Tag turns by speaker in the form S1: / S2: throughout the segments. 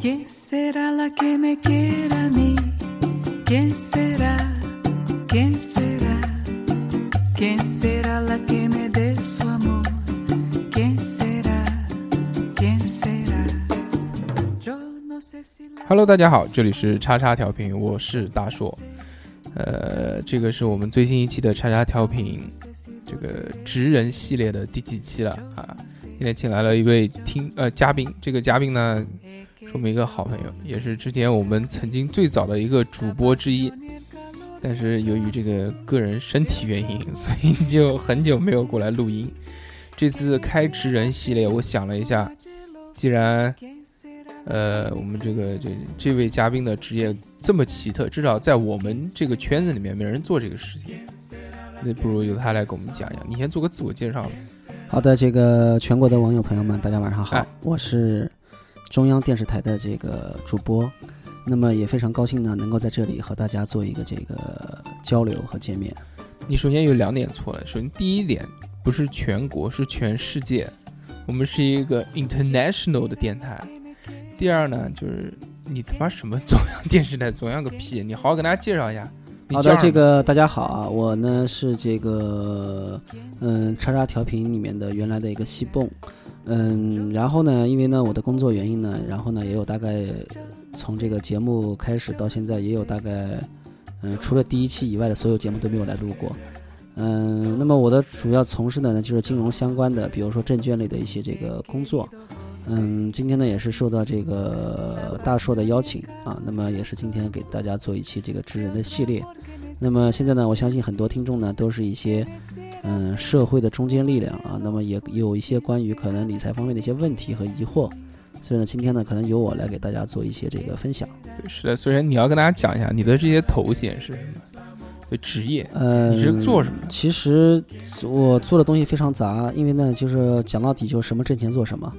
S1: ¿Quién será la que me quiera a mí? ¿Quién será? ¿Quién será? ¿Quién será la que me dé su amor? ¿Quién será? ¿Quién será? Yo no sé si la...
S2: Hello，大家好，这里是叉叉调频，我是大硕。呃，这个是我们最新一期的叉叉调频这个职人系列的第几期了啊？今天请来了一位听呃嘉宾，这个嘉宾呢是我们一个好朋友，也是之前我们曾经最早的一个主播之一，但是由于这个个人身体原因，所以就很久没有过来录音。这次开职人系列，我想了一下，既然呃，我们这个这这位嘉宾的职业这么奇特，至少在我们这个圈子里面没人做这个事情，那不如由他来给我们讲讲。你先做个自我介绍吧。
S3: 好的，这个全国的网友朋友们，大家晚上好，
S2: 哎
S3: 我是中央电视台的这个主播，那么也非常高兴呢，能够在这里和大家做一个这个交流和见面。
S2: 你首先有两点错了，首先第一点不是全国，是全世界，我们是一个 international 的电台。第二呢，就是你他妈什么中央电视台，中央个屁！你好好跟大家介绍一下。你
S3: 好
S2: 叫
S3: 的，
S2: 什
S3: 这
S2: 么
S3: 个大家好啊，我呢是这个嗯叉叉调频里面的原来的一个西蹦，嗯，然后呢，因为呢我的工作原因呢，然后呢也有大概从这个节目开始到现在也有大概嗯除了第一期以外的所有节目都没有来录过，嗯，那么我的主要从事的呢就是金融相关的，比如说证券类的一些这个工作。嗯，今天呢也是受到这个大硕的邀请啊，那么也是今天给大家做一期这个职人的系列。那么现在呢，我相信很多听众呢都是一些嗯社会的中坚力量啊，那么也有一些关于可能理财方面的一些问题和疑惑，所以呢，今天呢可能由我来给大家做一些这个分享。
S2: 是的，所以你要跟大家讲一下你的这些头衔是什么，对职业，
S3: 呃，
S2: 你是做什么的？
S3: 其实我做的东西非常杂，因为呢，就是讲到底就什么挣钱做什么，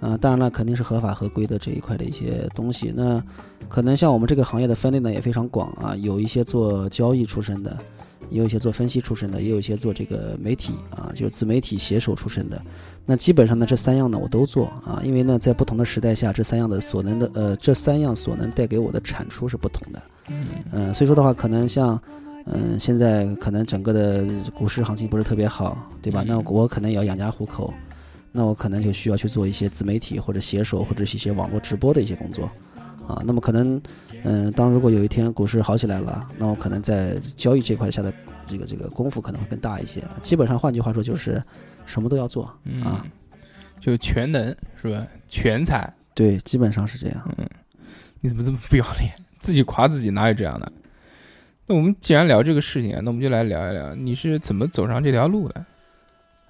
S3: 啊、当然了，肯定是合法合规的这一块的一些东西。那可能像我们这个行业的分类呢也非常广啊，有一些做交易出身的，也有一些做分析出身的，也有一些做这个媒体啊，就是自媒体写手出身的。那基本上呢，这三样呢我都做啊，因为呢，在不同的时代下，这三样的所能的呃，这三样所能带给我的产出是不同的。
S2: 嗯
S3: 嗯，所以说的话，可能像，嗯，现在可能整个的股市行情不是特别好，对吧？那
S2: 嗯
S3: 我可能也要养家糊口，那我可能就需要去做一些自媒体或者写手或者是一些网络直播的一些工作，啊，那么可能，嗯，当如果有一天股市好起来了，那我可能在交易这块下的这个这个功夫可能会更大一些。基本上，换句话说就是什么都要做，
S2: 嗯
S3: 啊，
S2: 就全能是吧？全才，
S3: 对，基本上是这样。
S2: 嗯，你怎么这么不要脸？ 自己夸自己哪有这样的？那我们既然聊这个事情啊，那我们就来聊一聊你是怎么走上这条路的？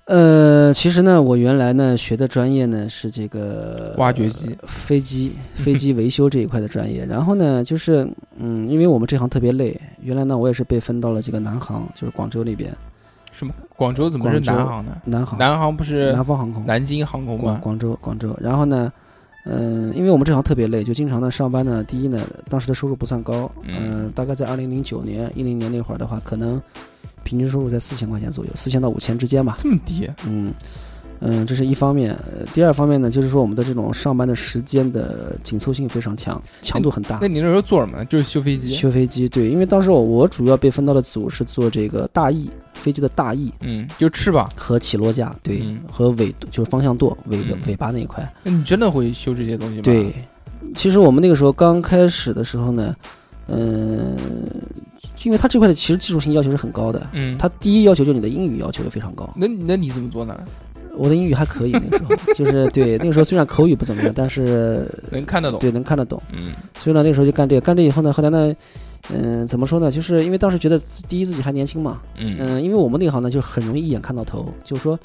S3: 呃，其实呢，我原来呢学的专业呢是这个
S2: 挖掘机
S3: 呃飞机、 飞机维修这一块的专业。然后呢，就是嗯，因为我们这行特别累，原来呢我也是被分到了这个南航，就是广州那边
S2: 什么？广州怎么是
S3: 广州
S2: 南航呢？
S3: 南航，
S2: 南航不是
S3: 南方航空，
S2: 南京航空
S3: 广
S2: 吗？
S3: 广州广州。然后呢，嗯、因为我们这行特别累，就经常呢上班呢，第一呢，当时的收入不算高，
S2: 嗯
S3: 嗯、大概在二零零九年、一零年那会儿的话，可能平均收入在四千块钱左右，四千到五千之间吧。
S2: 这么低？啊
S3: 嗯，嗯，这是一方面。呃第二方面呢，就是说我们的这种上班的时间的紧凑性非常强，强度很大
S2: 那。你那时候做什么呢？就是修飞机。
S3: 修飞机，对，因为当时我我主要被分到的组是做这个大翼飞机的大翼
S2: 嗯，就翅膀。
S3: 和起落架，对，
S2: 嗯
S3: 和尾就是方向舵尾
S2: 嗯
S3: 尾巴那一块，
S2: 那你真的会修这些东西吗？
S3: 对。其实我们那个时候刚开始的时候呢，嗯、因为它这块的其实技术性要求是很高的，
S2: 嗯，
S3: 它第一要求就是你的英语要求的非常高。
S2: 那你那你怎么做呢？
S3: 我的英语还可以，那个时候 就是对那个时候虽然口语不怎么样，但是
S2: 能看得懂。
S3: 对能看得懂。
S2: 嗯
S3: 所以呢，那个时候就干这个，干这以后呢，后来呢，嗯、怎么说呢？就是因为当时觉得自第一自己还年轻嘛，
S2: 嗯
S3: 嗯、因为我们那行呢就很容易一眼看到头，就是说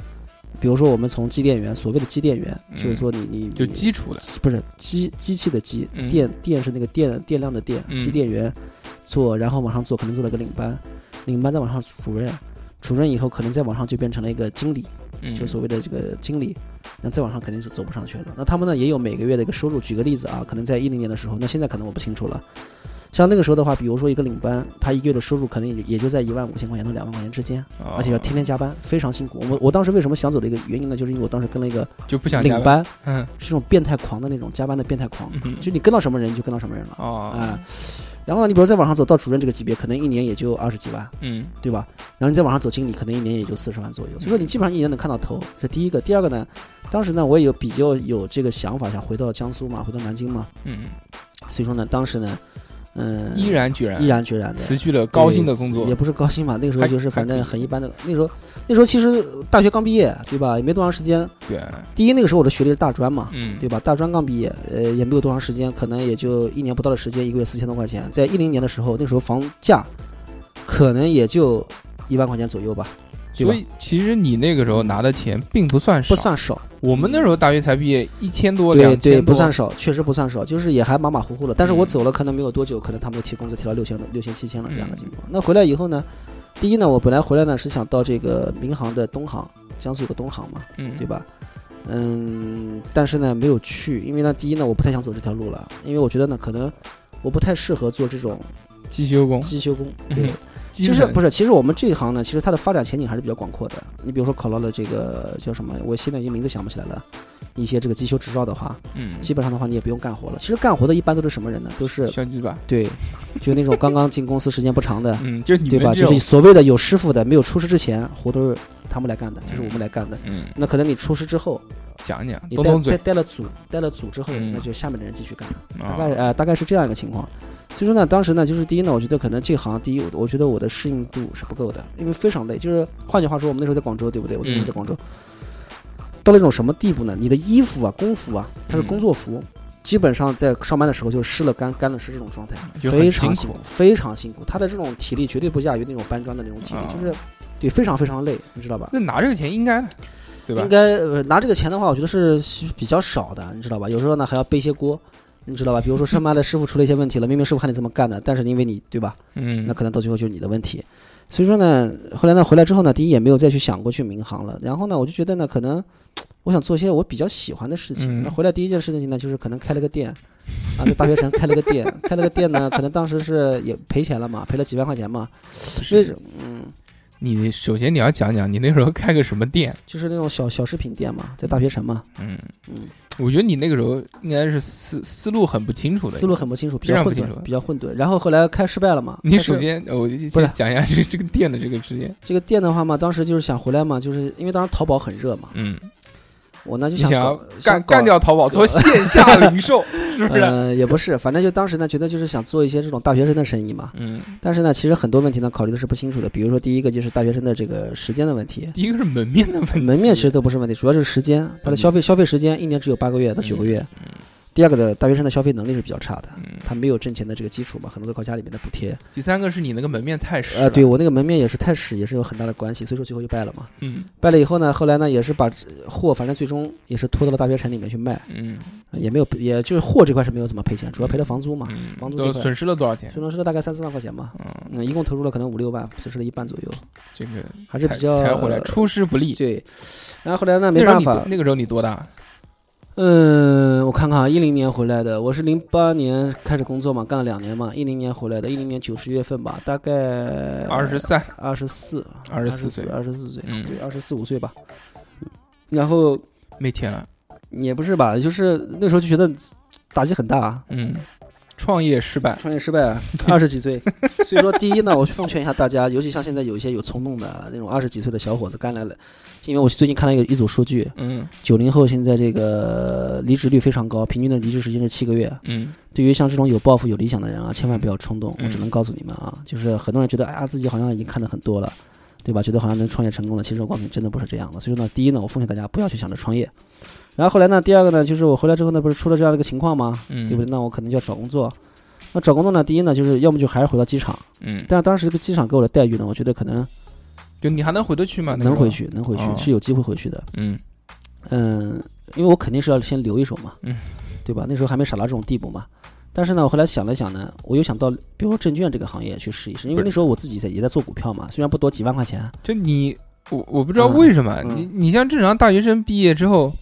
S3: 比如说我们从机电源，所谓的机电源，
S2: 嗯
S3: 就是说你你
S2: 就
S3: 你
S2: 基础的，
S3: 不是机机器的机，
S2: 嗯
S3: 电电是那个电电量的电，
S2: 嗯
S3: 机电员做，然后往上做可能做了个领班，领班再往上主任，主任以后可能再往上就变成了一个经理，
S2: 嗯，
S3: 就所谓的这个经理，那再往上肯定是走不上去了。那他们呢也有每个月的一个收入，举个例子啊，可能在一零年的时候，那现在可能我不清楚了。像那个时候的话，比如说一个领班，他一个月的收入可能也也就在一万五千块钱到两万块钱之间，
S2: 哦
S3: 而且要天天加班，非常辛苦。我我当时为什么想走的一个原因呢，就是因为我当时跟了一个
S2: 就不想加
S3: 领班，
S2: 嗯
S3: 是这种变态狂的那种加班的变态狂，
S2: 嗯，
S3: 就你跟到什么人你就跟到什么人了啊、
S2: 哦，
S3: 然后呢，你比如再往上走到主任这个级别，可能一年也就二十几万，
S2: 嗯
S3: 对吧？然后你再往上走经理，可能一年也就四十万左右。所以说你基本上一年能看到头，这第一个。第二个呢，当时呢我也有比较有这个想法，想回到江苏嘛，回到南京嘛。
S2: 嗯，
S3: 所以说呢，当时呢，嗯，
S2: 毅然决然
S3: 毅然决然的。
S2: 辞去了高薪的工
S3: 对也
S2: 作，
S3: 不是高薪嘛，那个时候
S2: 还
S3: 就是
S2: 还
S3: 反
S2: 可
S3: 正
S2: 以
S3: 很一般的。那时候，那时候其实大学刚毕业，对吧？也没多长时间。
S2: 对，
S3: 第一，那个时候我的学历是大专嘛，
S2: 嗯
S3: 对吧？大专刚毕业，呃，也没有多长时间，可能也就一年不到的时间，一个月四千多块钱。在一零年的时候，那时候房价可能也就一万块钱左右吧，对吧
S2: 所以其实你那个时候拿的钱并不算少，
S3: 不算少。
S2: 我们那时候大学才毕业，一千多
S3: 对
S2: 两
S3: 对，
S2: 千
S3: 不
S2: 多，
S3: 算少，确实不算少，就是也还马马虎虎了。但是我
S2: 嗯
S3: 走了，可能没有多久，可能他们就提工资提到六千、六千、七千了这样的
S2: 嗯
S3: 情况。那回来以后呢，第一呢，我本来回来呢是想到这个民航的东航，江苏有个东航嘛，
S2: 嗯，
S3: 对？吧？嗯，但是呢，没有去，因为呢，第一呢，我不太想走这条路了，因为我觉得呢，可能我不太适合做这种
S2: 机修工，
S3: 机修工。
S2: 嗯
S3: 对，
S2: 基
S3: 其实
S2: 本
S3: 不是，其实我们这一行呢，其实它的发展前景还是比较广阔的。你比如说考到了这个叫什么，我现在已经名字想不起来了，一些这个机修执照的话，
S2: 嗯，
S3: 基本上的话你也不用干活了。其实干活的一般都是什么人呢？都是
S2: 小鸡吧，，
S3: 对，就那种刚刚进公司时间不长的
S2: 嗯，就你
S3: 对
S2: 们
S3: 吧？
S2: 这
S3: 就
S2: 种
S3: 是，所谓的有师傅的，没有出师之前，活都是他们来干的，就是我们来干的。
S2: 嗯，
S3: 那可能你出师之后，
S2: 讲讲，
S3: 你
S2: 动
S3: 带
S2: 动
S3: 带
S2: 嘴
S3: 带了组，带了组之后，
S2: 嗯
S3: 那就下面的人继续干，大
S2: 啊
S3: 概，呃大概是这样一个情况。所以说呢，当时呢，就是第一呢，我觉得可能这行第一，我我觉得我的适应度是不够的，因为非常累。就是换句话说，我们那时候在广州，对不对？我那时
S2: 嗯
S3: 候在广州，到了一种什么地步呢？你的衣服啊、工服啊，它是
S2: 嗯
S3: 工作服，基本上在上班的时候就湿了干，干了湿这种状态，
S2: 就
S3: 非
S2: 很
S3: 常
S2: 辛
S3: 辛
S2: 苦，
S3: 非常辛苦。他的这种体力绝对不亚于那种搬砖的那种体力，
S2: 啊
S3: 就是对非常非常累，你知道吧？
S2: 那拿这个钱应该的，对吧
S3: 应？该、呃、拿这个钱的话，我觉得是比较少的，你知道吧？有时候呢还要背一些锅，你知道吧？比如说上班的师傅出了一些问题了，明明师傅喊你这么干的，但是因为你对吧，
S2: 嗯
S3: 那，可能到最后就是你的问题。所以说呢，后来呢回来之后呢，第一也没有再去想过去民航了。然后呢，我就觉得呢，可能我想做一些我比较喜欢的事情。
S2: 嗯
S3: 那回来第一件事情呢，就是可能开了个店，啊，在大学城开了个店， 开了个店呢，可能当时是也赔钱了嘛，赔了几万块钱嘛。
S2: 不
S3: 为
S2: 是
S3: 什嗯，
S2: 你首先你要讲讲你那时候开个什么店，
S3: 就是那种小小饰品店嘛，在大学城嘛，
S2: 嗯
S3: 嗯。
S2: 我觉得你那个时候应该是思思路很不清楚的，
S3: 思路很不清楚，比较
S2: 非常不
S3: 混
S2: 清楚啊
S3: 沌，比较混沌。然后后来开失败了嘛？
S2: 你
S3: 开失
S2: 首先，呃我先
S3: 不是
S2: 讲一下这这个店的这个时间。
S3: 这个店的话嘛，当时就是想回来嘛，就是因为当时淘宝很热嘛，
S2: 嗯，
S3: 我呢就
S2: 你想要
S3: 搞
S2: 干
S3: 想搞
S2: 干掉淘宝，
S3: 搞
S2: 做线下 零售，是不是？
S3: 呃，也不是，反正就当时呢，觉得就是想做一些这种大学生的生意嘛。
S2: 嗯，
S3: 但是呢，其实很多问题呢，考虑的是不清楚的。比如说，第一个就是大学生的这个时间的问题，
S2: 第一个是门面的问题，
S3: 门面其实都不是问题，主要就是时间，它的消
S2: 嗯
S3: 费消费时间一年只有八个月到九个月。第二个的大学生的消费能力是比较差的，
S2: 嗯
S3: 他没有挣钱的这个基础嘛，很多都靠家里面的补贴。
S2: 第三个是你那个门面太实
S3: 呃，
S2: 了
S3: 对，我那个门面也是太屎，也是有很大的关系，所以说最后就败了嘛。
S2: 嗯
S3: 败了以后呢，后来呢也是把呃货，反正最终也是拖到了大学城里面去卖，
S2: 嗯
S3: 呃也没有，也就是货这块是没有怎么赔钱，主要赔了房租嘛，房
S2: 嗯，
S3: 租
S2: 都
S3: 这块
S2: 损失了多少钱？
S3: 最终是了大概三四万块钱嘛，
S2: 嗯，
S3: 嗯，一共投入了可能五六万，损失了一半左右，
S2: 这个
S3: 还是
S2: 才
S3: 比较
S2: 才回来，出师不利。
S3: 对。然后后来呢，
S2: 那
S3: 没
S2: 时候
S3: 办
S2: 你
S3: 法，
S2: 那个时候你多大？
S3: 嗯，我看看啊，一零年回来的，我是零八年开始工作嘛，干了两年嘛，一零年回来的，一零年九十月份吧，大概
S2: 二十三，
S3: 二十四，
S2: 二十四
S3: 四
S2: 岁
S3: 二十四岁，
S2: 嗯
S3: 对，二十四五岁吧。然后
S2: 没钱了。
S3: 也不是吧，就是那时候就觉得打击很大，
S2: 嗯，创业失败。
S3: 创业失败，二十几岁。 所以说，第一呢，我去奉劝一下大家，尤其像现在有一些有冲动的那种二十几岁的小伙子，干来了，因为我最近看了一个一组数据，
S2: 嗯
S3: 九零后现在这个离职率非常高，平均的离职时间是七个月。
S2: 嗯
S3: 对于像这种有抱负、有理想的人啊，千万不要冲动。
S2: 嗯
S3: 我只能告诉你们啊，就是很多人觉得，哎呀，自己好像已经看得很多了，对吧？觉得好像能创业成功了，其实我告诉你，真的不是这样的。所以说呢，第一呢，我奉劝大家不要去想着创业。然后后来呢，第二个呢，就是我回来之后呢，不是出了这样的一个情况吗？
S2: 嗯，
S3: 对不对？？那我可能就要找工作。那找工作呢，第一呢，就是要么就还是回到机场，
S2: 嗯
S3: 但是当时这个机场给我的待遇呢，我觉得可能
S2: 就你还能回得去吗？那个
S3: 能
S2: 时候
S3: 回，去，能回去、
S2: 哦
S3: 是有机会回去的。
S2: 嗯
S3: 嗯，因为我肯定是要先留一手嘛，
S2: 嗯，
S3: 对吧？那时候还没傻到这种地步嘛。但是呢，我后来想了想呢，我又想到，比如说证券这个行业去试一试，因
S2: 不
S3: 为
S2: 是
S3: 那时候我自己在也在做股票嘛，虽然不多，几万块钱，
S2: 就你我我不知道
S3: 嗯
S2: 为什么、
S3: 嗯
S2: 你你像正常大学生毕业之后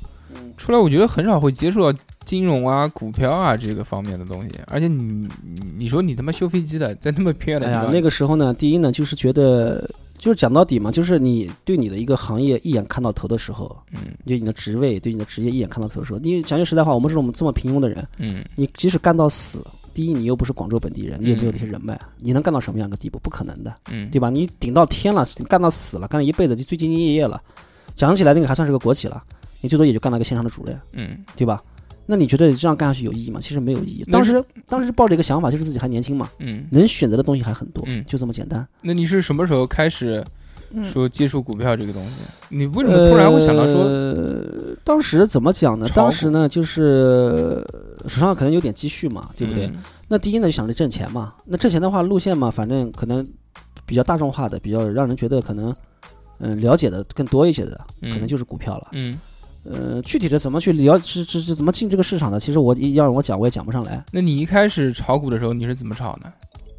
S2: 出来，我觉得很少会接触到金融啊、股票啊这个方面的东西，而且你你你说你他妈修飞机的，在那么偏远的
S3: 哎
S2: 地
S3: 呀，
S2: 方，
S3: 那个时候呢，第一呢，就是觉得，就是讲到底嘛，就是你对你的一个行业一眼看到头的时候，
S2: 嗯
S3: 对你的职位、对你的职业一眼看到头的时候，因为讲句实在话，我们这种这么平庸的人，
S2: 嗯
S3: 你即使干到死，第一你又不是广州本地人，你也没有这些人脉，你能干到什么样的地步？不可能的，
S2: 嗯，
S3: 对吧？你顶到天了，干到死了，干了一辈子，就最兢兢业业了，讲起来那个还算是个国企了，你最多也就干了个线上的主任，
S2: 嗯
S3: 对吧？那你觉得这样干下去有意义吗？其实没有意义。
S2: 那
S3: 当
S2: 是
S3: 时当时抱着一个想法，就是自己还年轻嘛，
S2: 嗯。
S3: 能选择的东西还很多，
S2: 嗯
S3: 就这么简单。
S2: 那你是什么时候开始
S3: 嗯
S2: 说接触股票这个东西？你为什么突然会想到说，
S3: 呃当时怎么讲呢？
S2: 炒股
S3: 当时呢，就是呃手上可能有点积蓄嘛，对不对？
S2: 嗯？
S3: 那第一呢，就想着挣钱嘛。那挣钱的话，路线嘛，反正可能比较大众化的，比较让人觉得可能嗯、了解的更多一些的，
S2: 嗯
S3: 可能就是股票了。
S2: 嗯，
S3: 呃，具体的怎么去了，这这这怎么进这个市场的，其实我一要让我讲，我也讲不上来。
S2: 那你一开始炒股的时候你是怎么炒呢？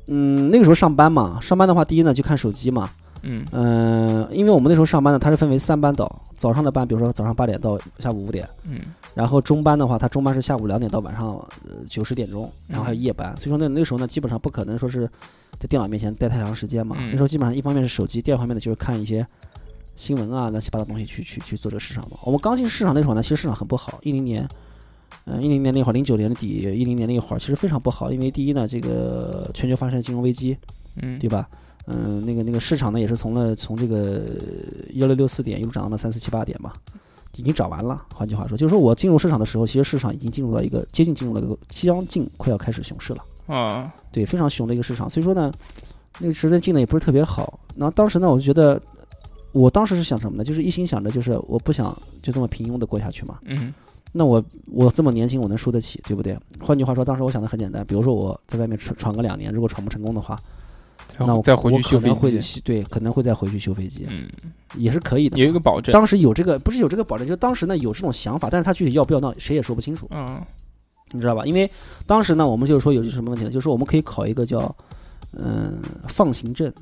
S3: 嗯，那个时候上班嘛，上班的话，第一呢就看手机嘛。
S2: 嗯
S3: 嗯、因为我们那时候上班呢，它是分为三班倒，早上的班，比如说早上八点到下午五点。
S2: 嗯
S3: 然后中班的话，它中班是下午两点到晚上呃九十点钟，然后还有夜班，所以说那那时候呢，基本上不可能说是在电脑面前待太长时间嘛。
S2: 嗯
S3: 那时候基本上一方面是手机，第二方面呢就是看一些新闻啊乱七八糟东西去去去做这个市场嘛。我们刚进市场那会儿呢，其实市场很不好，一零年，嗯、一零年那会儿，零九年底，一零年那会儿其实非常不好，因为第一呢，这个全球发生金融危机，
S2: 嗯，
S3: 对吧？嗯，那个那个市场呢，也是从了从这个幺六六四点一路涨到了三四七八点嘛，已经涨完了。换句话说，就是说我进入市场的时候，其实市场已经进入到一个接近进入了一个将近快要开始熊市了，
S2: 啊，
S3: 对，非常熊的一个市场。所以说呢，那个时间进的也不是特别好。然后当时呢，我就觉得，我当时是想什么呢？就是一心想着，就是我不想就这么平庸的过下去嘛。
S2: 嗯
S3: 那我我这么年轻，我能输得起，对不对？换句话说，当时我想的很简单，比如说我在外面闯闯个两年，如果闯不成功的话，
S2: 再
S3: 那
S2: 回
S3: 我
S2: 再回去修
S3: 我可
S2: 飞
S3: 能会
S2: 机，
S3: 去对，可能会再回去修飞机，
S2: 嗯，
S3: 也是可以的。
S2: 有一个保证，
S3: 当时有这个，不是有这个保证，就当时呢有这种想法，但是他具体要不要闹，谁也说不清楚，
S2: 嗯
S3: 你知道吧？因为当时呢，我们就是说有什么问题呢？就是说我们可以考一个叫嗯、放行证，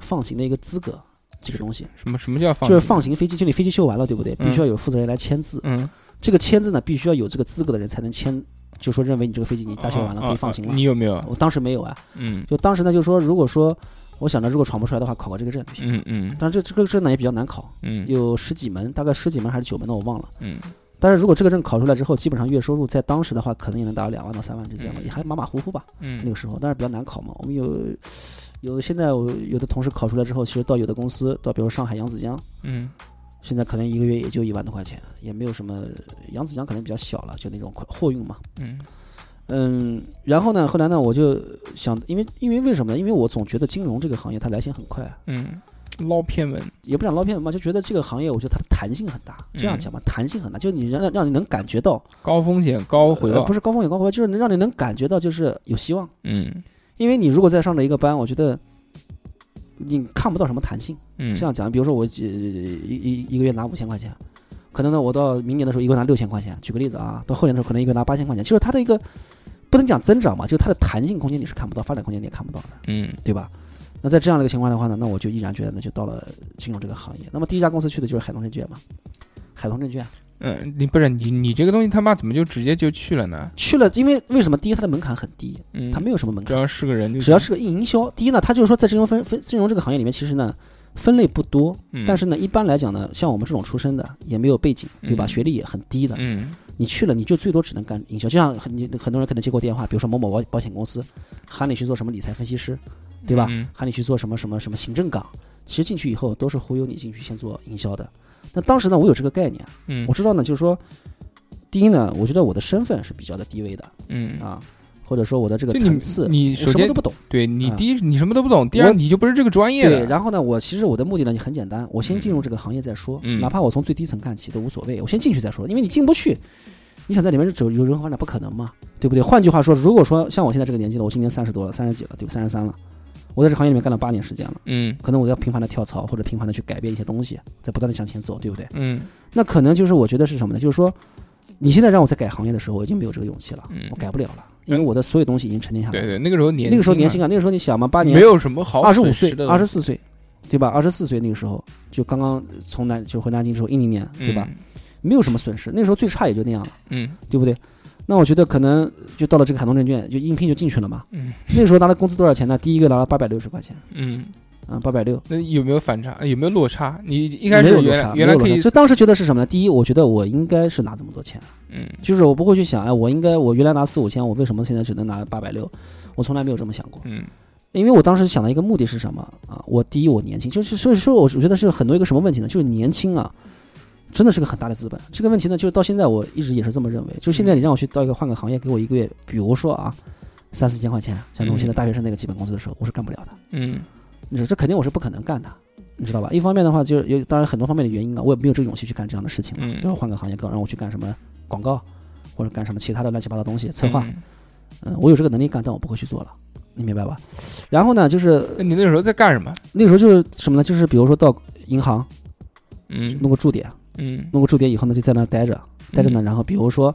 S3: 放行的一个资格，这个东西
S2: 什么什么叫放？
S3: 就是放，行飞机，就你飞机修完了，对不对？
S2: 嗯
S3: 必须要有负责人来签字，
S2: 嗯，
S3: 这个签字呢，必须要有这个资格的人才能签，就说认为你这个飞机你大修完了
S2: 啊
S3: 可以放行
S2: 啊
S3: 了
S2: 啊。你有没有？
S3: 我当时没有啊，
S2: 嗯
S3: 就当时呢就说，如果说我想着如果闯不出来的话，考个这个证就行。
S2: 嗯嗯
S3: 但这这个证呢也比较难考，
S2: 嗯
S3: 有十几门，大概十几门还是九门的，我忘了。
S2: 嗯
S3: 但是如果这个证考出来之后，基本上月收入在当时的话，可能也能达到两万到三万之间吧，
S2: 嗯
S3: 也还马马虎虎吧。那
S2: 嗯
S3: 个时候，但是比较难考嘛。我们有有现在我有的同事考出来之后，其实到有的公司，到比如上海扬子江，
S2: 嗯
S3: 现在可能一个月也就一万多块钱，也没有什么。扬子江可能比较小了，就那种快货运嘛。
S2: 嗯
S3: 嗯，然后呢，后来呢，我就想，因为因为为什么呢？因为我总觉得金融这个行业它来钱很快，啊
S2: 嗯，捞偏门，
S3: 也不讲捞偏门吧，就觉得这个行业，我觉得它的弹性很大。这
S2: 嗯
S3: 样讲吧，弹性很大，就是你让让让你能感觉到，
S2: 高风险高回
S3: 呃
S2: 报
S3: 不，是高风险高回报，就是能让你能感觉到就是有希望。
S2: 嗯
S3: 因为你如果再上了一个班，我觉得你看不到什么弹性。
S2: 嗯，
S3: 这样讲，比如说我、呃、一一一个月拿五千块钱，可能呢我到明年的时候一个月拿六千块钱，举个例子啊，到后年的时候可能一个月拿八千块钱，就是它的一个不能讲增长嘛，就是它的弹性空间你是看不到，发展空间你也看不到的，
S2: 嗯
S3: 对吧？那在这样的一个情况的话呢，那我就毅然决然的就到了金融这个行业。那么第一家公司去的就是海通证券嘛，海通证券啊
S2: 嗯，你不是你你这个东西他妈怎么就直接就去了呢？
S3: 去了，因为为什么？第一，它的门槛很低，
S2: 嗯，
S3: 它没有什么门槛
S2: 只。要是个人就行，
S3: 只要是个营销，第一呢，它就是说在金融分分金融这个行业里面，其实呢分类不多，
S2: 嗯，
S3: 但是呢，一般来讲呢，像我们这种出身的，也没有背景，对吧？
S2: 嗯
S3: 学历也很低的，
S2: 嗯
S3: 你去了你就最多只能干营销。就像很你很多人可能接过电话，比如说某某保保险公司喊你去做什么理财分析师，对吧？
S2: 嗯
S3: 喊你去做什么什么什么行政岗，其实进去以后都是忽悠你进去先做营销的。那当时呢，我有这个概念，
S2: 嗯
S3: 我知道呢，就是说，第一呢，我觉得我的身份是比较的低微的
S2: 嗯
S3: 啊，或者说我的这个
S2: 就你
S3: 层次，
S2: 你
S3: 我
S2: 首
S3: 什么
S2: 先
S3: 都不懂。
S2: 对你
S3: 啊
S2: 第一是你什么都不懂，第二
S3: 我
S2: 你就不是这个专业
S3: 对，
S2: 的，
S3: 然后呢，我其实我的目的呢也很简单，我先进入这个行业再说，
S2: 嗯
S3: 哪怕我从最低层干起都无所谓，我先进去再说，因为你进不去，你想在里面走有人和发展不可能嘛，对不对？换句话说，如果说像我现在这个年纪了，我今年三十多了，三十几了，对吧？三十三了，我在这行业里面干了八年时间了，
S2: 嗯
S3: 可能我要频繁的跳槽或者频繁的去改变一些东西，在不断的向前走，对不对？
S2: 嗯
S3: 那可能就是我觉得是什么呢？就是说，你现在让我再改行业的时候，我已经没有这个勇气了，
S2: 嗯
S3: 我，改不了了，因为我的所有东西已经沉淀下来
S2: 对
S3: 了。
S2: 对，那个时候年
S3: 那个时候年
S2: 嘛
S3: 轻啊，那个时候你想嘛，八
S2: 没
S3: 年，
S2: 有什么好
S3: 二十五
S2: 损
S3: 岁
S2: 失的，东西，
S3: 二十四岁，对吧？二十四岁那个时候就刚刚从南就回南京之后一零年，对吧？没有什么损失，那个时候最差也就那样了，
S2: 嗯？嗯，
S3: 对不对？那我觉得可能就到了这个海东证券，就应聘就进去了嘛。
S2: 嗯
S3: 那个时候拿的工资多少钱呢？第一个拿了八百六十块钱，
S2: 嗯，
S3: 啊，八百六。
S2: 那有没有反差？有没有落差？你一开始
S3: 没有多
S2: 原
S3: 少
S2: 来原来
S3: 没有
S2: 可以
S3: 多少，就当时觉得是什么呢？第一，我觉得我应该是拿这么多钱，
S2: 嗯
S3: 就是我不会去想，哎，我应该我原来拿四五千，我为什么现在只能拿八百六？我从来没有这么想过，
S2: 嗯
S3: 因为我当时想的一个目的是什么啊？我第一，我年轻，就是所以说，我觉得是很多一个什么问题呢？就是年轻啊，真的是个很大的资本。这个问题呢，就是到现在我一直也是这么认为。就现
S2: 嗯
S3: 在你让我去到一个换个行业，给我一个月，比如说啊，三四千块钱，像那种现在大学生那个基本工资的时候，我是干不了的。
S2: 嗯
S3: 你说这肯定我是不可能干的，你知道吧？一方面的话，就是有当然很多方面的原因啊，我也没有这个勇气去干这样的事情了。
S2: 嗯
S3: 比如换个行业，搞让我去干什么广告，或者干什么其他的乱七八糟东西，策划，
S2: 嗯
S3: 嗯，我有这个能力干，但我不会去做了，你明白吧？然后呢，就是
S2: 那嗯你那时候在干什么？
S3: 那时候就是什么呢？就是比如说到银行
S2: 嗯
S3: 弄个驻点，
S2: 嗯
S3: 弄个驻点以后呢，就在那儿待着，待着呢，
S2: 嗯
S3: 然后比如说，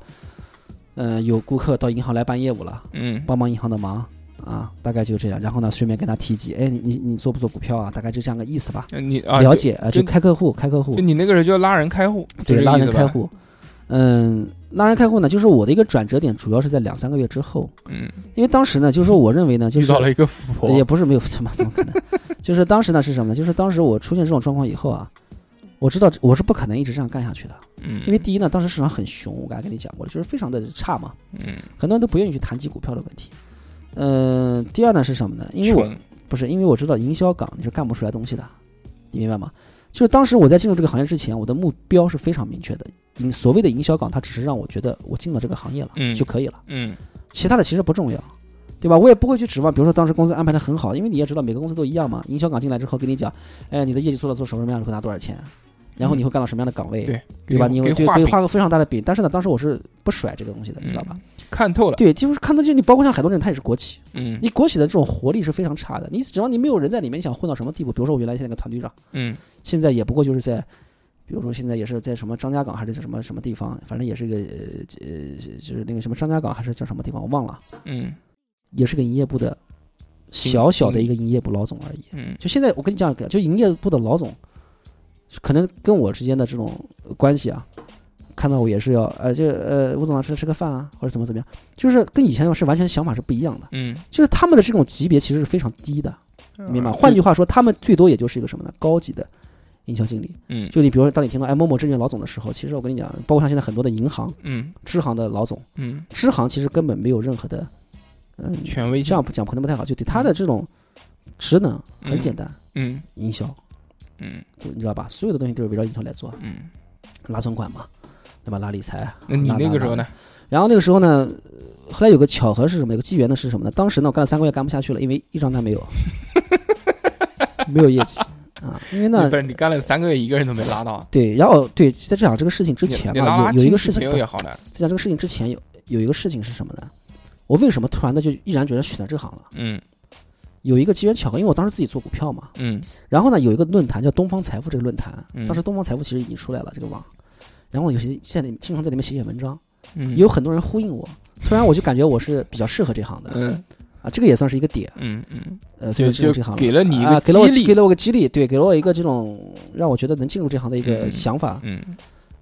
S3: 嗯、有顾客到银行来办业务了，
S2: 嗯
S3: 帮忙银行的忙啊，大概就这样。然后呢，顺便跟他提及，哎，你你你做不做股票啊？大概就这样个意思吧。
S2: 嗯，你啊
S3: 了
S2: 就
S3: 解啊，
S2: 就
S3: 就开客户，开客户
S2: 就，你那个时候就拉人开户，就
S3: 对，
S2: 这个
S3: 拉
S2: 意
S3: 人
S2: 思
S3: 开
S2: 吧，
S3: 户。嗯，拉人开户呢，就是我的一个转折点，主要是在两三个月之后，
S2: 嗯，
S3: 因为当时呢，就是说我认为呢，就
S2: 遇
S3: 是
S2: 到了一个富婆，
S3: 也不是没有 什么，怎么可能？就是当时呢是什么呢？就是当时我出现这种状况以后啊，我知道我是不可能一直这样干下去的，
S2: 嗯，
S3: 因为第一呢，当时市场很熊，我刚才跟你讲过了，就是非常的差嘛，
S2: 嗯
S3: 很多人都不愿意去谈及股票的问题。嗯、第二呢是什么呢？因为我
S2: 嗯蠢，
S3: 不是因为我知道营销岗你是干不出来东西的，你明白吗？就是当时我在进入这个行业之前，我的目标是非常明确的。营所谓的营销岗，它只是让我觉得我进了这个行业了、
S2: 嗯
S3: 就可以了，
S2: 嗯
S3: 其他的其实不重要，对吧？我也不会去指望，比如说当时公司安排的很好，因为你也知道每个公司都一样嘛。营销岗进来之后跟你讲，哎，你的业绩做到做什么样，会拿多少钱，然后你会干到什么样的岗位，
S2: 对
S3: 对吧？你
S2: 给
S3: 会对
S2: 画
S3: 对
S2: 饼
S3: 画个非常大的饼，但是呢，当时我是不甩这个东西的，你知道吧？
S2: 嗯看透了，
S3: 对，就是看到就你，包括像海东人，他也是国企，
S2: 嗯
S3: 你国企的这种活力是非常差的。你只要你没有人在里面，你想混到什么地步？比如说我原来现在那个团队长，
S2: 嗯
S3: 现在也不过就是在，比如说现在也是在什么张家港还是在什么什么地方，反正也是一个呃呃就是那个什么张家港还是叫什么地方我忘了，
S2: 嗯
S3: 也是个营业部的
S2: 经
S3: 小小的
S2: 经
S3: 一个营业部老总而已。
S2: 嗯
S3: 就现在我跟你讲，就营业部的老总，可能跟我之间的这种关系啊。看到我也是要，呃，就呃，吴总啊，吃吃个饭啊，或者怎么怎么样，就是跟以前是完全想法是不一样的。
S2: 嗯，
S3: 就是他们的这种级别其实是非常低的，你明白吗？
S2: 嗯
S3: 换句话说，他们最多也就是一个什么呢？高级的营销经理。
S2: 嗯
S3: 就你比如说，当你听到哎某某证券老总的时候，其实我跟你讲，包括像现在很多的银行、
S2: 嗯
S3: 支行的老总，
S2: 嗯，
S3: 支行其实根本没有任何的，嗯，
S2: 权威
S3: 这
S2: 性，
S3: 样不讲可能不太好，就对他的这种职能很简单，
S2: 嗯
S3: 营销，
S2: 嗯
S3: 就你知道吧？所有的东西都是围绕营销来做，
S2: 嗯，
S3: 拉存款嘛，对吧？拉理财。
S2: 那你
S3: 拉
S2: 那个时候？呢
S3: 拉？然后那个时候呢，呃后来有个巧合是什么？有个机缘呢是什么呢？当时呢，我干了三个月干不下去了，因为一张单没有， 没有业绩啊。因为
S2: 你
S3: 呢
S2: 不，是你干了三个月，一个人都没拉到，啊
S3: 对，然后对，在这讲这个事情之
S2: 你
S3: 前
S2: 你拉
S3: 嘛，
S2: 拉
S3: 有有一
S2: 亲
S3: 个
S2: 戚
S3: 事情，
S2: 朋友也
S3: 在
S2: 好的，
S3: 讲这个事情之前有有一个事情是什么呢？我为什么突然的就毅然决然选择这行了？
S2: 嗯
S3: 有一个机缘巧合，因为我当时自己做股票嘛，
S2: 嗯
S3: 然后呢，有一个论坛叫东方财富这个论坛，
S2: 嗯
S3: 当时东方财富其实已经出来了这个网，然后有些现在经常在里面写写文章，
S2: 嗯，
S3: 也有很多人呼应我，突然我就感觉我是比较适合这行的，
S2: 嗯
S3: 啊，这个也算是一个点，
S2: 嗯嗯
S3: 呃，所以
S2: 就
S3: 进入
S2: 就
S3: 这行
S2: 给了你一个
S3: 啊，给了我
S2: 激励
S3: 给了我个激励，对，给了我一个这种让我觉得能进入这行的一个
S2: 嗯
S3: 想法。
S2: 嗯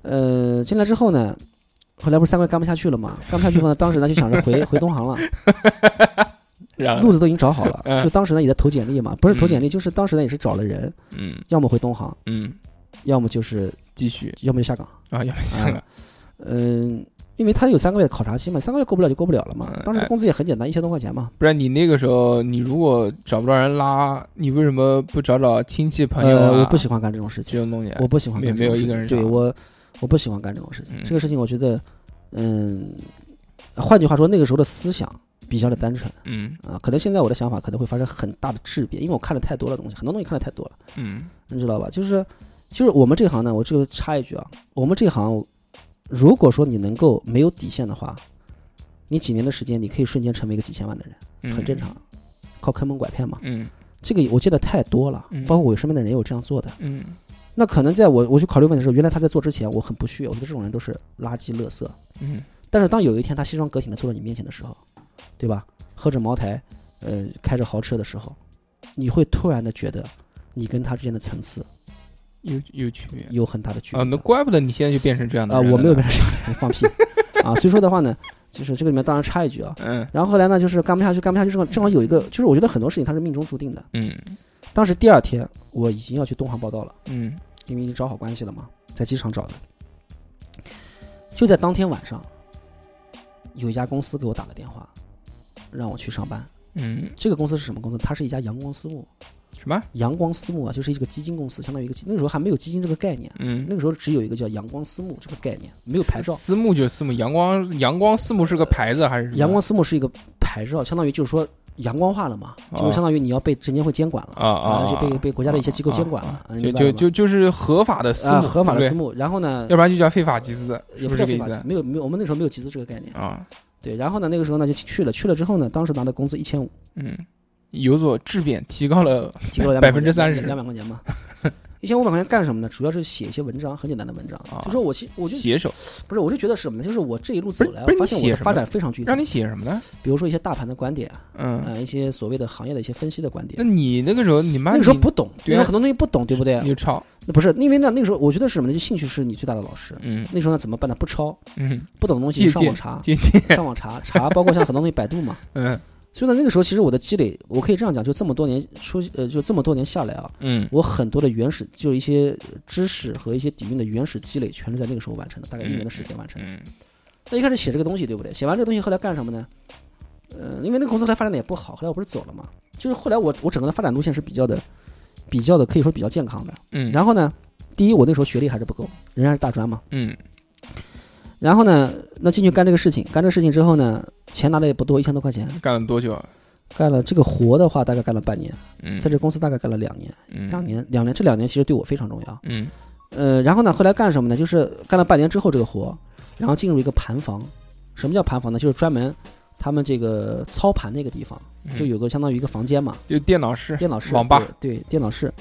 S3: 呃，进来之后呢，后来不是三个月干不下去了嘛，干不下去后呢，当时呢就想 着回回东航了，
S2: 然后
S3: 路子都已经找好了，
S2: 啊嗯
S3: 就当时呢也在投简历嘛，不是投
S2: 嗯
S3: 简历，就是当时呢也是找了人，
S2: 嗯
S3: 要么回东航，
S2: 嗯，
S3: 要么就是
S2: 继续
S3: 要么就下岗。
S2: 啊，要不行了，
S3: 嗯，因为他有三个月的考察期嘛，三个月过不了就过不了了嘛
S2: 嗯。
S3: 当时
S2: 哎
S3: 工资也很简单，一千多块钱嘛。
S2: 不然你那个时候你如果找不着人拉，你为什么不找找亲戚朋友
S3: 呃，
S2: 啊？
S3: 我不喜欢干这种事情
S2: 这。种东西，
S3: 我不喜欢
S2: 没
S3: 干这
S2: 没有
S3: 种
S2: 一
S3: 事
S2: 个
S3: 情
S2: 人
S3: 对
S2: 上
S3: 我，我不喜欢干这种事情。
S2: 嗯
S3: 这个事情我觉得，嗯，换句话说，那个时候的思想比较的单纯
S2: 嗯
S3: 啊，可能现在我的想法可能会发生很大的质变，因为我看了太多的东西，很多东西看的太多了，
S2: 嗯
S3: 你知道吧？就是就是我们这行呢，我这个插一句啊，我们这行，如果说你能够没有底线的话，你几年的时间，你可以瞬间成为一个几千万的人，
S2: 嗯，
S3: 很正常，靠坑蒙拐骗嘛。
S2: 嗯
S3: 这个我见的太多了
S2: 嗯，
S3: 包括我身边的人也有这样做的。
S2: 嗯
S3: 那可能在我我去考虑问题的时候，原来他在做之前我很不屑，我觉得这种人都是垃圾、垃圾。
S2: 嗯
S3: 但是当有一天他西装革挺的坐到你面前的时候，对吧？喝着茅台，呃，开着豪车的时候，你会突然的觉得你跟他之间的层次
S2: 有有区别
S3: 有很大的距离
S2: 啊，那怪不得你现在就变成这样的
S3: 啊、
S2: 人
S3: 我
S2: 了
S3: 没有
S2: 呢
S3: 跟他这样的人放屁啊，所以说的话呢，就是这个里面当然插一句啊。
S2: 嗯
S3: 然后后来呢，就是干不下去，干不下去之后，正好有一个，就是我觉得很多事情它是命中注定的。
S2: 嗯
S3: 当时第二天我已经要去东航报道了，
S2: 嗯
S3: 因为已经找好关系了嘛，在机场找的。就在当天晚上，有一家公司给我打了电话，让我去上班。
S2: 嗯，
S3: 这个公司是什么公司？它是一家阳光私募，
S2: 什么？
S3: 阳光私募啊，就是一个基金公司，相当于一个基那个时候还没有基金这个概念，
S2: 嗯，
S3: 那个时候只有一个叫阳光私募这个概念，没有牌照。
S2: 私募就是私募，阳光阳光私募是个牌子还是什么
S3: 阳光私募是一个牌照，相当于就是说阳光化了嘛，
S2: 哦
S3: 就是相当于你要被证监会监管了
S2: 啊啊，
S3: 就被被国家的一些机构监管
S2: 啊
S3: 了
S2: 啊，
S3: 嗯
S2: 就
S3: 明白
S2: 就
S3: 了吗
S2: 就就是合法的私募，
S3: 啊合法的
S2: 对
S3: 私
S2: 不对
S3: 募。然后呢，
S2: 要不然就叫非法集资，是
S3: 也
S2: 不是这
S3: 不叫
S2: 个
S3: 非
S2: 意
S3: 法集
S2: 思
S3: 资，没有没有，我们那时候没有集资这个概念。
S2: 啊？
S3: 对，然后呢，那个时候呢就去了，去了之后呢，当时拿的工资一千五，
S2: 嗯，有所质变，提高了
S3: 提高了
S2: 百分之三十
S3: 两百块钱嘛。一千五百块钱干什么呢？主要是写一些文章，很简单的文章。
S2: 啊
S3: 就说我其我就
S2: 写手，
S3: 不是，我就觉得是什么呢？就是我这一路走来，
S2: 不是
S3: 我发
S2: 你
S3: 现
S2: 写
S3: 我的
S2: 什
S3: 发
S2: 么
S3: 展非常巨大
S2: 让。你写什么呢？
S3: 比如说一些大盘的观点，
S2: 嗯，
S3: 呃，一些所谓的行业的一些分析的观
S2: 那
S3: 点。
S2: 你那个时候你妈
S3: 那个时候
S2: 你
S3: 不懂，
S2: 对
S3: 因
S2: 啊
S3: 为很多东西不懂，对不对？
S2: 你就抄，
S3: 那不是，因为呢，那个时候我觉得是什么呢？就兴趣是你最大的老师。
S2: 嗯
S3: 那时候呢，怎么办呢？不抄，
S2: 嗯，
S3: 不懂的东
S2: 借
S3: 西上
S2: 鉴
S3: 网查，
S2: 借鉴，
S3: 上网查查，包括像很多东西百度嘛。
S2: 嗯
S3: 所以呢，那个时候其实我的积累，我可以这样讲，就这么多年出，呃，就这么多年下来啊，
S2: 嗯
S3: 我很多的原始，就一些知识和一些底蕴的原始积累，全是在那个时候完成的，大概一年的时间完成。
S2: 嗯
S3: 那一开始写这个东西，对不对？写完这个东西后来干什么呢？呃，因为那个公司后来发展的也不好，后来我不是走了嘛，就是后来我我整个的发展路线是比较的，比较的可以说比较健康的。
S2: 嗯，
S3: 然后呢，第一我那时候学历还是不够，仍然是大专嘛。
S2: 嗯
S3: 然后呢，那进去干这个事情，干这个事情之后呢，钱拿的也不多，一千多块钱，
S2: 干了多久啊？
S3: 干了这个活的话大概干了半年，
S2: 嗯，
S3: 在这公司大概干了两年，
S2: 嗯
S3: 两年两年这两年其实对我非常重要。
S2: 嗯
S3: 呃，然后呢，后来干什么呢？就是干了半年之后这个活，然后进入一个盘房。什么叫盘房呢？就是专门他们这个操盘那个地方，
S2: 嗯
S3: 就有个相当于一个房间嘛，
S2: 就电脑室，
S3: 电脑室、
S2: 网吧
S3: 对对电脑室。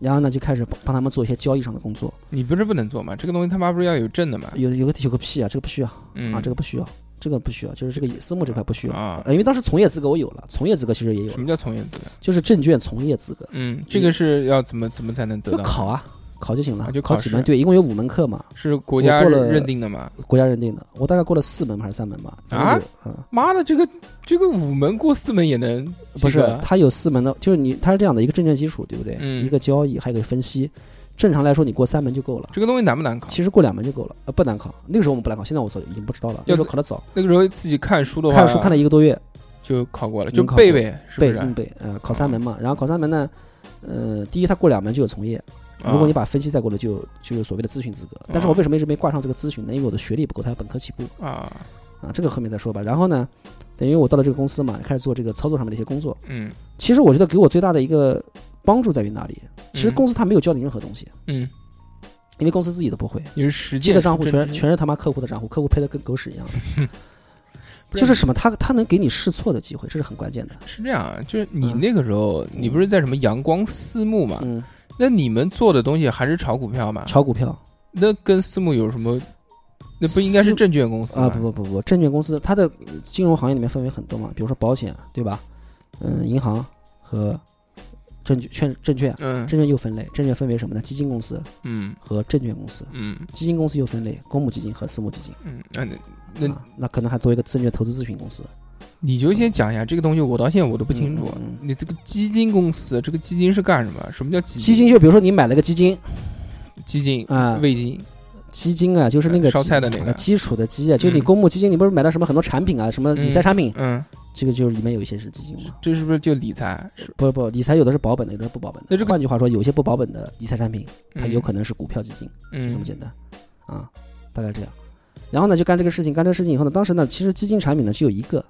S3: 然后呢，就开始帮帮他们做一些交易上的工作。
S2: 你不是不能做吗？这个东西他妈不是要有证的吗？
S3: 有有个有个屁啊，这个不需要啊，
S2: 嗯，
S3: 这个不需要，这个不需要，就是这个私募这块不需要。
S2: 啊，
S3: 呃，因为当时从业资格我有了，从业资格其实也有
S2: 什
S3: 了，
S2: 么叫从业资格？
S3: 就是证券从业资格，
S2: 嗯，这个是要怎么怎么才能得
S3: 就
S2: 到？
S3: 考啊，考就行了，
S2: 啊就
S3: 考
S2: 考
S3: 几
S2: 试
S3: 门？对，一共有五门课嘛，
S2: 是国家
S3: 我过了
S2: 认定的吗？
S3: 国家认定的。我大概过了四门还是三门吧？
S2: 啊
S3: 然后有，嗯，
S2: 妈的，这个这个五门过四门也能啊
S3: 不
S2: 及
S3: 是
S2: 格，
S3: 它有四门的，就是你它是这样的一个证券基础，对不对？
S2: 嗯
S3: 一个交易，还有一个分析。正常来说，你过三门就够了，
S2: 这个东西难不难考？
S3: 其实过两门就够了，呃，不难考。那个时候我们不难考，现在我早已经不知道了。那时候
S2: 要
S3: 考得早，
S2: 那个时候自己看书的话，
S3: 看书看了一个多月，
S2: 就考过了，
S3: 能
S2: 就
S3: 考
S2: 背
S3: 过
S2: 背，是哦不
S3: 背
S2: 是？
S3: 硬背，呃，考三门嘛。然后考三门呢，呃，第一它过两门就有从业，
S2: 啊
S3: 如果你把分析再过了，就有就有所谓的咨询资格。
S2: 哦
S3: 但是我为什么一直没挂上这个咨询呢？因为我的学历不够，它本科起步
S2: 啊，
S3: 啊，这个后面再说吧。然后呢，等于我到了这个公司嘛，开始做这个操作上面的一些工作。
S2: 嗯
S3: 其实我觉得给我最大的一个帮助在于哪里？其实公司它没有教你任何东西，
S2: 嗯，
S3: 因为公司自己都不会。
S2: 你是实
S3: 这
S2: 践
S3: 个
S2: 出
S3: 账户
S2: 真
S3: 全
S2: 知
S3: 全是他妈客户的账户，客户配的跟狗屎一样。
S2: 不
S3: 就是什么，他他能给你试错的机会，这是很关键的。
S2: 是这样啊，就是你
S3: 嗯
S2: 那个时候，你不是在什么阳光私募嘛？
S3: 嗯，
S2: 那你们做的东西还是炒股票嘛？
S3: 炒股票
S2: 那跟私募有什么？那不应该是
S3: 私
S2: 证券公司
S3: 啊，
S2: 吗？
S3: 不不不不，证券公司它的呃金融行业里面分为很多嘛，比如说保险，对吧？嗯，银行和证券券证券，
S2: 嗯
S3: 证券又分类，证券分为什么呢？基金公司
S2: 嗯
S3: 和证券公司，
S2: 嗯
S3: 基金公司又分类公募基金和私募基金。
S2: 嗯，那那
S3: 啊、那可能还多一个证券投资咨询公司。
S2: 你就先讲一下这个东西，我到现在我都不清楚。
S3: 嗯嗯
S2: 你这个基金公司，这个基金是干什么？什么叫基
S3: 基金就比如说你买了个基金
S2: 基金
S3: 啊
S2: 味精
S3: 基金啊，就是那个
S2: 呃烧
S3: 基
S2: 菜的那
S3: 啊
S2: 个。
S3: 基础的基啊，就你
S2: 嗯
S3: 公募基金，你不是买了什么很多产品啊，什么理财
S2: 嗯
S3: 产品，
S2: 嗯，
S3: 这个就是里面有一些是基金嘛。
S2: 这是不是就理财？是
S3: 不不，理财有的是保本的，有的是不保本的。
S2: 那这个嗯
S3: 换句话说，有些不保本的理财产品，它有可能是股票基金，
S2: 能
S3: 就这么简单啊，大概这样。然后呢，就干这个事情，干这个事情以后呢，当时呢，其实基金产品呢只有一个，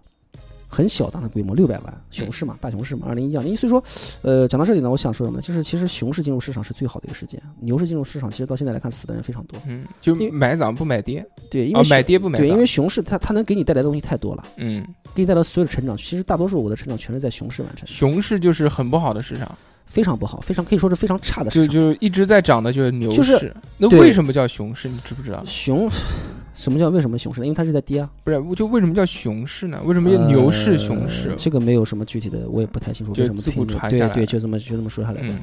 S3: 很小，当时规模六百万，熊市嘛，大熊市嘛，二零一二年。所以说，呃，讲到这里呢，我想说什么呢？就是其实熊市进入市场是最好的一个时间，牛市进入市场，其实到现在来看死的人非常多。
S2: 嗯，就
S3: 因为
S2: 买涨不买跌，
S3: 对，因为
S2: 哦，
S3: 熊、
S2: 买跌不买
S3: 对，因
S2: 涨
S3: 为，熊市它它能给你带来的东西太多了，
S2: 嗯，
S3: 给你带来所有的成长。其实大多数我的成长全是在熊市完成的，
S2: 熊市就是很不好的市场，
S3: 非常不好，非常可以说是非常差的
S2: 就
S3: 市场。
S2: 就一直在涨的就是牛市，
S3: 就是
S2: 那
S3: 对
S2: 为什么叫熊市？你知不知道？
S3: 熊， 什么叫为什么熊市呢？因为它是在跌啊。
S2: 不是，就为什么叫熊市呢？为什么叫牛市、熊市
S3: 呃？这个没有什么具体的，我也不太清楚
S2: 就
S3: 为什么
S2: 自古
S3: 评论
S2: 传下
S3: 对
S2: 来
S3: 对，
S2: 的
S3: 就这么就这么说下来的。
S2: 嗯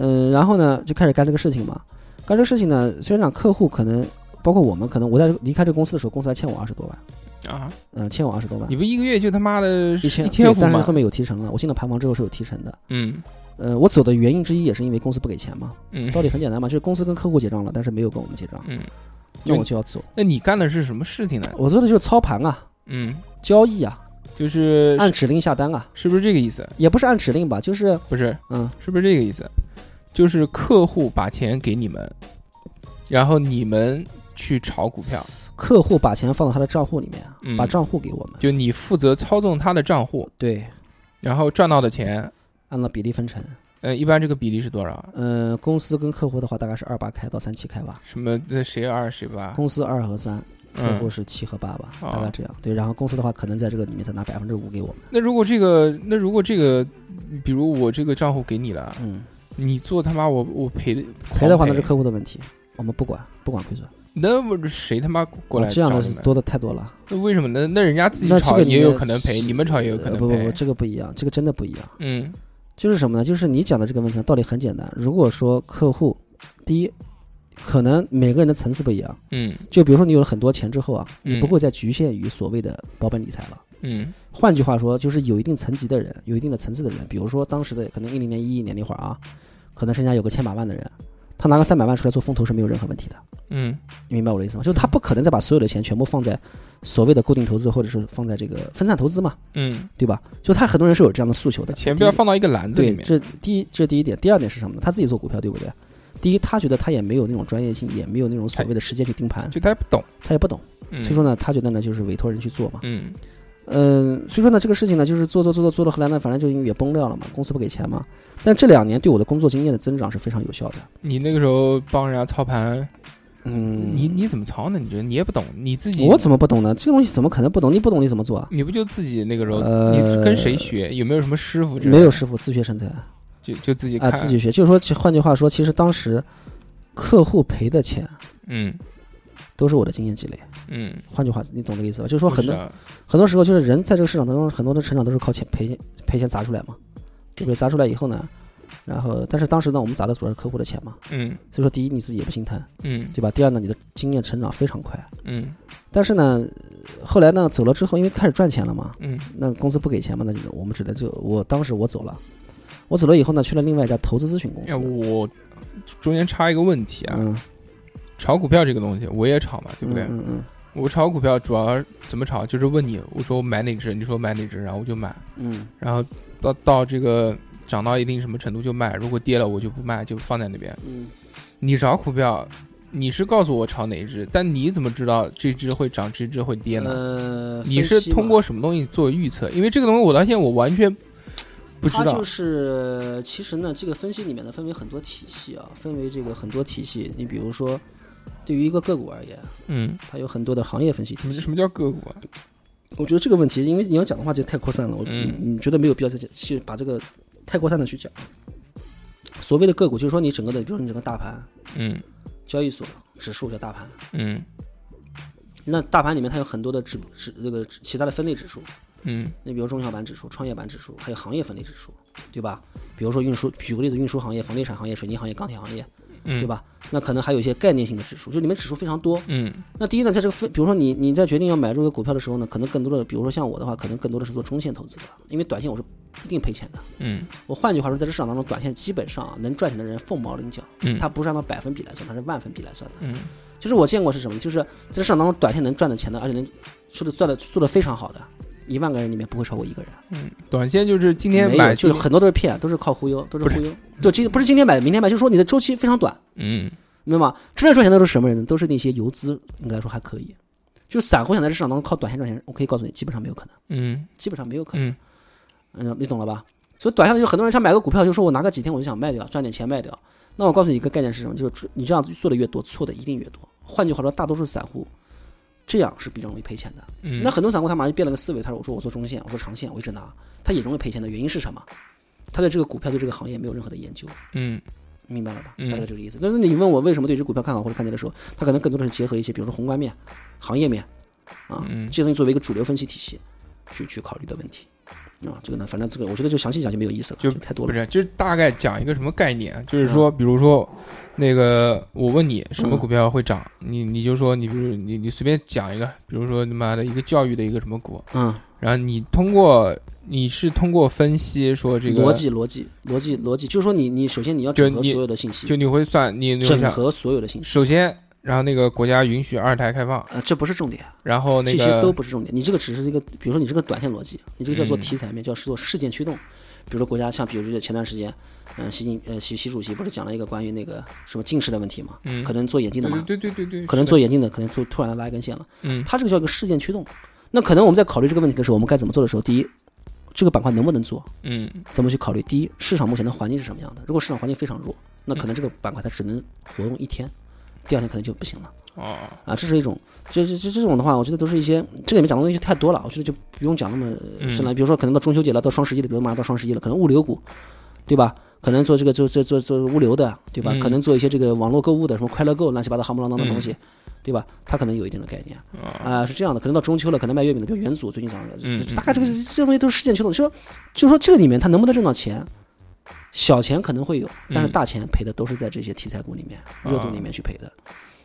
S3: 嗯，然后呢，就开始干这个事情嘛。干这个事情呢，虽然讲客户可能包括我们，可能我在离开这个公司的时候，公司还欠我二十多万，
S2: 啊，
S3: 嗯，欠我二十多万
S2: 你，不一个月就他妈的
S3: 一千
S2: 一千
S3: 对
S2: 五
S3: 但是
S2: 吗
S3: 后？面有提成了，啊我进了盘房之后是有提成的。
S2: 嗯
S3: 呃，我走的原因之一也是因为公司不给钱 嘛，
S2: 嗯
S3: 道理很简单嘛，就是公司跟客户结账了，但是没有跟我们结账，
S2: 嗯，
S3: 那
S2: 就
S3: 我就要走。
S2: 那你干的是什么事情呢？
S3: 我做的就是操盘啊，
S2: 嗯，
S3: 交易啊，
S2: 就是
S3: 按
S2: 是
S3: 指令下单啊，
S2: 是不是这个意思？
S3: 也不是按指令吧，就是
S2: 不是，
S3: 嗯，
S2: 是不是这个意思？就是客户把钱给你们，然后你们去炒股票，
S3: 客户把钱放到他的账户里面啊，
S2: 嗯
S3: 把账户给我们，
S2: 就你负责操纵他的账户，
S3: 对，
S2: 然后赚到的钱，
S3: 按照比例分成。
S2: 呃，一般这个比例是多少啊？
S3: 嗯、公司跟客户的话大概是二八开到三七开吧，
S2: 什么？那谁二谁八？
S3: 公司二和三，客户
S2: 嗯，
S3: 是七和八吧，
S2: 哦
S3: 大概这样。对，然后公司的话可能在这个里面再拿百分之五给我们。
S2: 那如果这个，那如果这个，比如我这个账户给你了，
S3: 嗯，
S2: 你做他妈我我哦赔的
S3: 赔的话那是
S2: 可
S3: 客户的问题，我们不管，不管亏损。
S2: 那我谁他妈过来
S3: 哦这样
S2: 找
S3: 的
S2: 你
S3: 是
S2: 们？
S3: 多的太多了，
S2: 那为什么呢？那人家自己
S3: 那这
S2: 炒
S3: 个里
S2: 也有
S3: 面
S2: 可能赔，
S3: 是
S2: 你们炒也有可
S3: 呃
S2: 能
S3: 不不不，
S2: 赔。
S3: 这个不一样，这个真的不一样。
S2: 嗯
S3: 就是什么呢？就是你讲的这个问题呢道理很简单。如果说客户，第一，可能每个人的层次不一样。
S2: 嗯
S3: 就比如说你有了很多钱之后啊，
S2: 嗯
S3: 你不会再局限于所谓的保本理财了。
S2: 嗯
S3: 换句话说，就是有一定层级的人，有一定的层次的人，比如说当时的可能一零年、一一年那会儿啊，可能身家有个千把万的人，他拿个三百万出来做风投是没有任何问题的。
S2: 嗯
S3: 你明白我的意思吗？就是他不可能再把所有的钱全部放在所谓的固定投资，或者是放在这个分散投资嘛，
S2: 嗯，
S3: 对吧？就他很多人是有这样的诉求的。
S2: 钱
S3: 第
S2: 不要
S3: 一
S2: 放到一个篮子里
S3: 对，
S2: 面。
S3: 这第一，这第一点。第二点是什么呢？他自己做股票，对不对？第一，他觉得他也没有那种专业性，也没有那种所谓的时间去盯盘，
S2: 就他也不懂，
S3: 他也不懂，
S2: 哎嗯
S3: 所以说呢，他觉得呢就是委托人去做嘛。
S2: 嗯
S3: 嗯，所以说呢，这个事情呢，就是做做做做做到后来呢，反正就因为也崩掉了嘛，公司不给钱嘛。但这两年对我的工作经验的增长是非常有效的。，
S2: 你那个时候帮人家操盘，
S3: 嗯，
S2: 你你怎么操呢？你觉得你也不懂，你自己
S3: 我怎么不懂呢？这个东西怎么可能不懂？你不懂你怎么做啊？
S2: 你不就自己那个时候，
S3: 呃
S2: 你跟谁学？有没有什么师傅之类的？
S3: 没有师傅，自学成才啊、
S2: 就就自己看，
S3: 自己学。就是说，其换句话说，其实当时客户赔的钱
S2: 嗯
S3: 都是我的经验积累。
S2: 嗯，
S3: 换句话，你懂这个意思吧？就是说，很
S2: 是
S3: 多
S2: 啊
S3: 很多时候就是人在这个市场当中，很多的成长都是靠钱赔赔钱砸出来嘛，对不对？砸出来以后呢，然后但是当时呢，我们砸的主要是客户的钱嘛，
S2: 嗯
S3: 所以说第一你自己也不心疼，
S2: 嗯
S3: 对吧？第二呢，你的经验成长非常快。
S2: 嗯
S3: 但是呢，后来呢，走了之后，因为开始赚钱了嘛，
S2: 嗯
S3: 那公司不给钱嘛，那就我们只能就我当时我走了，我走了以后呢，去了另外一家投资咨询公
S2: 哎，
S3: 司，
S2: 我中间插一个问题啊，
S3: 嗯，
S2: 炒股票这个东西我也炒嘛，对不对？
S3: 嗯嗯
S2: 我炒股票主要怎么炒，就是问你，我说我买哪只，你说买哪只，然后我就买，
S3: 嗯
S2: 然后到到这个涨到一定什么程度就卖，如果跌了我就不卖，就放在那边。
S3: 嗯
S2: 你炒股票，你是告诉我炒哪一只，但你怎么知道这只会涨，这只会跌
S3: 嗯，
S2: 呢？
S3: 呃
S2: 你是通过什么东西做预测？因为这个东西我到现在我完全不知
S3: 它
S2: 道
S3: 就。是，其实呢，这个分析里面呢分为很多体系啊，分为这个很多体系。你比如说，对于一个个股而言，
S2: 嗯，
S3: 它有很多的行业分析
S2: 什
S3: 体
S2: 么
S3: 系。
S2: 什么叫个股啊？
S3: 我觉得这个问题，因为你要讲的话就太扩散了，我、
S2: 嗯
S3: 你觉得没有必要再讲去把这个太扩散的去讲。所谓的个股，就是说你整个的，比如说你整个大盘、
S2: 嗯
S3: 交易所、指数叫大盘，
S2: 嗯
S3: 那大盘里面它有很多的指指这个指其他的分类指数，
S2: 嗯
S3: 你比如中小板指数、创业板指数，还有行业分类指数，对吧？比如说运输，举个例子，运输行业、房地产行业、水泥行业、钢铁行业，
S2: 嗯，
S3: 对？吧？那可能还有一些概念性的指数，就里面指数非常多。
S2: 嗯
S3: 那第一呢，在这个分，比如说你你在决定要买入一个股票的时候呢，可能更多的，比如说像我的话，可能更多的是做中线投资的，因为短线我是一定赔钱的。
S2: 嗯
S3: 我换句话说，在这市场当中，短线基本上啊能赚钱的人凤毛麟角，
S2: 嗯，
S3: 它不是按照百分比来算，它是万分比来算的。
S2: 嗯
S3: 就是我见过是什么，就是在这市场当中短线能赚的钱的，而且能说的赚的做的非常好的，一万个人里面不会超过一个人。
S2: 嗯，短线就是今天
S3: 没
S2: 买
S3: 有，
S2: 今
S3: 就是
S2: 天
S3: 很多都是骗，啊都是靠忽悠，都是
S2: 不是
S3: 忽悠。就今不是今天买，明天买，就是说你的周期非常短。
S2: 嗯
S3: 明白吗？真正赚钱的都是什么人呢？都是那些游资，应该说还可以，就散户想在这市场当中靠短线赚钱，我可以告诉你，基本上没有可能，
S2: 嗯
S3: 基本上没有可能。
S2: 嗯
S3: 嗯，你懂了吧？所以短线就很多人想买个股票，就说我拿个几天我就想卖掉，赚点钱卖掉。那我告诉你一个概念是什么？就是你这样做的越多，错的一定越多。换句话说，大多数散户这样是比较容易赔钱的。
S2: 嗯，
S3: 那很多散户他马上就变了个思维，他说我说我做中线，我做长线，我一直拿，他也容易赔钱的原因是什么？他对这个股票对这个行业没有任何的研究，
S2: 嗯
S3: 明白了吧？
S2: 嗯
S3: 大概这个意思。但是你问我为什么对这股票看好或者看跌的时候，他可能更多的是结合一些，比如说宏观面、行业面啊，
S2: 嗯
S3: 这些东西作为一个主流分析体系去去考虑的问题。啊，这个呢，反正这个我觉得就详细讲就没有意思了，
S2: 就
S3: 这太多
S2: 不
S3: 了。
S2: 是，就是大概讲一个什么概
S3: 嗯
S2: 念啊，就是说，比如说，那个我问你什么
S3: 嗯
S2: 股票会涨，你你就说你比如你你随便讲一个，比如说他妈的一个教育的一个什么股，
S3: 嗯，
S2: 然后你通过你是通过分析说这个
S3: 逻，辑、逻辑、逻辑、逻辑，就是说你你首先你要
S2: 就
S3: 整合
S2: 你
S3: 所有的信息，
S2: 就你会算你你会
S3: 整
S2: 想，
S3: 合所有的信息。
S2: 首先，然后那个国家允许二胎开放，
S3: 呃，这不是重点，
S2: 然后那
S3: 这些都
S2: 个
S3: 不是重点。你这个只是一个，比如说你这个短线逻辑，你这个叫做
S2: 嗯
S3: 题材面，叫做事件驱动。比如说国家像，比如说前段时间，嗯、习近呃习习主席不是讲了一个关于那个什么近视的问题嘛，
S2: 嗯
S3: 可能做眼镜的嘛，
S2: 对对对对，对
S3: 可能
S2: 是的
S3: 做眼镜的可能突突然拉一根线了，
S2: 嗯
S3: 它这个叫一个事件驱动。那可能我们在考虑这个问题的时候，我们该怎么做的时候，第一，这个板块能不能做？
S2: 嗯
S3: 怎么去考虑？第一，市场目前的环境是什么样的？如果市场环境非常弱，那可能这个板块它只能活动一天，第二天可能就不行了
S2: 哦
S3: 啊。这是一种，这这这这种的话，我觉得都是一些这里面讲的东西太多了，我觉得就不用讲那么
S2: 嗯
S3: 深了。比如说，可能到中秋节了，到双十一了，比如马上到双十一了，可能物流股，对吧？可能做这个做做做做物流的，对吧？
S2: 嗯
S3: 可能做一些这个网络购物的，什么快乐购、乱七八糟、夯不啷当的东西，对吧？它可能有一定的概念啊、是这样的。可能到中秋了，可能卖月饼的，比如元祖最近涨了，
S2: 哦嗯
S3: 就大概这个这东西都是事件驱动。就说就说这个里面它能不能挣到钱？小钱可能会有，但是
S2: 嗯
S3: 大钱赔的都是在这些题材股里面、热度里面去赔的。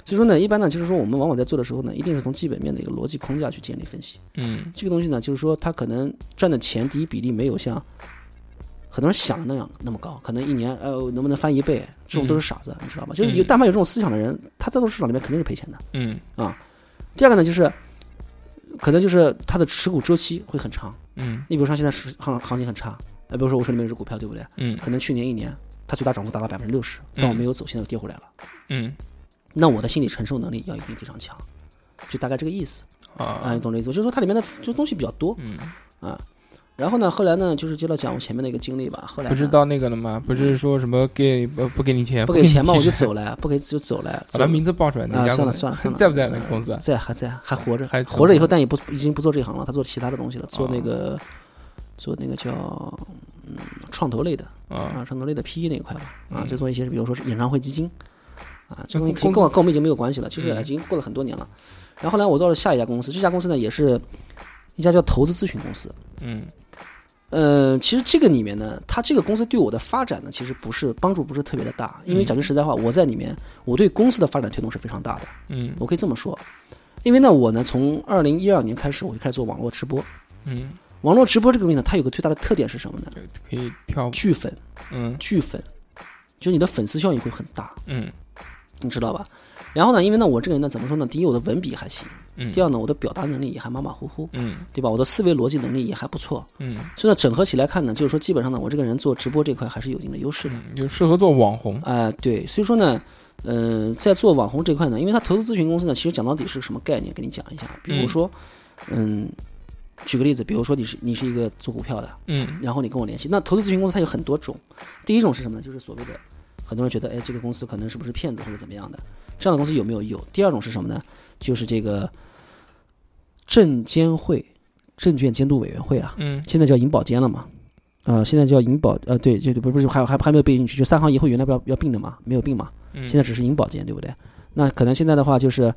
S3: 所以说呢，一般呢，就是说我们往往在做的时候呢，一定是从基本面的一个逻辑框架去建立分析。
S2: 嗯
S3: 这个东西呢，就是说它可能赚的钱第一比例没有像很多人想的那样那么高，可能一年呃能不能翻一倍，这种都是傻子，你知道吗？就是有
S2: 嗯
S3: 但凡有这种思想的人，他在这种市场里面肯定是赔钱的。
S2: 嗯
S3: 第二个呢，就是可能就是它的持股周期会很长。
S2: 嗯
S3: 你比如说现在市行行情很差，呃，比如说我手里面有只股票，对不对？
S2: 嗯
S3: 可能去年一年它最大涨幅达到百分之六十，但我没有走，现在又跌回来了。
S2: 嗯
S3: 那我的心理承受能力要一定非常强，就大概这个意思啊，
S2: 啊
S3: 你懂这意思？就是说它里面的就东西比较多，
S2: 嗯，
S3: 啊。然后呢，后来呢，就是接着讲我前面的一个经历吧。后来
S2: 不是
S3: 呢
S2: 到那个了吗？不是说什么给呃不不给你钱，
S3: 嗯不
S2: 给
S3: 给
S2: 你
S3: 钱嘛，我就
S2: 钱
S3: 走了，不给就走了。走
S2: 把名字报出来，那
S3: 啊，
S2: 家
S3: 算
S2: 公
S3: 了
S2: 司
S3: 算了算了，
S2: 在不在那个公司啊？
S3: 在还在还活着，
S2: 还
S3: 活着以后，但也不已经不做这行了，他做其他的东西了，做
S2: 哦
S3: 那个做那个叫嗯创投类的
S2: 啊，
S3: 啊，创投类的 PE 那一块吧啊，
S2: 嗯
S3: 就做一些比如说是演唱会基金啊，这东西
S2: 那
S3: 可以
S2: 公
S3: 跟
S2: 司
S3: 我跟我们已经没有关系了，其实
S2: 嗯
S3: 已经过了很多年了。然后后来我到了下一家公司，这家公司呢也是一家叫投资咨询公司，
S2: 嗯
S3: 呃，其实这个里面呢，它这个公司对我的发展呢，其实不是帮助不是特别的大，因为
S2: 嗯
S3: 讲句实在话，我在里面我对公司的发展推动是非常大的，
S2: 嗯
S3: 我可以这么说。因为呢，我呢从二零一二年开始，我就开始做网络直播。
S2: 嗯，
S3: 网络直播这个东西呢，它有个最大的特点是什么呢？
S2: 可以跳，
S3: 聚粉，
S2: 嗯
S3: 聚粉，就你的粉丝效应会很大，
S2: 嗯
S3: 你知道吧？然后呢，因为呢，我这个人呢，怎么说呢？第一，我的文笔还行；
S2: 嗯
S3: 第二呢，我的表达能力也还马马虎虎，
S2: 嗯
S3: 对吧？我的思维逻辑能力也还不错。
S2: 嗯
S3: 所以呢，整合起来看呢，就是说，基本上呢，我这个人做直播这块还是有一定的优势的。
S2: 嗯，就适合做网红，
S3: 啊、对，所以说呢，呃，在做网红这块呢，因为它投资咨询公司呢，其实讲到底是个什么概念，跟你讲一下。比如
S2: 嗯
S3: 说，嗯，举个例子，比如说你是你是一个做股票的，
S2: 嗯
S3: 然后你跟我联系，那投资咨询公司它有很多种，第一种是什么呢？就是所谓的很多人觉得，哎，这个公司可能是不是骗子或者怎么样的，这样的公司有没有？有。第二种是什么呢？就是这个证监会证券监督委员会啊，
S2: 嗯
S3: 现在叫银保监了嘛，啊、现在叫银保，呃，对，就不是不是还还还没有并进去，就三行一会原来不要要并的嘛，没有并嘛，
S2: 嗯，
S3: 现在只是银保监，对不对？那可能现在的话就是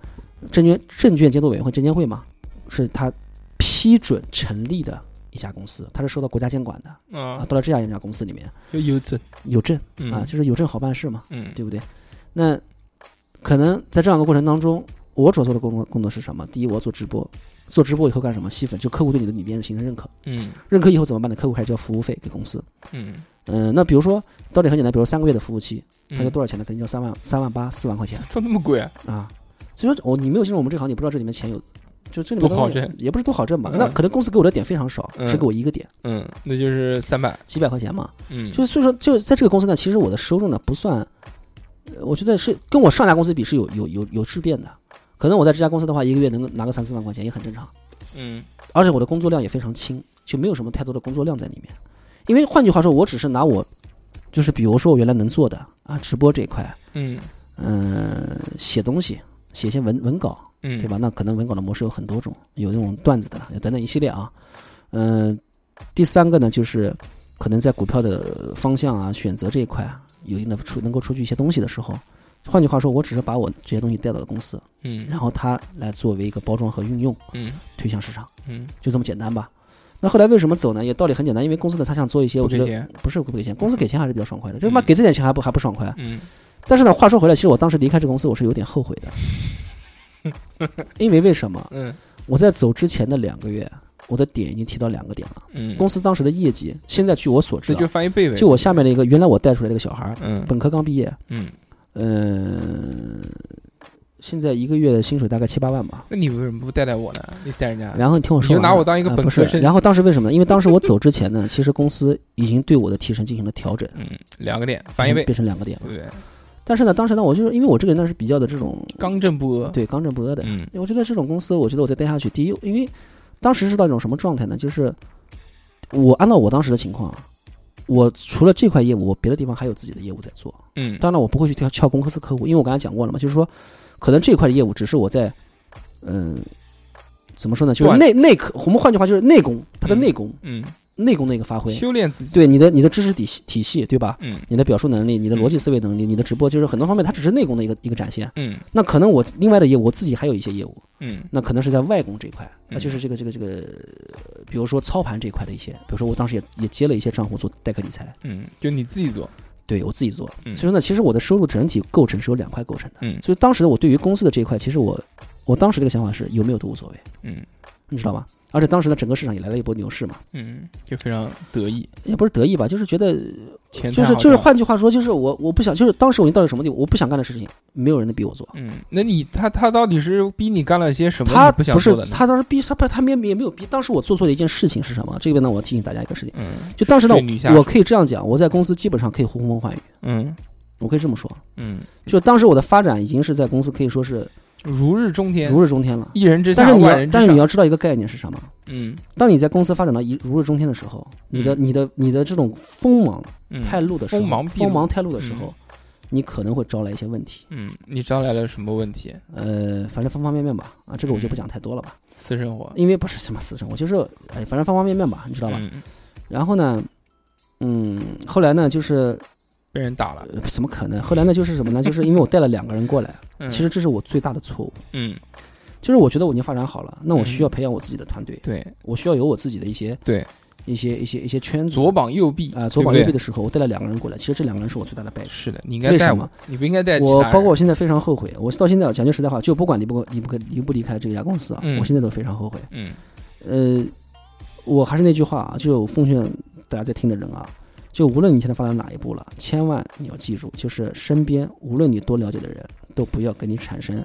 S3: 证券证券监督委员会证监会嘛，是它批准成立的一家公司，它是受到国家监管的
S2: 在
S3: 啊，
S2: 啊
S3: 到了这样一家公司里面
S2: 就有准，
S3: 有证
S2: 嗯
S3: 啊，就是有证好办事嘛，
S2: 嗯
S3: 对不对？那可能在这样一个过程当中，我所做的工作工作是什么？第一，我做直播，做直播以后干什么？吸粉，就客户对你的理念形成认可。
S2: 嗯
S3: 认可以后怎么办呢？客户开始交服务费给公司。
S2: 嗯，
S3: 嗯、那比如说道理很简单，比如三个月的服务期，他要多
S2: 少？
S3: 少钱呢？肯定要三万、三万八、四万块钱
S2: 这那么贵啊？
S3: 啊。所以说，我你没有进入我们这行，你不知道这里面钱有，就这里
S2: 多
S3: 面
S2: 好
S3: 东西
S2: 挣
S3: 也不是多好挣吧？
S2: 嗯
S3: 那可能公司给我的点非常少，
S2: 嗯
S3: 只给我一个点，
S2: 嗯，那就是三百，
S3: 几百块钱嘛。
S2: 嗯，
S3: 就是所以说，就在这个公司呢，其实我的收入呢不算，呃我觉得是跟我上家公司比是有有有有质变的。可能我在这家公司的话，一个月能够拿个三四万块钱也很正常。
S2: 嗯
S3: 而且我的工作量也非常轻，就没有什么太多的工作量在里面。因为换句话说，我只是拿我，就是比如说我原来能做的啊，直播这一块，
S2: 嗯
S3: 嗯、写东西，写一些文文稿，
S2: 嗯，
S3: 对吧？那可能文稿的模式有很多种，有这种段子的啦，有等等一系列啊。嗯、第三个呢，就是可能在股票的方向啊、选择这一块啊，有一定的出能够出具一些东西的时候，换句话说，我只是把我这些东西带到了公司，
S2: 嗯？
S3: 然后它来作为一个包装和运用，
S2: 嗯
S3: 推向市场。
S2: 嗯
S3: 就这么简单吧。那后来为什么走呢？也道理很简单，因为公司呢，他想做一些，
S2: 嗯，
S3: 我
S2: 不
S3: 觉
S2: 给
S3: 得
S2: 钱，
S3: 不是不给钱，公司给钱还是比较爽快的，就他妈
S2: 嗯
S3: 给这点钱还不还不爽快。
S2: 嗯
S3: 但是呢，话说回来，其实我当时离开这个公司，我是有点后悔 的，因为为什么？
S2: 嗯
S3: 我在走之前的两个月，我的点已经提到两个点了。
S2: 嗯，
S3: 公司当时的业绩，现在据我所知
S2: 这
S3: 啊
S2: 就，翻一倍呗，
S3: 就我下面的一个原来我带出来的一个小孩儿，
S2: 嗯
S3: 本科刚毕业，
S2: 嗯，
S3: 嗯、现在一个月的薪水大概七八万吧。
S2: 那你为什么不带带我呢？你带人家，
S3: 然后你听我说
S2: 你
S3: 完
S2: 就
S3: 啊，
S2: 拿我当一个
S3: 呃
S2: 本
S3: 不
S2: 科
S3: 是
S2: 生
S3: 然后当时为什么呢？因为当时我走之前呢，其实公司已经对我的提成进行了调整，
S2: 嗯，两个点翻一倍，
S3: 变成两个点了
S2: 对。不对？
S3: 但是呢，当时呢，我就是因为我这个人呢是比较的这种
S2: 刚正不阿，，
S3: 对刚正不阿的，
S2: 嗯
S3: 我觉得这种公司，我觉得我再待下去，第一，因为当时是到一种什么状态呢？就是我按照我当时的情况，啊我除了这块业务，我别的地方还有自己的业务在做。
S2: 嗯
S3: 当然，我不会去跳撬公司客户，因为我刚才讲过了嘛，就是说，可能这块的业务只是我在，嗯、怎么说呢？就是
S2: 锻
S3: 内内科，我们换句话就是内功，它的内功，
S2: 嗯，
S3: 内功的一个发挥。
S2: 修炼自己，
S3: 对你的你的知识体系体系，对吧？
S2: 嗯
S3: 你的表述能力、你的逻辑思维能力、你的直播，就是很多方面，它只是内功的一个一个展现。
S2: 嗯
S3: 那可能我另外的业务，我自己还有一些业务，
S2: 嗯
S3: 那可能是在外功这一块，那
S2: 嗯
S3: 就是这个这个这个，呃比如说操盘这一块的一些，比如说我当时也也接了一些账户做代客理财，
S2: 嗯，就你自己做，
S3: 对我自己做，所
S2: 嗯
S3: 以说呢，其实我的收入整体构成是由两块构成的，
S2: 嗯
S3: 所以当时我对于公司的这一块，其实我我当时这个想法是有没有都无所谓，
S2: 嗯
S3: 你知道吧？而且当时呢，整个市场也来了一波牛市嘛，
S2: 嗯，就非常得意，
S3: 也不是得意吧，就是觉得
S2: 前台
S3: 就是
S2: 好
S3: 就是
S2: 赚
S3: 换句话说，就是我我不想，就是当时我已经到了什么地步，我不想干的事情，没有人能逼我做。
S2: 嗯，那你他他到底是逼你干了些什么？
S3: 他
S2: 不想
S3: 是
S2: 做的呢？
S3: 他当时逼他不他没也没有逼。当时我做错的一件事情是什么？这边呢，我提醒大家一个事情，
S2: 嗯，
S3: 就当时呢
S2: 顺女下，属
S3: 我可以这样讲，我在公司基本上可以呼风唤雨，
S2: 嗯
S3: 我可以这么说，
S2: 嗯，
S3: 就当时我的发展已经是在公司可以说是
S2: 如日中天，
S3: 如日中天了。
S2: 一人之
S3: 但
S2: 下，
S3: 是你
S2: 万
S3: 要
S2: 人之
S3: 但是你
S2: 上，
S3: 要知道一个概念是什么？
S2: 嗯
S3: 当你在公司发展到一如日中天的时候，你的你的你的这种锋芒
S2: 嗯，
S3: 太露的时候，
S2: 锋芒毕露
S3: 锋芒太露的时候，你可能会招来一些问题。
S2: 嗯，你招来了什么问题？
S3: 呃，反正方方面面吧，啊，这
S2: 嗯
S3: 个我就不讲太多了吧，
S2: 私生活，
S3: 因为不是什么私生，我就是，哎，反正方方面面吧，你知道吧？
S2: 嗯，
S3: 然后呢，嗯，后来呢，就是、
S2: 被人打了，
S3: 呃、怎么可能？后来呢，就是什么呢？就是因为我带了两个人过来，
S2: 嗯
S3: 呃其实这是我最大的错误，
S2: 嗯，
S3: 就是我觉得我已经发展好了，那我需要
S2: 嗯
S3: 培养我自己的团队，
S2: 对
S3: 我需要有我自己的一些
S2: 对，
S3: 一些一些一些圈子。
S2: 左膀右臂
S3: 啊、左膀右臂
S2: 的，
S3: 的时候，我带了两个人过来，其实这两个人是我最大的败笔。
S2: 是的，你应该
S3: 为
S2: 带
S3: 什
S2: 我
S3: 么，
S2: 你不应该带其
S3: 我
S2: 他
S3: 包括
S2: 人
S3: 我现在非常后悔，我到现在讲句实在话，就不管离不离不离不离开这家公司啊，
S2: 嗯
S3: 我现在都非常后悔。
S2: 嗯
S3: 呃，我还是那句话啊，就我奉劝大家在听的人啊，就无论你现在发展到哪一步了，千万你要记住，就是身边无论你多了解的人，都不要跟你产生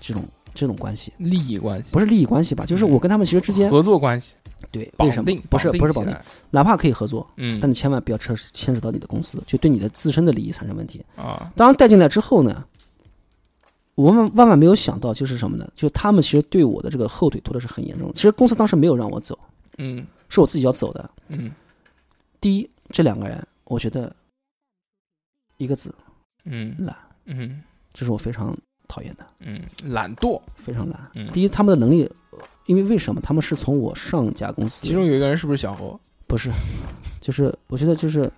S3: 这种这种关系，
S2: 利益关系
S3: 不是利益关系吧？就是我跟他们其实之间
S2: 合作关系，
S3: 对，为什
S2: 嗯绑
S3: 么
S2: 定
S3: 不是不是
S2: 绑
S3: 绑定，
S2: 起来，
S3: 哪怕可以合作，
S2: 嗯
S3: 但你千万不要牵牵扯到你的公司，就对你的自身的利益产生问题。
S2: 啊，
S3: 当然带进来之后呢。我万万万没有想到，就是什么呢？就他们其实对我的这个后腿拖的是很严重的。其实公司当时没有让我走，
S2: 嗯
S3: 是我自己要走的。
S2: 嗯
S3: 第一，这两个人，我觉得一个字
S2: 嗯
S3: 懒，
S2: 嗯
S3: 这是我非常讨厌的，
S2: 嗯，懒惰，
S3: 非常懒。
S2: 嗯
S3: 第一，他们的能力，呃因为为什么他们是从我上一家公司，
S2: 其中有一个人是不是小侯？
S3: 不是，就是我觉得就是，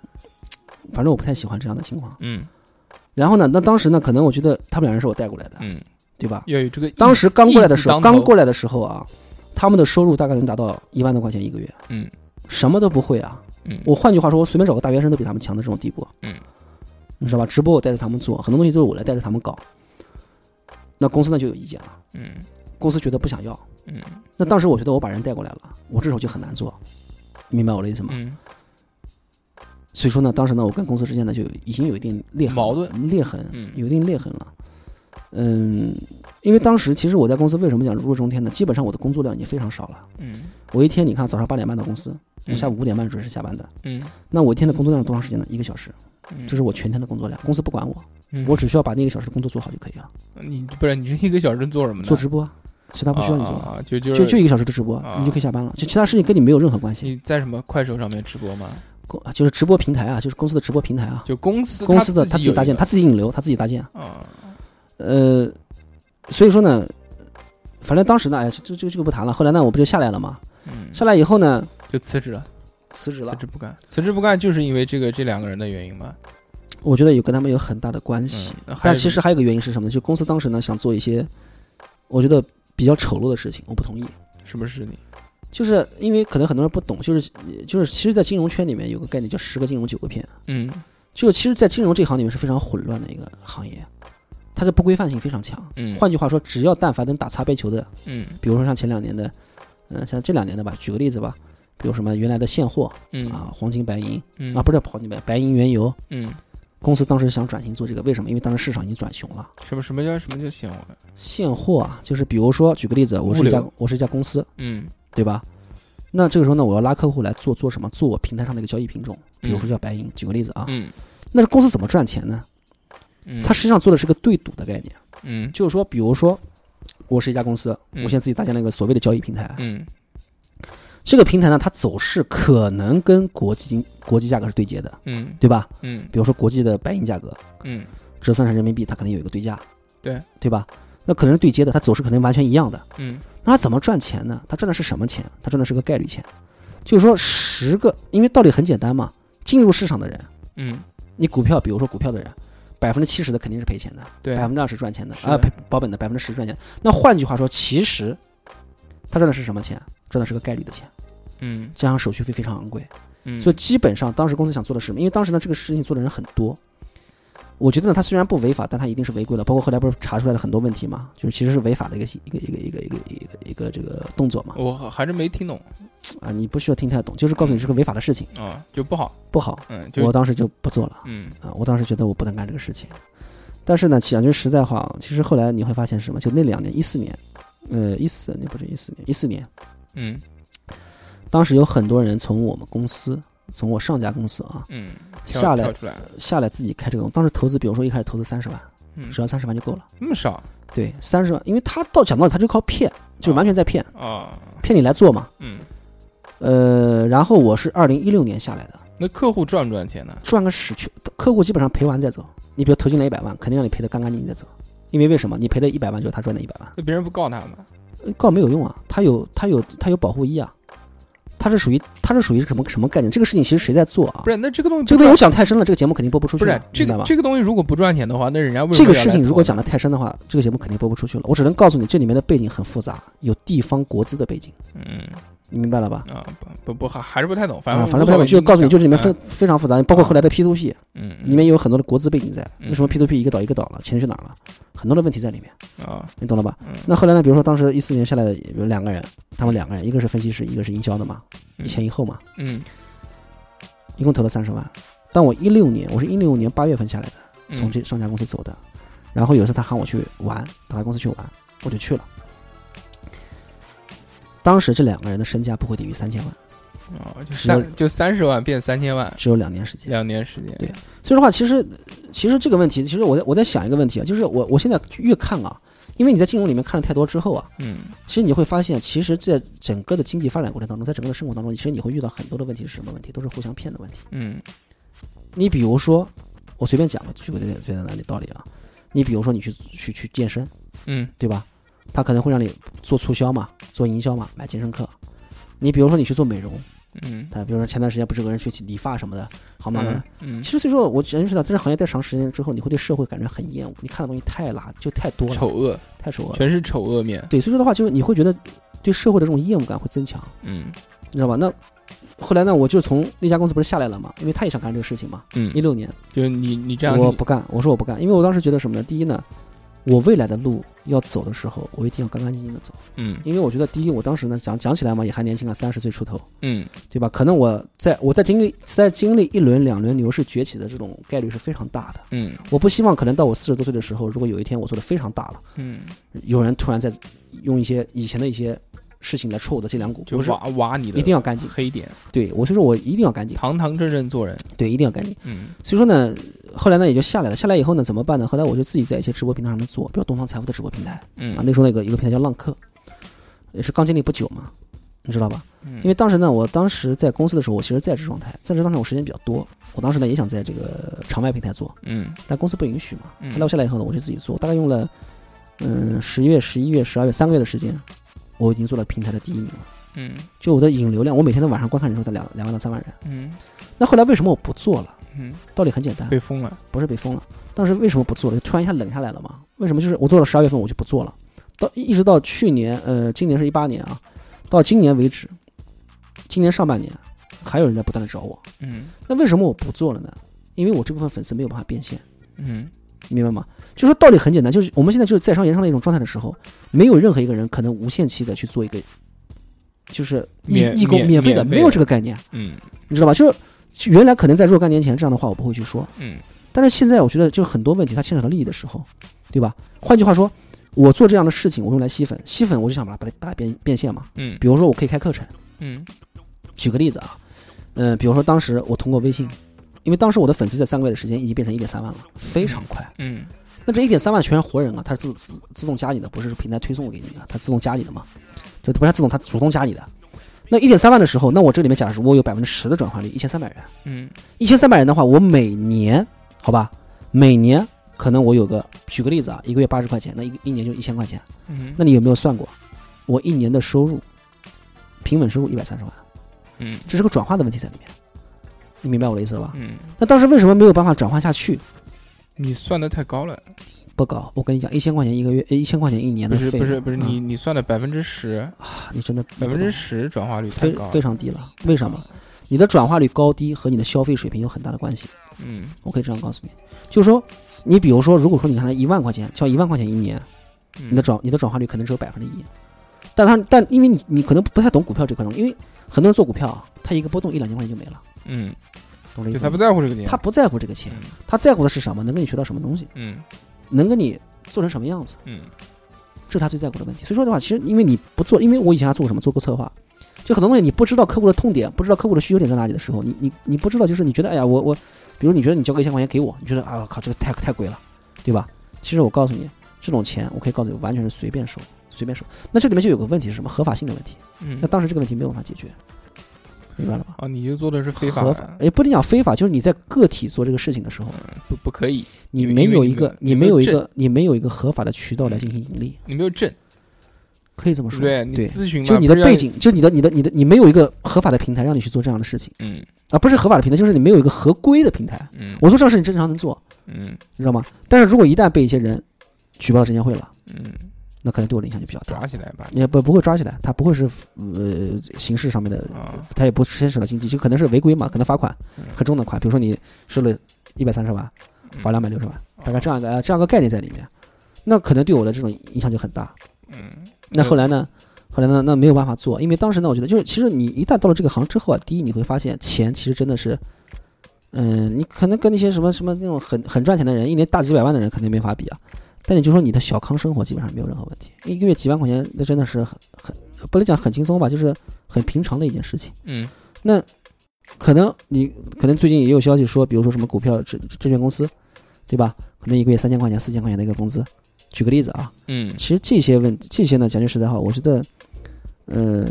S3: 反正我不太喜欢这样的情况。
S2: 嗯
S3: 然后呢，那当时呢，可能我觉得他们两人是我带过来的，
S2: 嗯，
S3: 对吧？
S2: 要有这个义
S3: 啊当时
S2: 字
S3: 刚过来
S2: 义
S3: 的
S2: 字
S3: 时候，
S2: 当
S3: 刚
S2: 头
S3: 过来的时候啊，他们的收入大概能达到一万多块钱一个月，
S2: 嗯，
S3: 什么都不会啊，
S2: 嗯
S3: 我换句话说，我随便找个大学生都比他们强的这种地步。
S2: 嗯，
S3: 你知道吧？直播我带着他们做，很多东西都是我来带着他们搞。那公司呢就有意见了，
S2: 嗯
S3: 公司觉得不想要。
S2: 嗯
S3: 那当时我觉得我把人带过来了，我这手就很难做，明白我的意思吗？
S2: 嗯
S3: 所以说呢，当时呢，我跟公司之间呢就已经有一定裂痕了
S2: 矛盾
S3: 裂痕
S2: 嗯，
S3: 有一定裂痕了。嗯，因为当时其实我在公司为什么讲如日中天呢？基本上我的工作量已经非常少了。
S2: 嗯，
S3: 我一天你看早上八点半到公司，我
S2: 嗯
S3: 下午五点半准时下班的。
S2: 嗯
S3: 那我一天的工作量是多长时间呢？一个小时。
S2: 嗯
S3: 这是我全天的工作量，公司不管我，
S2: 嗯
S3: 我只需要把那个小时的工作做好就可以了。
S2: 你不然你这一个小时做什么呢？
S3: 做直播啊，其他不需要你做，
S2: 啊，啊就就
S3: 就是就一个小时的直播
S2: 啊，
S3: 你就可以下班了，就其他事情跟你没有任何关系。
S2: 你在什么快手上面直播吗？
S3: 公啊就是直播平台啊，就是公司的直播平台啊，
S2: 就公司
S3: 公司的
S2: 他
S3: 他自己搭建，他自己引流，他自己搭建啊。
S2: 啊，
S3: 呃，所以说呢，反正当时呢，哎，这这这这个不谈了。后来呢，我不就下来了嘛？
S2: 嗯，
S3: 下来以后呢，
S2: 就辞职了，
S3: 辞职
S2: 辞
S3: 了。
S2: 职不干，辞职不干就是因为这个这两个人的原因嘛。
S3: 我觉得有跟他们有很大的关系
S2: 嗯，，那还有
S3: 但其实还有一个原因是什么呢？就公司当时呢想做一些，我觉得比较丑陋的事情，我不同意。
S2: 什么事情？
S3: 就是因为可能很多人不懂，就是就是，其实，在金融圈里面有个概念叫“十个金融九个骗
S2: 嗯”，
S3: 就其实，在金融这行里面是非常混乱的一个行业，它的不规范性非常强。
S2: 嗯，
S3: 换句话说，只要但凡能打擦边球的，
S2: 嗯
S3: 比如说像前两年的，嗯、像这两年的吧，举个例子吧，比如什么原来的现货
S2: 嗯
S3: 啊，黄金、白银
S2: 嗯
S3: 啊，不是黄金白白银、原油，
S2: 嗯，
S3: 公司当时想转型做这个，为什么？因为当时市场已经转熊了。
S2: 什么什么叫什么叫闲玩？
S3: 现货啊，就是比如说举个例子，我是一
S2: 物
S3: 家
S2: 流
S3: 我是一家公司，
S2: 嗯
S3: 对吧？那这个时候呢，我要拉客户来做做什么？做我平台上的一个交易品种，比
S2: 嗯
S3: 如说叫白银。举个例子啊，
S2: 嗯
S3: 那公司怎么赚钱呢？
S2: 嗯，
S3: 它实际上做的是个对赌的概念，
S2: 嗯
S3: 就是说，比如说我是一家公司，我
S2: 嗯
S3: 现在自己搭建了一个所谓的交易平台，
S2: 嗯
S3: 这个平台呢，它走势可能跟国际金国际价格是对接的，
S2: 嗯
S3: 对吧？
S2: 嗯
S3: 比如说国际的白银价格
S2: 嗯
S3: 折算成人民币，它肯定有一个对价，
S2: 对
S3: 对吧？那可能是对接的，它走势可能完全一样的。
S2: 嗯
S3: 那它怎么赚钱呢？它赚的是什么钱？它赚的是个概率钱，就是说十个，因为道理很简单嘛，进入市场的人，
S2: 嗯，
S3: 你股票，比如说股票的人。百分之七十的肯定是赔钱的，
S2: 对
S3: 百分之二十赚钱的，
S2: 是
S3: 啊、
S2: 的
S3: 赔保本的百分之十赚钱。那换句话说，其实他赚的是什么钱？赚的是个概率的钱，
S2: 嗯
S3: 加上手续费非常昂贵。
S2: 嗯，
S3: 所以基本上当时公司想做的是什么？因为当时呢，这个事情做的人很多。我觉得呢，他虽然不违法，但他一定是违规的。包括后来不是查出来了很多问题嘛，就是其实是违法的一个一个一个一个一个一个一个这个动作嘛。
S2: 我还是没听懂
S3: 啊，你不需要听太懂，就是告诉你是个违法的事情，
S2: 啊，就不好，
S3: 不好。
S2: 嗯，
S3: 我
S2: 就
S3: 当时就不做了
S2: 嗯
S3: 啊，我当时觉得我不能干这个事情。但是呢，讲句实在话，其实后来你会发现是什么？就那两年，一四年，呃，一四那不是一四年，一四年，
S2: 嗯
S3: 当时有很多人从我们公司，从我上家公司啊
S2: 嗯，跳
S3: 下来
S2: 跳出来了，
S3: 下来自己开这个，当时投资，比如说一开始投资三十万，
S2: 嗯
S3: 只要三十万就够了。
S2: 那么少
S3: 对，三十万，因为他到讲道理，他就靠骗，就是完全在骗，
S2: 啊，
S3: 骗你来做嘛。
S2: 嗯，
S3: 呃，然后我是二零一六年下来的，
S2: 那客户赚不赚钱呢？
S3: 赚个屎去，客户基本上赔完再走。你比如投进来一百万，肯定让你赔的干干净净再走，因为为什么？你赔了一百万就是他赚的一百万，
S2: 那别人不告他吗？
S3: 呃告没有用啊，他有他有他有保护衣啊，他是属于他是属于什么什么概念？这个事情其实谁在做啊
S2: 不？是，那这个东西
S3: 这个
S2: 不
S3: 东
S2: 赚
S3: 西我讲太深了，这个节目肯定播不出去
S2: 不
S3: 了
S2: 是，这
S3: 明白
S2: 个
S3: 吧
S2: 这个东西如果不赚钱的话，那人家为什
S3: 这
S2: 么
S3: 个
S2: 要
S3: 事
S2: 来
S3: 情如
S2: 投
S3: 果
S2: 呢
S3: 讲的太深的话，这个节目肯定播不出去了。我只能告诉你，这里面的背景很复杂，有地方国资的背景，
S2: 嗯
S3: 你明白了吧？
S2: 啊不不不还还是不太懂，反
S3: 啊
S2: 正
S3: 反
S2: 无所
S3: 正不
S2: 谓
S3: 我就告诉你，
S2: 讲
S3: 就是里面非非常复杂，包括后来的 P to P，
S2: 嗯嗯
S3: 里面有很多的国资背景在。
S2: 嗯
S3: 为什么 P to P 一个倒一个倒了，钱去哪儿了？很多的问题在里面，
S2: 啊
S3: 你懂了吧
S2: 嗯？
S3: 那后来呢？比如说当时一四年下来的有两个人，他们两个人，一个是分析师，一个是营销的嘛，
S2: 嗯
S3: 一前一后嘛，
S2: 嗯
S3: 一共投了三十万。但我一六年，我是一六年八月份下来的，
S2: 嗯
S3: 从这上家公司走的。然后有一次他喊我去玩，到他公司去玩，我就去了。当时这两个人的身价不会低于三千万，
S2: 啊就
S3: 只有
S2: 三就三十万变三千万，
S3: 只有两年时间。
S2: 两年时间
S3: 对所以说话，其实其实这个问题，其实我在我在想一个问题啊，就是我我现在越看啊，因为你在金融里面看了太多之后啊，
S2: 嗯
S3: 其实你会发现，其实在整个的经济发展过程当中，在整个的生活当中，其实你会遇到很多的问题是什么问题？都是互相骗的问题。
S2: 嗯
S3: 你比如说，我随便讲个举个最最简单的道理啊，你比如说你去去去健身，
S2: 嗯
S3: 对吧？他可能会让你做促销嘛，做营销嘛，买健身课。你比如说你去做美容，
S2: 嗯
S3: 啊，比如说前段时间不是有个人去理发什么的，好吗？
S2: 嗯嗯
S3: 其实所以说，我认识到在这行业待长时间之后，你会对社会感觉很厌恶，你看的东西太垃就太多了，
S2: 嗯丑恶
S3: 太丑恶了。
S2: 全是丑恶面，
S3: 对，所以说的话，就是你会觉得对社会的这种厌恶感会增强，
S2: 嗯
S3: 你知道吧？那后来呢，我就从那家公司不是下来了嘛，因为他也想干这个事情嘛。一
S2: 嗯，
S3: 六年，
S2: 就是你你这样
S3: 我
S2: 你
S3: 不干，我说我不干，因为我当时觉得什么呢？第一呢，我未来的路要走的时候，我一定要干干净净的走，
S2: 嗯
S3: 因为我觉得第一，我当时呢讲讲起来嘛，也还年轻啊，三十岁出头，
S2: 嗯
S3: 对吧？可能我在我在经历在经历一轮两轮牛市崛起的这种概率是非常大的。
S2: 嗯
S3: 我不希望可能到我四十多岁的时候，如果有一天我做的非常大了，
S2: 嗯
S3: 有人突然在用一些以前的一些事情来戳我的脊梁骨，
S2: 就
S3: 我是
S2: 挖挖你的
S3: 一定要干净。
S2: 黑点，
S3: 对我就说我一定要干净，
S2: 堂堂正正做人。
S3: 对，一定要干净。
S2: 嗯
S3: 所以说呢，后来呢也就下来了。下来以后呢，怎么办呢？后来我就自己在一些直播平台上面做，比如东方财富的直播平台啊，
S2: 嗯
S3: 那时候那个一个平台叫浪客，也是刚建立不久嘛，你知道吧？
S2: 嗯，
S3: 因为当时呢，我当时在公司的时候，我其实在职状态，在职状态我时间比较多，我当时呢也想在这个场外平台做，
S2: 嗯
S3: 但公司不允许嘛。
S2: 嗯
S3: 后来我下来以后呢，我就自己做，大概用了嗯十月、十一月、十二月三个月的时间，我已经做了平台的第一名了。
S2: 嗯
S3: 就我的引流量，我每天的晚上观看人数在两两万到三万人。
S2: 嗯
S3: 那后来为什么我不做了？
S2: 嗯，
S3: 道理很简单，
S2: 被封了。
S3: 不是被封了，当时为什么不做了？就突然一下冷下来了嘛？为什么？就是我做了十二月份我就不做了，到一直到去年，呃，今年是一八年啊，到今年为止，今年上半年还有人在不断的找我，
S2: 嗯
S3: 那为什么我不做了呢？因为我这部分粉丝没有办法变现，
S2: 嗯
S3: 你明白吗？就说道理很简单，就是我们现在就是在商言商的一种状态的时候，没有任何一个人可能无限期的去做一个，就是义
S2: 免
S3: 义工
S2: 免
S3: 免费的，
S2: 免费的
S3: 没有这个概念，
S2: 嗯
S3: 你知道吧？就是原来可能在若干年前这样的话我不会去说，
S2: 嗯
S3: 但是现在我觉得，就很多问题它牵扯到利益的时候，对吧？换句话说，我做这样的事情，我用来吸粉，吸粉我就想把它把它把它变变现嘛。
S2: 嗯
S3: 比如说，我可以开课程。
S2: 嗯
S3: 举个例子啊，嗯、比如说当时我通过微信，因为当时我的粉丝在三个月的时间已经变成一点三万了，非常快。
S2: 嗯
S3: 那这一点三万全是活人啊，它是自自自动加你的，不是平台推送给你的，它自动加你的嘛，就不是它自动，它主动加你的。那一点三万的时候，那我这里面假如我有百分之十的转化率，一千三百人。
S2: 嗯
S3: 一千三百人的话，我每年好吧，每年可能我有个，举个例子啊，一个月八十块钱，那一一年就一千块钱。
S2: 嗯，
S3: 那你有没有算过，我一年的收入，平稳收入一百三十万，
S2: 嗯
S3: 这是个转化的问题在里面，你明白我的意思了吧？
S2: 嗯，
S3: 那当时为什么没有办法转化下去？
S2: 你算的太高了。
S3: 不搞，我跟你讲，一千块钱一个月，一千块钱一年
S2: 不
S3: 的
S2: 是
S3: 费
S2: 不
S3: 用
S2: 是不是，
S3: 啊
S2: 你你算的百分之十，
S3: 啊你真的
S2: 百分之十转化率太
S3: 非
S2: 高
S3: 非
S2: 了。
S3: 常低了，为什么？你的转化率高低和你的消费水平有很大的关系。
S2: 嗯
S3: 我可以这样告诉你，就是说，你比如说，如果说你看他一万块钱，交一万块钱一年，
S2: 嗯，
S3: 你的转你的转化率可能只有百分之一，但他但因为你你可能不太懂股票这块东西，因为很多人做股票啊，他一个波动一两千块钱就没了，
S2: 嗯，
S3: 懂这意
S2: 就
S3: 思
S2: 他不嗯
S3: 吗？
S2: 在乎这个点。
S3: 他不在乎这个钱，他在乎的是什么？能跟你学到什么东西，
S2: 嗯
S3: 能跟你做成什么样子，
S2: 嗯
S3: 这是他最在乎的问题。所以说的话，其实因为你不做，因为我以前还做过什么，做过策划。就很多东西你不知道客户的痛点，不知道客户的需求点在哪里的时候，你你你不知道，就是你觉得哎呀，我我，比如你觉得你交个一千块钱给我，你觉得啊，我靠，这个太太贵了，对吧？其实我告诉你，这种钱我可以告诉你，完全是随便收，随便收。那这里面就有个问题是什么？合法性的问题。那
S2: 嗯。
S3: 当时这个问题没有办法解决，明白了吧？
S2: 哦，你就做的是非法
S3: 合法
S2: 的，
S3: 也不一定讲非法，就是你在个体做这个事情的时候，
S2: 不不可以，
S3: 你
S2: 因为
S3: 没
S2: 因为
S3: 有
S2: 你
S3: 一个
S2: 没，
S3: 你
S2: 你
S3: 没
S2: 没有
S3: 有一
S2: 证
S3: 个，你没有一个合法的渠道来进行盈利，
S2: 你没有证，
S3: 可以这么
S2: 对
S3: 说。
S2: 不对？你咨询嘛，
S3: 就你的
S2: 不是让
S3: 背，景，就你的你的你的你没有一个合法的平台让你去做这样的事情
S2: 嗯
S3: 啊，不是合法的平台，就是你没有一个合规的平台。
S2: 嗯，
S3: 我做这样的事情正常能做，
S2: 嗯
S3: 你知道吗？但是如果一旦被一些人举报了证监会了，
S2: 嗯，
S3: 那可能对我的影响就比较大
S2: 抓。起来吧，
S3: 也不不会抓起来，他不会是呃刑事上面的，
S2: 啊，
S3: 他也不牵扯到经济，就可能是违规嘛，可能罚款
S2: 嗯
S3: 很重的款，比如说你收了一百三十万，罚两百六十万，
S2: 哦
S3: 大概这样一个呃这样一个概念在里面，那可能对我的这种影响就很大。
S2: 嗯
S3: 那后来呢？后来呢？那没有办法做，因为当时呢，我觉得就是，其实你一旦到了这个行之后啊，第一你会发现钱其实真的是，嗯，你可能跟那些什么什么那种很很赚钱的人，一年大几百万的人肯定没法比啊。但你就说你的小康生活基本上没有任何问题，一个月几万块钱，那真的是很很不能讲很轻松吧，就是很平常的一件事情。
S2: 嗯
S3: 那可能你可能最近也有消息说，比如说什么股票证证券公司，对吧？可能一个月三千块钱、四千块钱的一个工资，举个例子啊，
S2: 嗯
S3: 其实这些问这些呢，讲句实在话，我觉得，呃，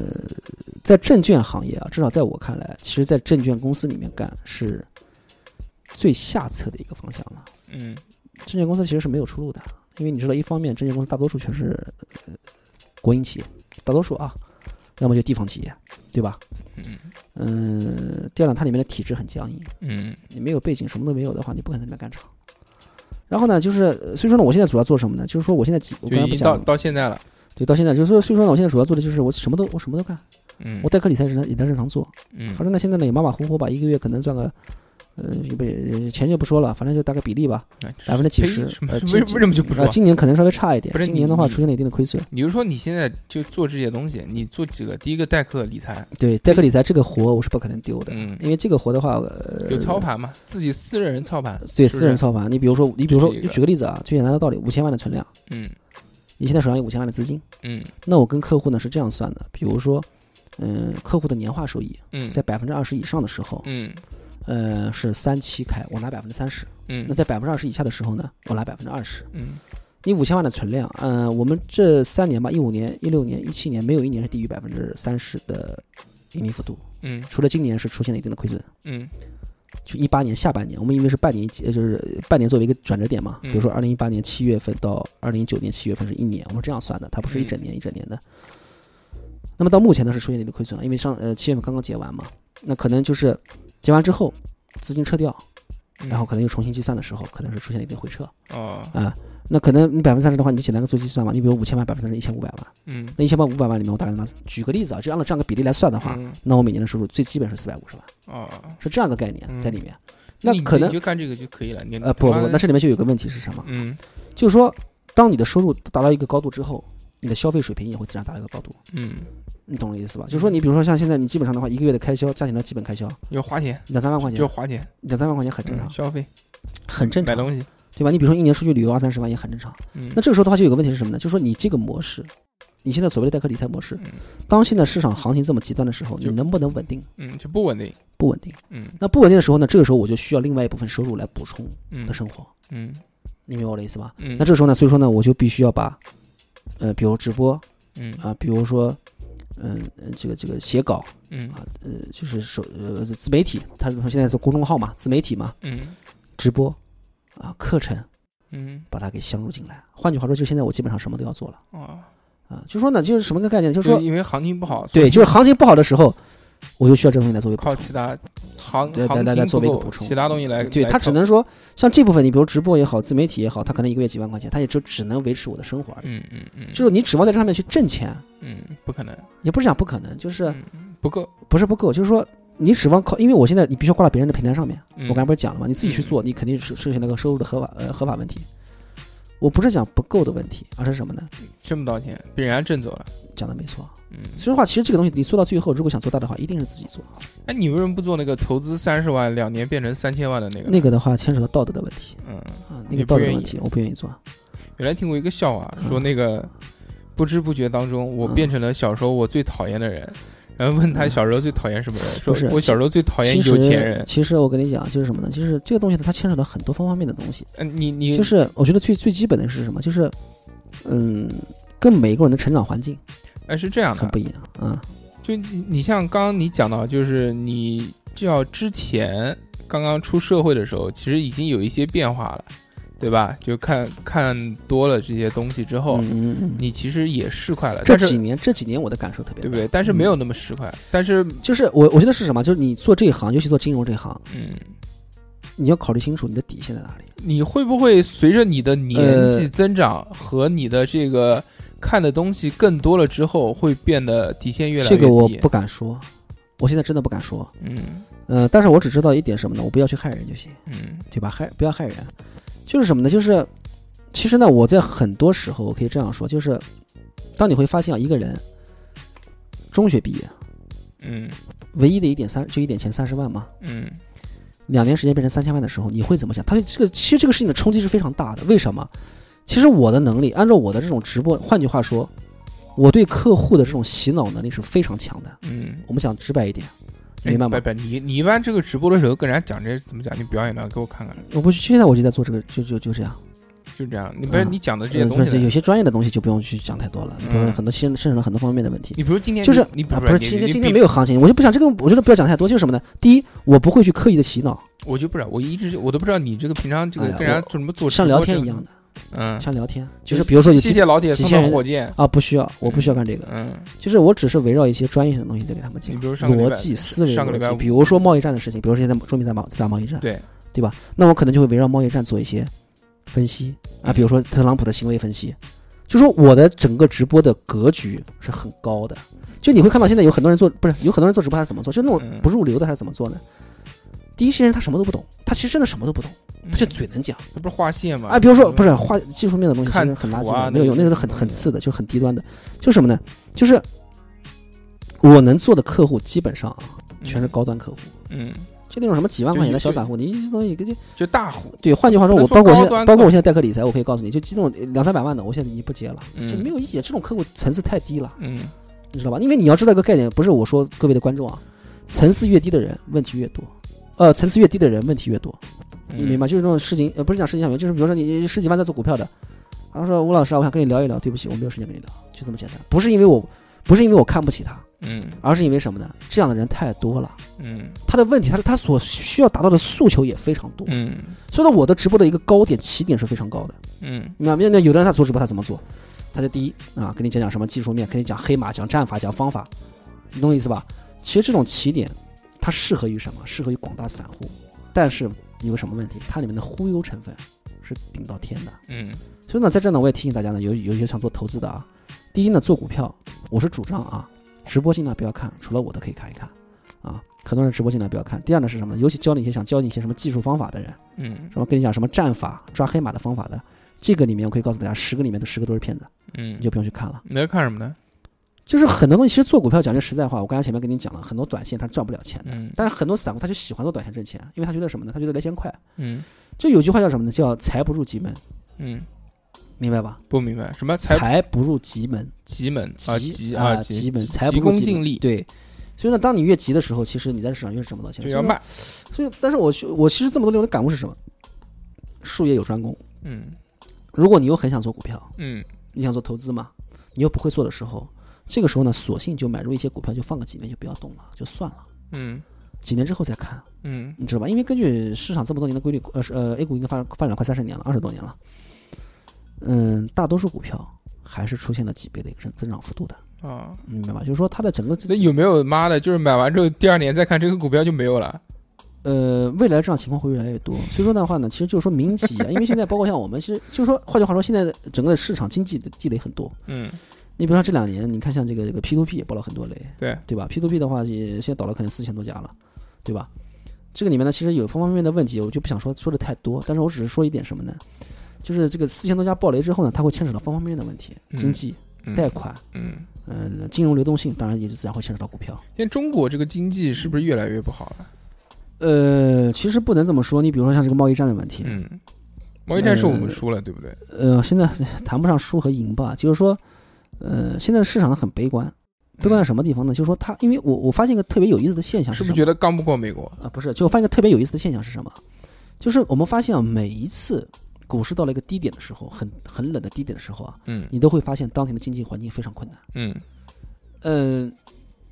S3: 在证券行业啊，至少在我看来，其实，在证券公司里面干是最下策的一个方向了。
S2: 嗯
S3: 证券公司其实是没有出路的，因为你知道，一方面，证券公司大多数全是、呃、国营企业，大多数啊，要么就地方企业，对吧？
S2: 嗯
S3: 嗯、第二呢，它里面的体制很僵硬，
S2: 嗯
S3: 你没有背景，什么都没有的话，你不可能在里面干长。然后呢，就是呃所以说呢，我现在主要做什么呢？就是说我现在几，我
S2: 就
S3: 刚才
S2: 已
S3: 不
S2: 经
S3: 讲
S2: 到
S3: 了吗
S2: 到现在了，
S3: 对，到现在就是说，所以说呢，我现在主要做的就是我什么都我什么都干，
S2: 嗯
S3: 我代课理财也在也在正常做，
S2: 嗯
S3: 反正呢现在呢也马马虎虎吧，一个月可能赚个，呃，也不也钱就不说了，反正就大概比例吧，
S2: 哎
S3: 百分之几
S2: 呸
S3: 十
S2: 什。么
S3: 呃，
S2: 为为什么就不
S3: 啊
S2: 说？
S3: 今年可能稍微差一点
S2: 不，是
S3: 今年
S2: 你
S3: 的话
S2: 你
S3: 出现了一定的亏损。
S2: 你就说你现在就做这些东西，你做几个？第一个代课理财，
S3: 对，代课理财这个活我是不可能丢的，
S2: 嗯
S3: 因为这个活的话，呃，
S2: 有操盘嘛，自己私人操盘，
S3: 对
S2: 是不
S3: 私人
S2: 是
S3: 操盘，你比如说，你比如
S2: 这
S3: 说，
S2: 是一
S3: 就
S2: 个
S3: 举个例子啊，最简单的道理，五千万的存量，
S2: 嗯
S3: 你现在手上有五千万的资金，
S2: 嗯
S3: 那我跟客户呢是这样算的，比如说，嗯、客户的年化收益
S2: 嗯
S3: 在百分之二十以上的时候，
S2: 嗯
S3: 呃，是三七开，我拿百分之三十；那
S2: 嗯
S3: 在百分之二十以下的时候呢，我拿百分之二十。
S2: 嗯
S3: 你五千万的存量，嗯、我们这三年吧，一五年、一六年、一七年，没有一年是低于百分之三十的盈利幅度，
S2: 嗯
S3: 除了今年是出现了一定的亏损。
S2: 嗯
S3: 就一八年下半年，我们因为是半年一季，呃就是半年作为一个转折点嘛，
S2: 嗯
S3: 比如说二零一八年七月份到二零一九年七月份是一年，我们这样算的，它不
S2: 嗯
S3: 是一整年一整年的。那么到目前呢是出现了一定亏损了，因为上呃七月份刚刚结完嘛，那可能就是结完之后资金撤掉，
S2: 嗯，
S3: 然后可能又重新计算的时候，可能是出现了一定回撤
S2: 哦，
S3: 啊。那可能你百分之三十的话，你就简单做计算嘛，你比如五千万百分之一千五百万，
S2: 嗯
S3: 那一千万五百万里面，我大概拿举个例子啊，就按照这样个比例来算的话，
S2: 嗯
S3: 那我每年的收入最基本是四百五十万，
S2: 哦，
S3: 是这样一个概念在里面。那
S2: 你
S3: 可
S2: 你
S3: 能
S2: 就干这个就可以了，你
S3: 呃，不不，不那
S2: 是
S3: 这里面就有个问题是什么？
S2: 嗯
S3: 就是说，当你的收入达到一个高度之后，你的消费水平也会自然达到一个高度，
S2: 嗯，
S3: 你懂我的意思吧？就是说，你比如说像现在，你基本上的话，一个月的开销，家庭的基本开销
S2: 要花钱，
S3: 两三万块
S2: 就
S3: 钱，
S2: 花钱，
S3: 两三万块钱很正
S2: 嗯
S3: 常，
S2: 消费
S3: 很正
S2: 买
S3: 常，
S2: 东西，
S3: 对吧？你比如说一年出去旅游二三十万也很正常。
S2: 嗯
S3: 那这个时候的话，就有个问题是什么呢？就是说，你这个模式，你现在所谓的代客理财模式
S2: 嗯，
S3: 当现在市场行情这么极端的时候，你
S2: 就
S3: 能不能稳定？
S2: 嗯就不稳定，
S3: 不稳定。
S2: 嗯
S3: 那不稳定的时候呢，这个时候我就需要另外一部分收入来补充我
S2: 嗯
S3: 的生活，
S2: 嗯
S3: 你明白我的意思吧？
S2: 嗯，
S3: 那这个时候呢，所以说呢，我就必须要把，呃，比如直播
S2: 嗯
S3: 啊、比如说，嗯、呃这个这个写稿，
S2: 嗯
S3: 呃，就是手呃自媒体，它是现在是公众号嘛，自媒体嘛，
S2: 嗯
S3: 直播啊、课程，
S2: 嗯
S3: 把它给相入进来。换句话说，就现在我基本上什么都要做了
S2: 哦，
S3: 啊、就说呢，就是什么个概念？就
S2: 就是
S3: 说，
S2: 因为行情不好，所
S3: 对，
S2: 以
S3: 就是行情不好的时候，我就需要这东西来作为补
S2: 靠
S3: 充。
S2: 其他行
S3: 对
S2: 行
S3: 来来
S2: 情
S3: 作为一
S2: 不
S3: 个
S2: 够，
S3: 补充嗯
S2: 其他东西来
S3: 对
S2: 来
S3: 他只
S2: 凑
S3: 能说，像这部分，你比如直播也好，自媒体也好，他可能一个月几万块钱，他也就只能维持我的生活而已。
S2: 嗯嗯嗯，
S3: 就是你指望在这上面去挣钱，
S2: 嗯不可能，
S3: 也不是讲不可能，就是
S2: 嗯不够，
S3: 不是不够，就是说你指望靠，因为我现在你必须要挂到别人的平台上面，
S2: 嗯
S3: 我刚才不是讲了吗？你自己去做，你肯定是涉及那个收入的合法呃合法问题。我不是讲不够的问题，而是什么呢？
S2: 挣不到钱，被人家挣走了，
S3: 讲的没错。
S2: 嗯，
S3: 所以话，其实这个东西你做到最后，如果想做大的话，一定是自己做。
S2: 哎，你为什么不做那个投资三十万两年变成三千万的那个？
S3: 那个的话，牵扯到道德的问题
S2: 嗯，
S3: 啊，那
S2: 你
S3: 个
S2: 不
S3: 道德
S2: 愿
S3: 的
S2: 意
S3: 问题，我不愿意做。
S2: 原来听过一个笑话，说
S3: 嗯
S2: 那个不知不觉当中，我
S3: 嗯
S2: 变成了小时候我最讨厌的人。然后问他
S3: 嗯
S2: 小时候最讨厌什么人，说
S3: 是
S2: 我小时候最讨厌
S3: 其
S2: 有
S3: 实
S2: 钱人。
S3: 其实我跟你讲，就是什么呢？就是这个东西呢，它牵扯到很多方方面面的东西。
S2: 嗯，你你
S3: 就是我觉得最最基本的是什么？就是，嗯，跟每个人的成长环境
S2: 哎是这样
S3: 很
S2: 的，
S3: 不一样啊。
S2: 就你你像刚刚你讲到，就是你就要之前刚刚出社会的时候，其实已经有一些变化了，对吧？就看看多了这些东西之后，
S3: 嗯嗯嗯。
S2: 你其实也市侩了，但
S3: 这几嗯
S2: 是
S3: 年这几年我的感受特别
S2: 对不
S3: 大，
S2: 对？但是没有那么市侩，但是
S3: 就是我我觉得是什么？就是你做这一行，尤其做金融这一行，
S2: 嗯，
S3: 你要考虑清楚你的底线在哪里。
S2: 你会不会随着你的
S3: 呃
S2: 年纪增长和你的这个看的东西更多了之后，会变得底线越来越低？
S3: 这个我不敢说，我现在真的不敢说。
S2: 嗯
S3: 呃，但是我只知道一点什么呢？我不要去害人就行，
S2: 嗯
S3: 对吧？害不要害人，就是什么呢？就是其实呢，我在很多时候我可以这样说，就是当你会发现啊，一个人中学毕业，
S2: 嗯
S3: 唯一的一点三就一点钱三十万嘛，
S2: 嗯
S3: 两年时间变成三千万的时候，你会怎么想？他这个其实这个事情的冲击是非常大的。为什么？其实我的能力，按照我的这种直播，换句话说，我对客户的这种洗脑能力是非常强的。
S2: 嗯，
S3: 我们讲直白一点，
S2: 哎
S3: 明白
S2: 不
S3: 吗？
S2: 不，你你一般这个直播的时候跟人家讲这怎么讲？你表演的给我看看，
S3: 我不是现在我就在做这个，就就就这样。
S2: 就这样。你不是
S3: 嗯
S2: 你讲的这些
S3: 呃
S2: 东
S3: 不
S2: 西
S3: 是有
S2: 的，
S3: 些专业的东西就不用去讲太多了，比如说很多现甚至很多方面的问题。
S2: 你比如今天
S3: 就是
S2: 你
S3: 啊，
S2: 不
S3: 不是
S2: 你
S3: 今天
S2: 你
S3: 今天
S2: 比
S3: 没有行情，我就不想这个，我觉得不要讲太多。就是什么呢？第一，我不会去刻意的洗脑，
S2: 我就不知道，我一直我都不知道你这个平常这个
S3: 哎呀
S2: 跟人家
S3: 我
S2: 做什么做直
S3: 像聊
S2: 播
S3: 天
S2: 这
S3: 一
S2: 个
S3: 样的，
S2: 嗯，
S3: 像聊天，就是比如说有
S2: 谢谢老铁
S3: 几
S2: 送
S3: 千
S2: 的
S3: 人
S2: 火箭，
S3: 啊，不需要，我不需要干这个。
S2: 嗯
S3: 就是我只是围绕一些专业性的东西在给他们讲，
S2: 你比如上个礼拜
S3: 逻辑、思维
S2: 上个礼
S3: 逻
S2: 拜
S3: 辑，
S2: 五
S3: 比如说贸易战的事情，比如说现在中美在打贸在打贸易战，
S2: 对
S3: 对吧？那我可能就会围绕贸易战做一些分析啊，
S2: 嗯
S3: 比如说特朗普的行为分析，就说我的整个直播的格局是很高的。就你会看到现在有很多人做，不是有很多人做直播他是怎么做？就那种
S2: 嗯
S3: 不入流的他是怎么做呢？第一些人他什么都不懂，他其实真的什么都不懂，
S2: 嗯
S3: 他就嘴能讲。
S2: 这不是划线吗？
S3: 啊，比如说不是画技术面的东西，其
S2: 看
S3: 实很垃
S2: 图
S3: 圾
S2: 啊
S3: 的，没有用，
S2: 那
S3: 那
S2: 个
S3: 个是很很次的，就是很低端的。就是什么呢？就是我能做的客户基本上啊
S2: 嗯，
S3: 全是高端客户，
S2: 嗯
S3: 就那种什么几万块钱的
S2: 就
S3: 小
S2: 一
S3: 散户，你这东西跟这
S2: 就大户，
S3: 对，换句话说，
S2: 不能
S3: 我
S2: 说
S3: 包括
S2: 高
S3: 我现在
S2: 端
S3: 包括
S2: 客
S3: 我现在代客理财，我可以告诉你，就这种两三百万的，我现在已经不接了，
S2: 嗯
S3: 就没有意义。这种客户层次太低了，
S2: 嗯，
S3: 你知道吧？因为你要知道一个概念，不是我说各位的观众啊，层次越低的人问题越多，呃，层次越低的人问题越多，你明
S2: 白？
S3: 白？就是这种事情，呃，不是讲事情上面，就是比如说你十几万在做股票的，然后说吴老师啊，我想跟你聊一聊，对不起，我没有时间跟你聊，就这么简单。不是因为我，不是因为我看不起他，
S2: 嗯
S3: 而是因为什么呢？这样的人太多了，
S2: 嗯
S3: 他的问题，他的他所需要达到的诉求也非常多，
S2: 嗯
S3: 所以说我的直播的一个高点起点是非常高的。
S2: 嗯
S3: 那那那有的人他做直播他怎么做？他就第一啊，跟你讲讲什么技术面，跟你讲黑马，讲战法，讲方法，你懂我意思吧？其实这种起点，它适合于什么？适合于广大散户，但是有个什么问题？它里面的忽悠成分是顶到天的。
S2: 嗯
S3: 所以呢，在这呢，我也提醒大家呢，有有有想做投资的啊，第一呢，做股票，我是主张啊，直播尽量不要看，除了我的可以看一看啊，很多人直播尽量不要看。第二呢是什么呢？尤其教你一些想教你一些什么技术方法的人，
S2: 嗯
S3: 什么跟你讲什么战法、抓黑马的方法的，这个里面我可以告诉大家，十个里面的十个都是骗子，
S2: 嗯，
S3: 你就不用去看了。
S2: 你在看什么呢？
S3: 就是很多东西，其实做股票讲句实在话，我刚才前面跟你讲了，很多短线它赚不了钱的，
S2: 嗯
S3: 但是很多散户他就喜欢做短线挣钱，因为他觉得什么呢？他觉得来钱快。
S2: 嗯
S3: 就有句话叫什么呢？叫财不入急门，
S2: 嗯，
S3: 明白吧？
S2: 不明白什么财
S3: 财不入急门，
S2: 急门啊急
S3: 急
S2: 啊
S3: 啊急门，财
S2: 急
S3: 不入
S2: 功
S3: 急
S2: 近
S3: 门
S2: 利，
S3: 对。所以呢，当你越急的时候，其实你在市场越是挣不到钱。
S2: 就
S3: 所以
S2: 要
S3: 说
S2: 卖。
S3: 所以，但是我我其实这么多年我的感悟是什么？术业有专攻。
S2: 嗯
S3: 如果你又很想做股票，
S2: 嗯
S3: 你想做投资嘛，你又不会做的时候，这个时候呢，索性就买入一些股票，就放个几年，就不要动了，就算了，
S2: 嗯
S3: 几年之后再看，
S2: 嗯
S3: 你知道吧？因为根据市场这么多年的规律，呃是呃，A 股应该发发展快三十年了，二十多年了，嗯，大多数股票还是出现了几倍的一个增增长幅度的，
S2: 啊，
S3: 你明白吧？就是说它的整个
S2: 那
S3: 自己
S2: 有没有妈的，就是买完之后第二年再看这个股票就没有了？
S3: 呃，未来这样情况会越来越多。所以说的话呢，其实就是说民企啊， 因为现在包括像我们，其实就是说，换句话说，现在的整个市场经济的地雷很多。
S2: 嗯
S3: 你比如说这两年，你看像这个这个 P to P 也爆了很多雷，
S2: 对
S3: 对吧？P to P 的话，也现在倒了可能四千多家了，对吧？这个里面呢，其实有方方面面的问题，我就不想说说的太多，但是我只是说一点什么呢？就是这个四千多家暴雷之后呢，它会牵扯到方方面面的问题，
S2: 嗯
S3: 经济、
S2: 嗯
S3: 贷款，
S2: 嗯，
S3: 嗯、金融流动性，当然也就自然会牵扯到股票。
S2: 现在中国这个经济是不是越来越不好了？嗯
S3: 呃，其实不能这么说，你比如说像这个贸易战的问题，
S2: 嗯，贸易战是我们输了，对不对？
S3: 呃，现在谈不上输和赢吧，就是说，呃，现在的市场呢很悲观，悲观在什么地方呢？就是说它，因为我我发现一个特别有意思的现
S2: 嗯
S3: 象
S2: 是
S3: 是
S2: 不
S3: 什
S2: 是觉
S3: 么
S2: 得刚不过美国？
S3: 啊，不是，就我发现一个特别有意思的现象是什么？就是我们发现啊，每一次股市到了一个低点的时候，很很冷的低点的时候啊，
S2: 嗯
S3: 你都会发现当前的经济环境非常困难。
S2: 嗯，
S3: 嗯，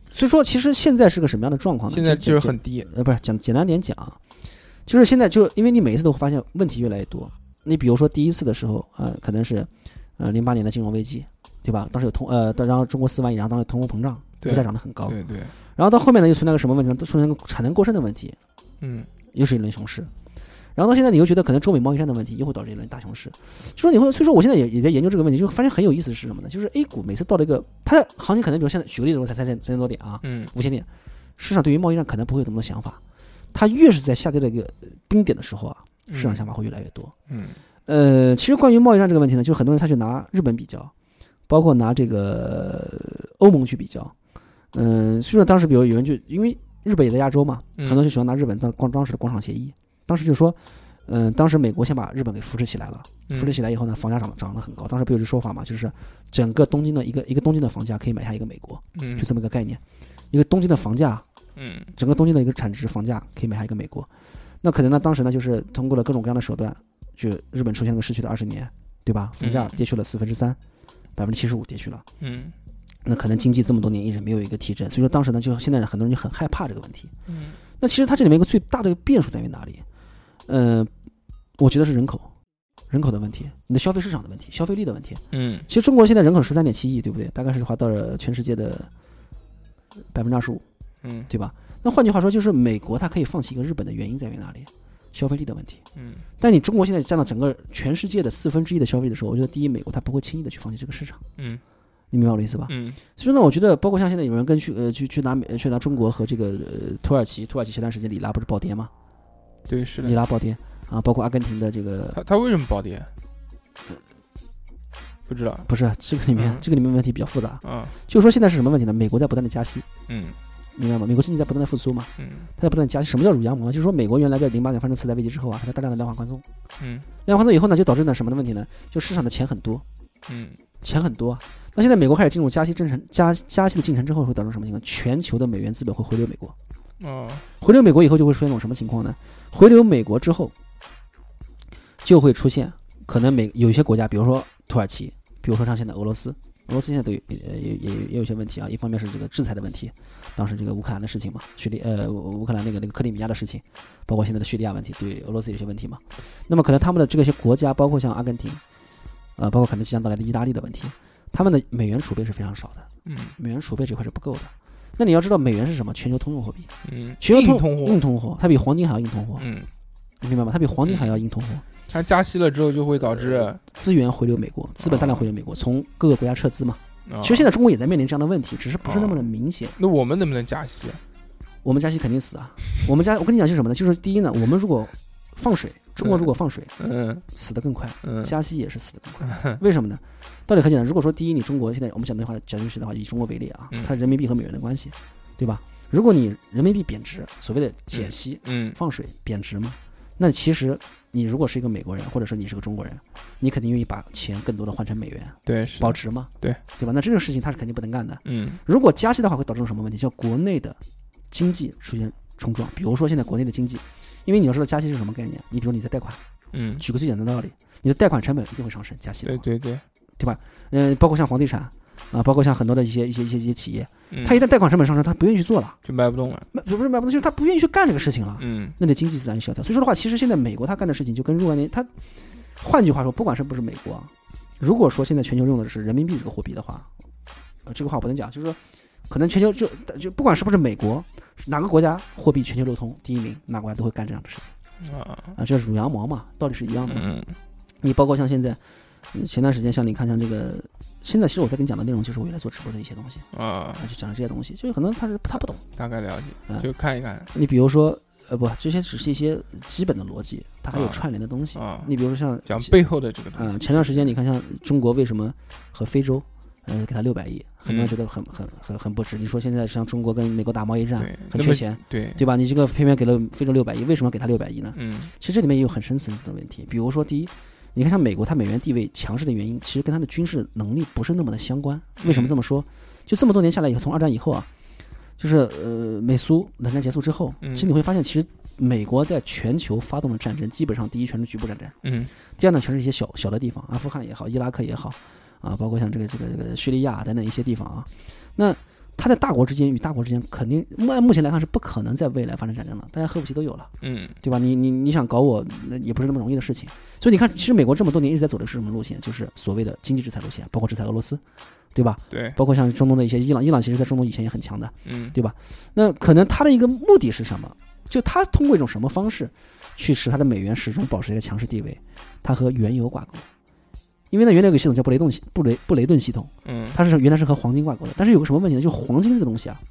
S3: 所以说其实现在是个什么样的状况呢？
S2: 现在
S3: 就
S2: 就是是很低。
S3: 呃，不是简简单点讲啊，就是现在就是因为你每一次都会发现问题越来越多。你比如说第一次的时候，呃，可能是呃零八年的金融危机，对吧？当时有通呃，当然后中国四万亿，然后当时通货膨胀，
S2: 对
S3: 物价涨得很高。
S2: 对对，
S3: 然后到后面呢，又存在个什么问题呢？都出现个产能过剩的问题。
S2: 嗯
S3: 又是一轮熊市。然后到现在，你又觉得可能中美贸易战的问题又会导致一轮大熊市，就说你会，所以说我现在也也在研究这个问题，就发现很有意思是什么呢？就是 A 股每次到了一个它的行情可能，比如现在举个例子，我才三千三千多点啊，
S2: 嗯
S3: 五千点，市场对于贸易战可能不会有那么多想法，它越是在下跌的一个呃冰点的时候啊，
S2: 嗯，
S3: 市场想法会越来越多。
S2: 嗯
S3: 呃，其实关于贸易战这个问题呢，就很多人他去拿日本比较，包括拿这个呃欧盟去比较。嗯、所以说当时比如有人就因为日本也在亚洲嘛，
S2: 嗯
S3: 很多人就喜欢拿日本当广当时的广场协议，当时就说，嗯、当时美国先把日本给扶持起来了，扶持
S2: 嗯
S3: 起来以后呢，房价涨涨得很高。当时不有句说法嘛，就是整个东京的一个一个东京的房价可以买下一个美国，
S2: 嗯
S3: 就这么一个概念。一个东京的房价
S2: 嗯
S3: 整个东京的一个产值房价可以买下一个美国。那可能呢，当时呢就是通过了各种各样的手段，就日本出现了个失去的二十年，对吧？房价
S2: 嗯
S3: 跌去了四分之三，百分之七十五跌去了。
S2: 嗯
S3: 那可能经济这么多年一直没有一个提振，所以说当时呢，就现在很多人就很害怕这个问题。
S2: 嗯
S3: 那其实它这里面一个最大的一个变数在于哪里？嗯、我觉得是人口，人口的问题，你的消费市场的问题，消费力的问题。
S2: 嗯
S3: 其实中国现在人口十三点七亿，对不对？大概是划到了全世界的百分之二十五。
S2: 嗯
S3: 对吧？那换句话说，就是美国它可以放弃一个日本的原因在于哪里？消费力的问题。
S2: 嗯
S3: 但你中国现在占到整个全世界的四分之一的消费的时候，我觉得第一，美国它不会轻易的去放弃这个市场，
S2: 嗯
S3: 你明白我的意思吧？
S2: 嗯
S3: 所以呢，我觉得包括像现在有人跟去呃去去拿美去拿中国和这个呃土耳其，土耳其前段时间里拉不是暴跌吗？
S2: 对是
S3: 里
S2: 的。
S3: 拉暴跌啊，包括阿根廷的这 个
S2: 他他为什么暴跌？不知道
S3: 不是这个里面、
S2: 嗯
S3: 这个里面问题比较复杂，
S2: 啊。
S3: 就是说现在是什么问题呢？美国在不断的加息，
S2: 嗯
S3: 明白吗？美国经济在不断的复苏嘛，
S2: 嗯
S3: 它在不断地加息。什么叫乳羊毛呢？就是说美国原来在零八年发生次贷危机之后啊，它大量的量化宽松，
S2: 嗯
S3: 量化宽松以后呢，就导致呢什么的问题呢？就市场的钱很多，
S2: 嗯
S3: 钱很多啊。那现在美国开始进入加息进程，加加息的进程之后，会导致什么情况？全球的美元资本会回流美国，
S2: 哦
S3: 回流美国以后就会出现一种什么情况呢？回流美国之后，就会出现可能美有一些国家，比如说土耳其，比如说像现在俄罗斯，俄罗斯现在都有呃也也也有一些问题啊，一方面是这个制裁的问题，当时这个乌克兰的事情嘛，叙利呃乌乌克兰那个那个克里米亚的事情，包括现在的叙利亚问题，对俄罗斯有些问题嘛，那么可能他们的这个些国家，包括像阿根廷，呃，包括可能即将到来的意大利的问题，他们的美元储备是非常少的，
S2: 嗯
S3: 美元储备这块是不够的。那你要知道，美元是什么？全球通用货币，
S2: 嗯，
S3: 全球
S2: 硬通货
S3: 硬，通货，它比黄金还要硬通货，
S2: 嗯，
S3: 你明白吗？它比黄金还要硬通货。
S2: 它加息了之后就会导致，
S3: 资源回流美国，资本大量回流美国，从各个国家撤资嘛。
S2: 哦
S3: 其实现在中国也在面临这样的问题，只是不是那么的明显。
S2: 那我们能不能加息？
S3: 我们加息肯定死啊！我们加，我跟你讲是什么呢？就是第一呢，我们如果放水，中国如果放水，
S2: 嗯
S3: 死得更快，
S2: 嗯
S3: 加息也是死得 更快。为什么呢？道理很简单，如果说第一，你中国现在我们讲的话，讲句实在话，以中国为例啊
S2: 嗯，
S3: 它人民币和美元的关系，对吧？如果你人民币贬值，所谓的减息，
S2: 嗯
S3: 放水贬值嘛。那其实你如果是一个美国人，或者说你是个中国人，你肯定愿意把钱更多的换成美元
S2: 对是
S3: 保值嘛，
S2: 对
S3: 对吧？那这个事情他是肯定不能干的。
S2: 嗯
S3: 如果加息的话，会导致什么问题？叫国内的经济出现冲撞。比如说现在国内的经济，因为你要知道加息是什么概念，你比如你在贷款，
S2: 嗯，
S3: 举个最简单的道理，你的贷款成本一定会上升，加息的
S2: 对
S3: 话，
S2: 对对，
S3: 嗯、包括像房地产啊，包括像很多的一些一些一些一些企业，
S2: 嗯
S3: 他一旦贷款成本上升，他不愿意去做了，
S2: 就卖不动了，
S3: 卖不是卖不动，就是他不愿意去干这个事情了。
S2: 嗯
S3: 那你的经济自然就萧条。所以说的话，其实现在美国他干的事情就跟若干年，他换句话说，不管是不是美国啊，如果说现在全球用的是人民币这个货币的话，呃，这个话我不能讲，就是说，可能全球就就不管是不是美国，哪个国家货币全球流通第一名，哪个国家都会干这样的事情
S2: 啊
S3: 啊，这是乳羊毛嘛，道理是一样的嘛。
S2: 嗯
S3: 你包括像现在，嗯前段时间像你看像这个，现在其实我在跟你讲的内容就是我原来做直播的一些东西
S2: 啊
S3: 啊，，就讲这些东西，就是可能他是他不懂。
S2: 大概了解，
S3: 嗯
S2: 就看一看
S3: 你比如说，呃，不，这些只是一些基本的逻辑，它还有
S2: 啊
S3: 串联的东西。
S2: 啊，
S3: 你比如说像
S2: 讲
S3: 前
S2: 背后的这个东
S3: 嗯，
S2: 西，
S3: 前段时间你看像中国为什么和非洲，呃，给他六百亿，很多人
S2: 嗯
S3: 觉得很很很很不值。你说现在像中国跟美国打贸易战，
S2: 对，
S3: 啊很
S2: 那
S3: 缺
S2: 么
S3: 钱，
S2: 对，
S3: 对吧？你这个偏偏给了非洲六百亿，为什么给他六百亿呢？
S2: 嗯
S3: 其实这里面也有很深层次的问题，比如说第一。你看，像美国，它美元地位强势的原因，其实跟它的军事能力不是那么的相关。为什么这么说？就这么多年下来以后，从二战以后啊，就是呃，美苏冷战结束之后，
S2: 嗯
S3: 其实你会发现，其实美国在全球发动的战争，基本上第一全是局部战争，
S2: 嗯
S3: 第二呢，全是一些小小的地方，阿富汗也好，伊拉克也好，啊，包括像这个这个这个叙利亚等等一些地方啊。那它在大国之间与大国之间，肯定目按目前来看是不可能在未来发生战争了，大家核武器都有了，
S2: 嗯
S3: 对吧？你你你想搞我，那也不是那么容易的事情。所以你看，其实美国这么多年一直在走的是什么路线？就是所谓的经济制裁路线，包括制裁俄罗斯，对吧？
S2: 对，
S3: 包括像中东的一些伊朗，伊朗其实在中东以前也很强的，
S2: 嗯
S3: 那可能他的一个目的是什么？就他通过一种什么方式，去使他的美元始终保持一个强势地位？它和原油挂钩，因为呢，原来有个系统叫布雷顿系布雷布雷顿系统，
S2: 嗯
S3: 它是原来是和黄金挂钩的。但是有个什么问题呢？就黄金这个东西啊，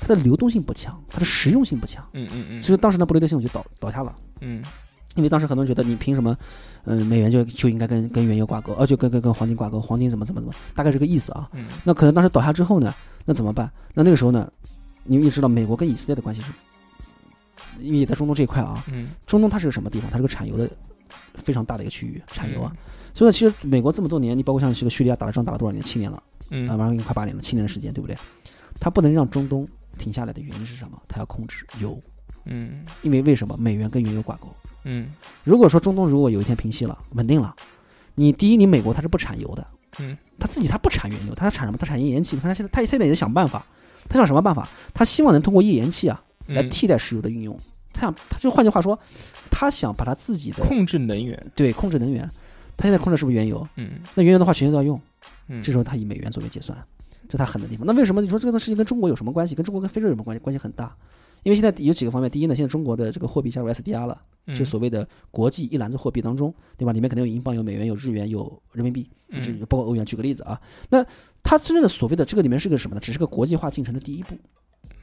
S3: 它的流动性不强，它的实用性不强，
S2: 嗯嗯嗯
S3: 所以当时呢，布雷顿系统就倒倒下了。
S2: 嗯
S3: 因为当时很多人觉得你凭什么，嗯、美元就就应该跟跟原油挂钩，呃，就跟跟跟黄金挂钩，黄金怎么怎么怎么，大概这个意思啊。
S2: 嗯
S3: 那可能当时倒下之后呢，那怎么办？那那个时候呢，你们也知道美国跟以色列的关系是，因为也在中东这一块啊，
S2: 嗯，
S3: 中东它是个什么地方？它是个产油的非常大的一个区域，产
S2: 嗯
S3: 油啊。所以呢，其实美国这么多年，你包括像这个叙利亚打了仗打了多少年？七年了，
S2: 嗯，
S3: 啊，
S2: 嗯
S3: 马上快八年了，七年的时间，对不对？它不能让中东停下来的原因是什么？它要控制油，
S2: 嗯
S3: 因为为什么？美元跟原油挂钩。
S2: 嗯
S3: 如果说中东如果有一天平息了，稳定了，你第一，你美国它是不产油的，
S2: 嗯，
S3: 它自己它不产原油，它产什么？它产页岩气。你看它现在，它现在也在想办法，它想什么办法？它希望能通过页岩气啊来
S2: 嗯
S3: 替代石油的运用。它想，它就换句话说，它想把它自己的
S2: 控制能源，
S3: 对控制能源，它现在控制是不是原油？
S2: 嗯
S3: 那原油的话，全球都要用，
S2: 嗯，
S3: 这时候它以美元作为结算，这是它狠的地方。那为什么你说这个事情跟中国有什么关系？跟中国跟非洲有什么关系？关系很大，因为现在有几个方面。第一呢，现在中国的这个货币加入 SDR 了。
S2: 嗯
S3: 就所谓的国际一篮子货币当中，对吧？里面肯定有英镑、有美元、有日元、有人民币，
S2: 嗯
S3: 就是包括欧元。举个例子啊，那它真正的所谓的这个里面是个什么呢？只是个国际化进程的第一步。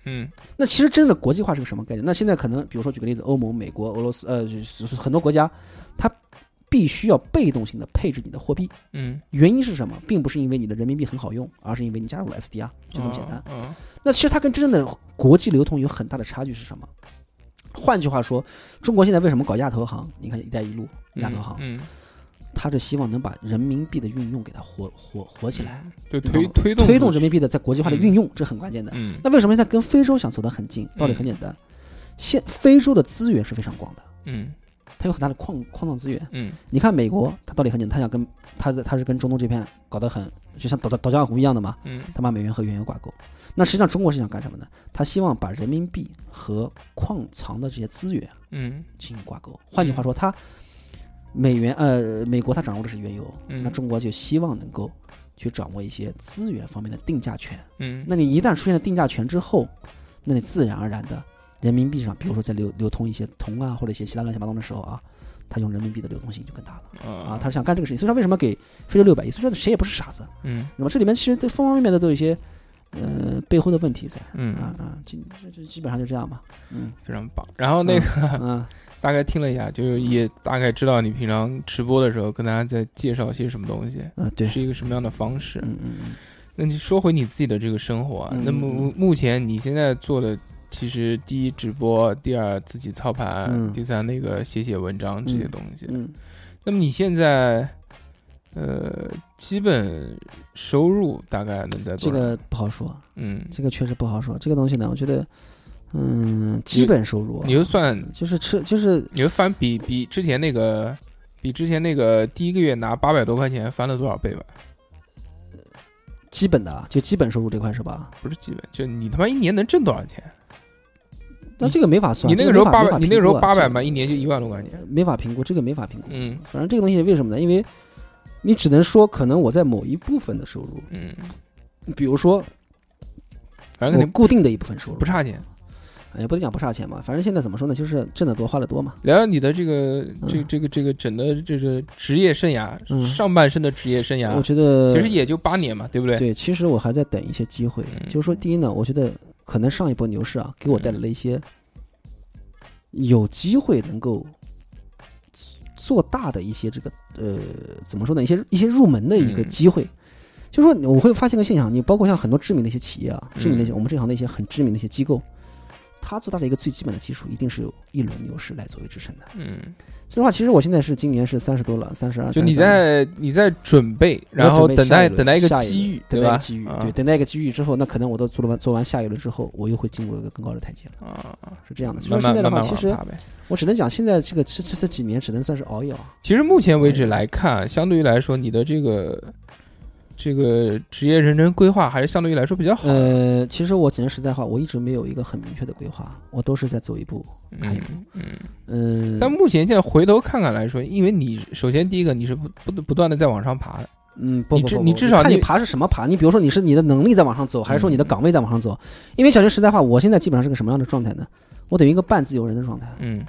S2: 嗯
S3: 那其实真正的国际化是个什么概念？那现在可能，比如说举个例子，欧盟、美国、俄罗斯，呃，就是很多国家，它必须要被动性的配置你的货币。
S2: 嗯，
S3: 原因是什么？并不是因为你的人民币很好用，而是因为你加入了 SDR，就这么简单。
S2: 嗯。
S3: 那其实它跟真正的国际流通有很大的差距是什么？换句话说，中国现在为什么搞亚投行？你看“一带一路”
S2: 嗯，
S3: 亚投行，
S2: 嗯，
S3: 它是希望能把人民币的运用给它活活活起来，
S2: 嗯，就
S3: 你懂
S2: 推推
S3: 吗
S2: 动
S3: 推动人
S2: 民，
S3: 民币的在国际化的运用，这很关键的。
S2: 嗯
S3: 那为什么它跟非洲想走得很近？道理很简单，现非洲的资源是非常广的，
S2: 嗯
S3: 它有很大的矿矿藏资源。
S2: 嗯
S3: 你看美国，它道理很简单，它想跟它它是跟中东这片搞得很，就像倒倒江湖一样的嘛，
S2: 嗯
S3: 他把美元和原油挂钩。那实际上中国是想干什么呢？他希望把人民币和矿藏的这些资源
S2: 嗯
S3: 进行挂钩。换句话说，他美元呃，美国它掌握的是原油，
S2: 嗯
S3: 那中国就希望能够去掌握一些资源方面的定价权。
S2: 嗯，
S3: 那你一旦出现了定价权之后，那你自然而然的人民币上，比如说在流流通一些铜啊或者一些其他乱七八糟的时候啊，它用人民币的流动性就更大了啊。他是想干这个事情，所以他为什么给非洲六百亿？所以说谁也不是傻子，
S2: 嗯
S3: 那么这里面其实这方方面面的都有一些，呃，背后的问题在。啊
S2: 嗯
S3: 啊，这这这基本上就这 样吧。嗯，
S2: 非常棒。然后那个
S3: 啊，
S2: 大概听了一下，就是也大概知道你平常直播的时候跟大家在介绍些什么东西，
S3: 啊，对，
S2: 是一个什么样的方式。
S3: 嗯嗯嗯，
S2: 那就说回你自己的这个生活啊，
S3: 嗯
S2: 那么目前你现在做的，其实第一直播，第二自己操盘，
S3: 嗯
S2: 第三那个写写文章这些东西。
S3: 嗯，
S2: 那么你现在，呃，基本收入大概能在
S3: 这
S2: 多少？
S3: 个不好说，
S2: 嗯，
S3: 这个确实不好说。这个东西呢，我觉得，嗯，基本收入啊
S2: 你就算
S3: 就是吃就是
S2: 你就翻比比之前那个，比之前那个第一个月拿八百多块钱翻了多少倍吧？
S3: 基本的，啊，就基本收入这块是吧？
S2: 不是基本，就你他妈一年能挣多少钱？
S3: 那这个没法算，
S2: 你那个时候
S3: 这没
S2: 八
S3: 法
S2: 百，你那个时候八百嘛，，
S3: 没法评估啊
S2: 一年就一万多块钱。
S3: 这没法评估，这个没法评估。
S2: 嗯
S3: 反正这个东西为什么呢？因为你只能说，可能我在某一部分的收入，
S2: 嗯，
S3: 比如说
S2: 反正肯
S3: 我
S2: 定
S3: 固定的一部分收入
S2: 不，差钱。
S3: 也不能讲不差钱嘛，反正现在怎么说呢，就是挣得多花得多嘛。
S2: 聊聊你的这个这
S3: 嗯
S2: 这个这个整的这个职业生涯，
S3: 嗯
S2: 上半生的职业生
S3: 我
S2: 涯，
S3: 觉得
S2: 其实也就八年嘛，对不对？
S3: 对，其实我还在等一些机会。
S2: 嗯
S3: 就是说，第一呢，我觉得可能上一波牛市啊，给我带来了一些有机会能够做大的一些这个呃，怎么说呢，一些一些入门的一个
S2: 嗯
S3: 机会。就是说你，我会发现个现象，你包括像很多知名的一些企业啊，知名的一些、
S2: 嗯
S3: 我们这行的一些很知名的一些机构，它做大的一个最基本的基础，一定是有一轮牛市来作为支撑的。
S2: 嗯，
S3: 所以的话，其实我现在是今年是三十多了，三十二。
S2: 就你
S3: 33了
S2: 在你在准备，然
S3: 我
S2: 后
S3: 准备
S2: 等
S3: 下
S2: 待
S3: 轮
S2: 等待一个
S3: 下
S2: 机遇，
S3: 等待一
S2: 吧？
S3: 个机遇，
S2: 啊
S3: 对，等待一个机遇之后，那可能我都做了完做完下一轮之后，我又会进入一个更高的台阶了，
S2: 啊，啊
S3: 是这样的。所
S2: 慢
S3: 以说
S2: 慢
S3: 现在的
S2: 慢慢
S3: 话，其
S2: 往
S3: 实
S2: 爬呗。
S3: 我只能讲，现在这个这这这几年只能算是熬一熬。
S2: 其实目前为止来
S3: 嗯
S2: 看，相对于来说，你的这个这个职业人生规划还是相对于来说比较好。
S3: 呃，其实我讲句实在话，我一直没有一个很明确的规划，我都是在走一步看一
S2: 嗯
S3: 步。
S2: 嗯。
S3: 嗯，
S2: 但目前现在回头看看来说，因为你首先第一个你是不不不断的在往上爬的，
S3: 嗯，不
S2: 你
S3: 不
S2: 至
S3: 不，
S2: 你
S3: 不
S2: 至少
S3: 看你
S2: 你
S3: 爬是什么爬？你比如说你是你的能力在往上走，还是说你的
S2: 嗯
S3: 岗位在往上走？因为讲句实在话，我现在基本上是个什么样的状态呢？我等于一个半自由人的状态。
S2: 嗯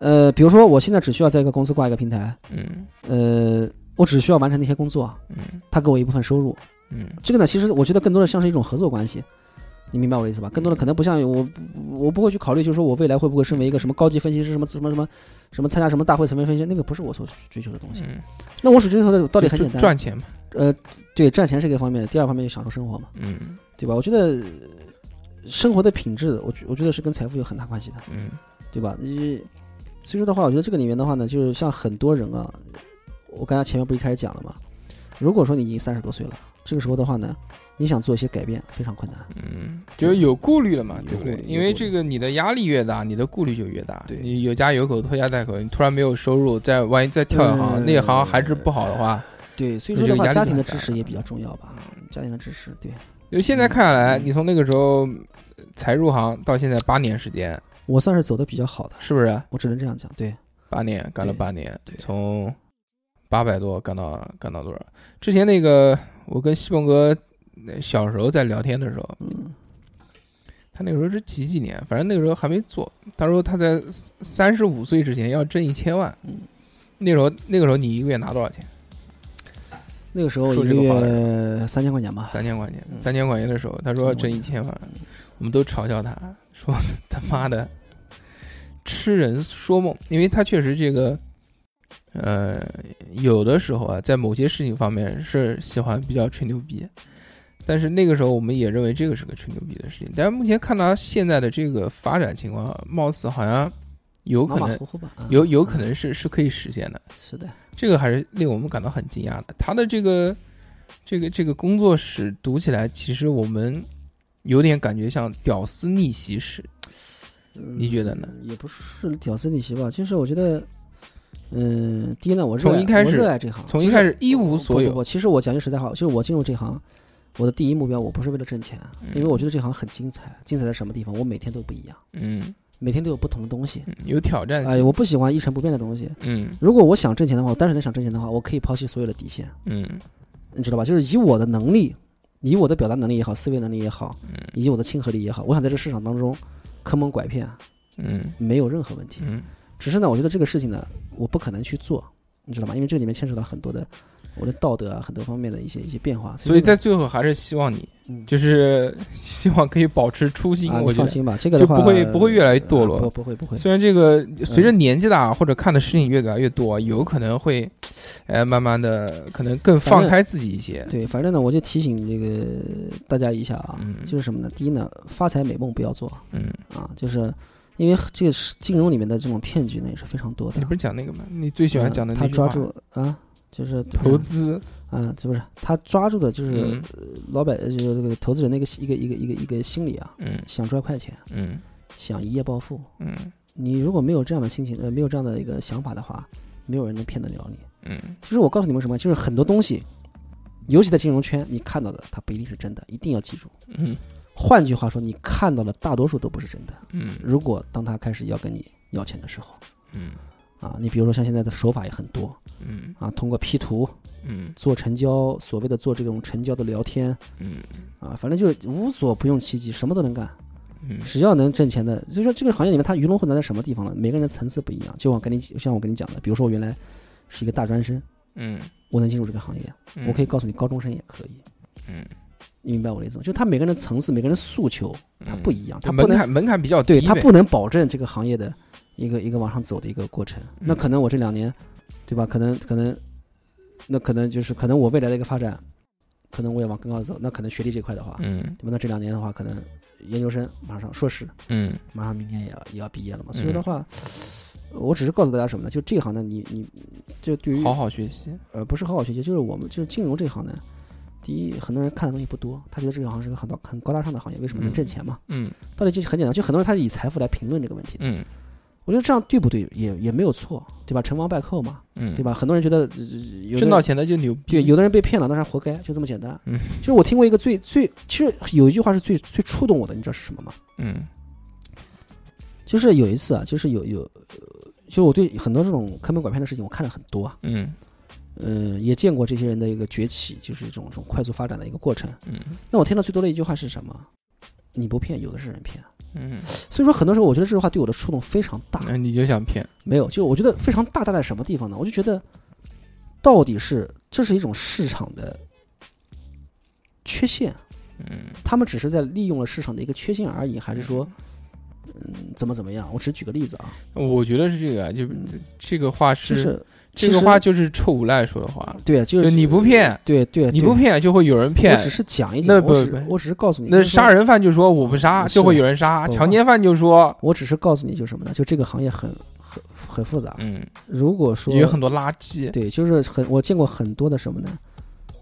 S3: 呃，比如说我现在只需要在一个公司挂一个平台，
S2: 嗯
S3: 呃，我只需要完成那些工作，
S2: 嗯
S3: 他给我一部分收入。
S2: 嗯
S3: 这个呢，其实我觉得更多的像是一种合作关系，你明白我的意思吧？更
S2: 嗯
S3: 多的可能不像我，我不会去考虑，就是说我未来会不会成为一个什么高级分析师，什么什么什么什么参加什么大会成为分析师，那个不是我所追求的东西。
S2: 嗯，
S3: 那我所追求的道理很
S2: 就
S3: 简单，
S2: 赚钱嘛，
S3: 呃，对，赚钱是一个方面，第二方面就享受生活嘛，
S2: 嗯
S3: 对吧？我觉得呃生活的品质，我觉我觉得是跟财富有很大关系的。
S2: 嗯
S3: 对吧？你所以说的话，我觉得这个里面的话呢，就是像很多人啊，我刚才前面不是一开始讲了吗？如果说你已经三十多岁了，这个时候的话呢，你想做一些改变非常困难。
S2: 嗯，就是有顾虑了嘛，
S3: 有
S2: 对不对
S3: 顾？虑
S2: 因为这个你的压力越大，你的顾虑就越大。
S3: 对
S2: 你有家有口，拖家带口，你突然没有收入，再万一再跳一行，
S3: 嗯
S2: 那行还是不好的话，
S3: 对，所以
S2: 那
S3: 说
S2: 这
S3: 的
S2: 个
S3: 话，
S2: 压力
S3: 家
S2: 就
S3: 庭
S2: 很
S3: 的
S2: 大
S3: 支持
S2: 了
S3: 也比较重要吧。
S2: 嗯
S3: 家庭的支持，对
S2: 就现在看下来，
S3: 嗯
S2: 你从那个时候呃才入行到现在八年时间，
S3: 我算是走的比较好的，
S2: 是不啊是？
S3: 我只能这样讲。对，
S2: 八年干了
S3: 对
S2: 八年
S3: 对，
S2: 从八百多干到干到多少？之前那个我跟西蒙哥呃小时候在聊天的时候，
S3: 嗯，
S2: 他那个时候是几几年，反正那个时候还没做。他说他在三十五岁之前要挣一千万。
S3: 嗯
S2: 那时候那个时候你一个月拿多少钱？
S3: 那个时候
S2: 说
S3: 一
S2: 这
S3: 个
S2: 个话的
S3: 月三千块钱吧。
S2: 三千块钱，
S3: 嗯
S2: 三千块钱的时候，他说要挣一
S3: 3000
S2: 千万，我们都嘲笑他说他妈的痴人说梦，因为他确实这个呃，有的时候啊，在某些事情方面是喜欢比较吹牛逼，但是那个时候我们也认为这个是个吹牛逼的事情。但是目前看他现在的这个发展情况，貌似好像有可
S3: 马马
S2: 能
S3: 虎虎吧，啊
S2: 有有可能是是可以实现的，
S3: 是的，
S2: 这个还是令我们感到很惊讶的。他的这个这个这个工作室读起来，其实我们有点感觉像屌丝逆袭史，你觉得呢？
S3: 嗯也不是屌丝逆袭吧，就是我觉得，嗯、第一呢，我热
S2: 从
S3: 爱
S2: 一开始
S3: 我热爱这行，
S2: 从一开始一无所
S3: 不不
S2: 有，
S3: 不，其实我讲句实在话，就是我进入这行，我的第一目标我不是为了挣钱，因为我觉得这行很精彩，精彩在什么地方？我每天都不一样，
S2: 嗯，
S3: 每天都有不同的东西。
S2: 嗯有挑战
S3: 哎，
S2: 性，
S3: 我不喜欢一成不变的东西。
S2: 嗯
S3: 如果我想挣钱的话，我单纯的想挣钱的话，我可以抛弃所有的底线，
S2: 嗯
S3: 你知道吧？就是以我的能力，以我的表达能力也好，思维能力也好，
S2: 嗯
S3: 以及我的亲和力也好，我想在这市场当中坑蒙拐骗
S2: 嗯
S3: 没有任何问题。
S2: 嗯
S3: 只是呢，我觉得这个事情呢，我不可能去做，你知道吗？因为这里面牵扯到很多的我的道德啊，很多方面的一些一些变化。
S2: 所以
S3: 这
S2: 在
S3: 个
S2: 最后还是希望你，
S3: 嗯
S2: 就是 希望可以保持初心。
S3: 啊，你
S2: 我觉
S3: 放
S2: 得，
S3: 心吧，这个的
S2: 就
S3: 话
S2: 不会不会越来越堕落
S3: 呃不不会不会。
S2: 虽然这个
S3: 嗯
S2: 随着年纪大或者看的事情越来越多，有可能会，呃，慢慢的可能更
S3: 反
S2: 放
S3: 正
S2: 开自己一些。
S3: 对，反正呢，我就提醒这个大家一下啊，
S2: 嗯
S3: 就是什么呢？第一呢，发财美梦不要做
S2: 嗯，
S3: 啊，就是因为这个是金融里面的这种骗局呢也是非常多的
S2: 你。不是讲那个吗？你最喜欢讲的
S3: 嗯
S2: 那
S3: 他
S2: 句话
S3: 抓，住啊，就是
S2: 投资，
S3: 啊，这不是他抓住的就是
S2: 嗯
S3: 老板，呃就是这个投资人那个一个一个一个一个心理啊，
S2: 嗯
S3: 想赚快钱，
S2: 嗯
S3: 想一夜暴富。
S2: 嗯
S3: 你如果没有这样的心情，呃，没有这样的一个想法的话，没有人能骗得了你。
S2: 嗯
S3: 就是我告诉你们什么，就是很多东西，尤其在金融圈，你看到的它不一定是真的，一定要记住。
S2: 嗯
S3: 换句话说，你看到的大多数都不是真的。
S2: 嗯
S3: 如果当他开始要跟你要钱的时候，
S2: 嗯
S3: 啊，你比如说像现在的手法也很多
S2: 嗯
S3: 啊，通过 P 图
S2: 嗯
S3: 做成交，所谓的做这种成交的聊天
S2: 嗯
S3: 啊，反正就是无所不用其极，什么都能干，
S2: 嗯
S3: 只要能挣钱的。所以说这个行业里面，它鱼龙混杂在什么地方呢？每个人的层次不一样。就我跟你像我跟你讲的，比如说我原来是一个大专生，
S2: 嗯，
S3: 我能进入这个行业，
S2: 嗯
S3: 我可以告诉你，高中生也可以。
S2: 嗯，
S3: 你明白我的意思吗？就他每个人的层次，每个人的诉求，他不一样，他
S2: 嗯
S3: 不
S2: 门
S3: 能
S2: 槛门槛比较低
S3: 对
S2: 呗，
S3: 他不能保证这个行业的一个一个往上走的一个过程。
S2: 嗯
S3: 那可能我这两年，对吧？可能可能，那可能就是可能我未来的一个发展，可能我也往更高的走。那可能学历这块的话，
S2: 嗯
S3: 对吧？那这两年的话，可能研究生马上硕士，
S2: 嗯
S3: 马上明年也要也要毕业了嘛。
S2: 嗯
S3: 所以的话。我只是告诉大家什么呢？就这行呢，你你就对于
S2: 好好学习，
S3: 呃，不是好好学习，就是我们就是金融这行呢，第一，很多人看的东西不多，他觉得这个行是个很高很高大上的行业，为什么能
S2: 嗯
S3: 挣钱嘛？
S2: 嗯
S3: 道理就是很简单，就很多人他以财富来评论这个问题的，
S2: 嗯
S3: 我觉得这样对不对？也也没有错，对吧？成王败寇嘛，
S2: 嗯，
S3: 对？吧？很多人觉得呃有的
S2: 挣
S3: 人
S2: 到钱的就牛
S3: 对，
S2: 逼，
S3: 有的人被骗了，那是活该，就这么简单。
S2: 嗯
S3: 就是我听过一个最最，其实有一句话是最最触动我的，你知道是什么吗？
S2: 嗯
S3: 就是有一次啊，就是有有，呃就我对很多这种坑蒙拐骗的事情，我看了很多啊，
S2: 嗯
S3: 嗯，也见过这些人的一个崛起，就是这种这种快速发展的一个过程。
S2: 嗯
S3: 那我听到最多的一句话是什么？你不骗，有的是人骗。
S2: 嗯，
S3: 所以说，很多时候我觉得这句话对我的触动非常大。
S2: 那你就想骗，
S3: 没有，就我觉得非常大，大在什么地方呢？我就觉得，到底是这是一种市场的缺陷，啊
S2: 嗯，
S3: 他们只是在利用了市场的一个缺陷而已，还是说，嗯，怎么怎么样？我只举个例子啊，
S2: 我觉得是这个，就
S3: 嗯
S2: 这个话
S3: 就是是
S2: 这个
S3: 其实
S2: 话就是臭无赖说的话，
S3: 对，就
S2: 就是你不骗，
S3: 对对，
S2: 你
S3: 对
S2: 不，骗就会有人骗
S3: 我，只是讲一
S2: 那
S3: 讲，
S2: 不
S3: 我只
S2: 不
S3: 我只是告诉你，
S2: 那
S3: 就是说
S2: 杀，人犯就说我不杀，
S3: 嗯
S2: 就会
S3: 是
S2: 有人杀；
S3: 不
S2: 强奸犯就说，
S3: 我只是告诉你，就什么呢？就这个行业很很很复杂。
S2: 嗯，
S3: 如果说
S2: 也有很多垃圾，
S3: 对，就是很我见过很多的什么呢？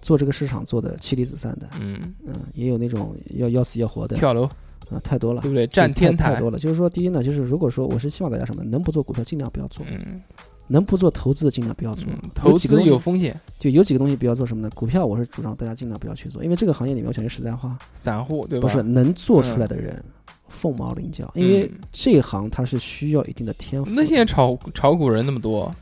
S3: 做这个市场做的妻离子散的，
S2: 嗯，
S3: 嗯，也有那种要要死要活的，
S2: 跳楼
S3: 啊，太多了
S2: 对，不对？占天
S3: 太
S2: 台
S3: 太，多了。就是说，第一呢，就是如果说我是希望大家什么，能不做股票尽量不要做，
S2: 嗯，
S3: 能不做投资的尽量不要做。
S2: 嗯投
S3: 几个
S2: 资
S3: 东西
S2: 有风险，
S3: 就有几个东西不要做什么呢？股票我是主张大家尽量不要去做，因为这个行业里面，我讲句实在话，
S2: 散户对吧？
S3: 不是能做出来的人凤毛麟角，因为
S2: 嗯
S3: 这一行它是需要一定的天赋的。
S2: 那现在炒炒股人那么多，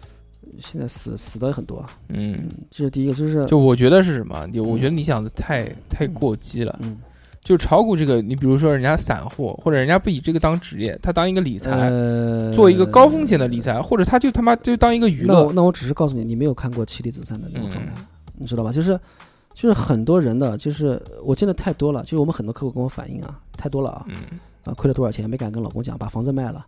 S3: 现在死死的也很多啊，
S2: 嗯
S3: 嗯，，这是第一个，就是
S2: 就我觉得是什么？就我觉得你想的太太过激了。
S3: 嗯，
S2: 就炒股这个，你比如说人家散户，或者人家不以这个当职业，他当一个理财，
S3: 呃，
S2: 做一个高风险的理财，或者他就他妈就当一个娱
S3: 那
S2: 乐
S3: 我。那我只是告诉你，你没有看过《妻离子散》的那种状态，
S2: 嗯
S3: 你知道吧？就是就是很多人的，就是我见的太多了，就是我们很多客户跟我反映啊，太多了啊，
S2: 嗯
S3: 啊亏了多少钱，没敢跟老公讲，把房子卖了，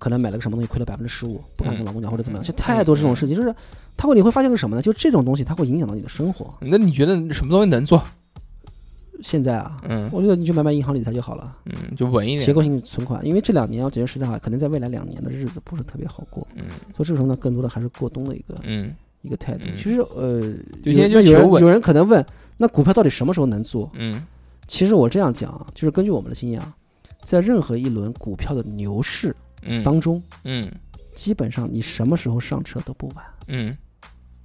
S3: 可能买了个什么东西亏了百分之十五，不敢
S2: 嗯
S3: 跟老公讲或者怎么样，
S2: 嗯
S3: 就太多这种事情。就是它会你会发现个什么呢？就这种东西它会影响到你的生活。
S2: 那你觉得什么东西能做？
S3: 现在啊，
S2: 嗯
S3: 我觉得你就买买银行理财就好了，
S2: 嗯，就稳一
S3: 结
S2: 点。
S3: 构性存款，因为这两年要节约实在话，可能在未来两年的日子不是特别好过。
S2: 嗯
S3: 所以这个时候呢，更多的还是过冬的一个
S2: 嗯，
S3: 一个态度。
S2: 嗯
S3: 其实呃，
S2: 就
S3: 有
S2: 现在就
S3: 有
S2: 求
S3: 人
S2: 稳
S3: 有人可能问，那股票到底什么时候能做？
S2: 嗯
S3: 其实我这样讲啊，就是根据我们的经验啊，在任何一轮股票的牛市
S2: 嗯，
S3: 当中，
S2: 嗯
S3: 基本上你什么时候上车都不晚。
S2: 嗯，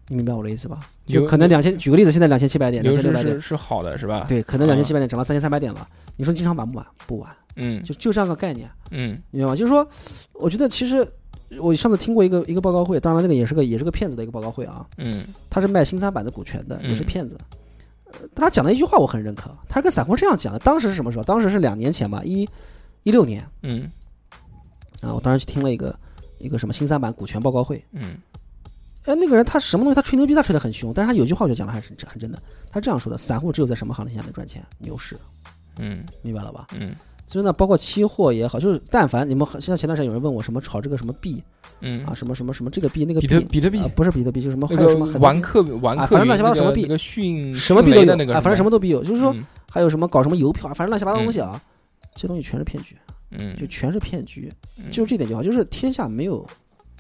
S3: 你明白我的意思吧？
S2: 牛
S3: 就可能两千，举个例子，现在两千七百点，两
S2: 牛
S3: 千
S2: 市
S3: 六百
S2: 是
S3: 点，
S2: 是好的，是吧？，
S3: 对，可
S2: 啊
S3: 能两千七百点涨到三千三百点了。你说经常晚不晚？不晚，
S2: 嗯
S3: 就就这样个概念，啊
S2: 嗯
S3: 明白吗？就是说，我觉得其实我上次听过一个一个报告会，当然那个也是个也是个骗子的一个报告会啊，
S2: 嗯
S3: 他是卖新三板的股权的，
S2: 嗯
S3: 也是骗子。呃但他讲的一句话我很认可，他是跟散户这样讲的。当时是什么时候？当时是两年前吧，一一六年
S2: 嗯
S3: 啊，我当时去听了一个一个什么新三板股权报告会。
S2: 嗯
S3: 哎，那个人他什么东西？他吹牛逼，他吹得很凶，但是他有句话我觉得讲的还是很真的。他这样说的：散户只有在什么行情下能赚钱？牛市，
S2: 嗯
S3: 明白了吧？
S2: 嗯
S3: 所以呢，包括期货也好，就是但凡你们很像前段时间有人问我什么炒这个什么币
S2: 嗯
S3: 啊，，什么什么什么这个币那个
S2: 比特比特币
S3: 啊，不是比特币，就是什么
S2: 那
S3: 还有
S2: 个
S3: 什么很多
S2: 玩客玩
S3: 啊
S2: 客
S3: 反正
S2: 云
S3: 乱七八糟
S2: 那
S3: 什么
S2: 个
S3: 币
S2: 那个迅
S3: 什么币都
S2: 迅雷
S3: 有
S2: 的那个
S3: 啊，反正什
S2: 么，
S3: 么都币有，就是说
S2: 嗯
S3: 还有什么搞什么邮票啊，反正乱七八糟东西啊，这东西全是骗局，
S2: 嗯
S3: 就全是骗局，
S2: 嗯
S3: 就是这点就好，就是天下没有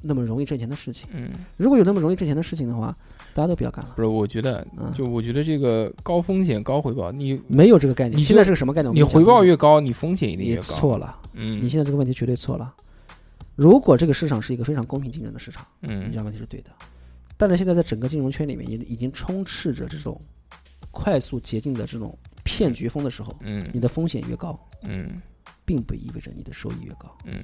S3: 那么容易挣钱的事情。
S2: 嗯，
S3: 如果有那么容易挣钱的事情的话，大家都不要干了。
S2: 不是，我觉得
S3: 嗯
S2: 就我觉得这个高风险高回报，你
S3: 没有这个概念，
S2: 嗯你
S3: 现在是个什么概念？我跟
S2: 你
S3: 讲
S2: 回报越高，你风险一定
S3: 你
S2: 越高。
S3: 错了，
S2: 嗯
S3: 你现在这个问题绝对错了。如果这个市场是一个非常公平竞争的市场，你这
S2: 嗯
S3: 样问题是对的。但是现在在整个金融圈里面，已已经充斥着这种快速捷径的这种骗局风的时候，
S2: 嗯
S3: 你的风险越高，
S2: 嗯
S3: 并不意味着你的收益越高。
S2: 嗯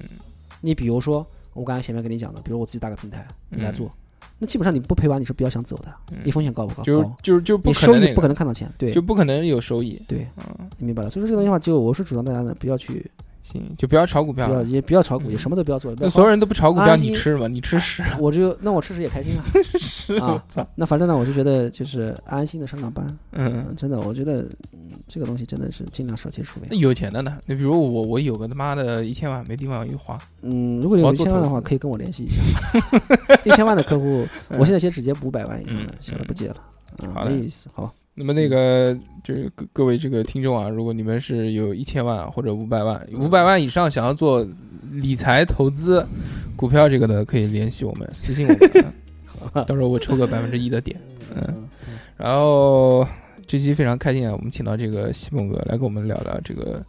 S3: 你比如说，我刚才前面跟你讲的，比如我自己搭个平台，你来
S2: 嗯
S3: 做，那基本上你不赔完，你是不要想走的，你风险高不高？
S2: 就是
S3: 高，
S2: 就是就
S3: 你
S2: 不可
S3: 收
S2: 能
S3: 益
S2: 那
S3: 不可
S2: 个，
S3: 能看到钱，对
S2: 就，不可能有收益。
S3: 对
S2: 嗯，
S3: 你明白了。所以说这个东西的话，就我是主张大家呢，不要去，
S2: 行，就不要炒股
S3: 不
S2: 票
S3: 要
S2: 了。
S3: 也不要炒股，
S2: 嗯
S3: 也什么都 不要做，也不
S2: 那
S3: 要
S2: 所有人都不炒股
S3: 阿
S2: 票，
S3: 姨
S2: 你吃什么？你吃 屎！
S3: 我就那我吃屎也开心啊。
S2: 吃
S3: 啊
S2: 我操！
S3: 那反正呢，我就觉得就是安心的上上班，
S2: 嗯，
S3: 嗯，真的，我觉得、嗯这个东西真的是尽量少接触为
S2: 那
S3: 妙。
S2: 有钱的呢？那比如我，我有个他妈的一千万没地方一花，
S3: 嗯，如果你
S2: 我要
S3: 有一
S2: 做
S3: 千万的
S2: 投
S3: 话，
S2: 资
S3: 可以跟我联 系一下。一千万的客户，我现在先只接五百万以上的
S2: 嗯，
S3: 小的不接了，嗯，
S2: 好嘞
S3: 没有意思，好吧？
S2: 那么那个就是各各位这个听众啊，如果你们是有一千万或者五百万、五百万以上想要做理财投资、股票这个的，可以联系我们，私信我们 啊，到时候我抽个百分之一的 点。嗯，然后这期非常开心啊，我们请到这个西蒙哥来跟我们聊聊这个。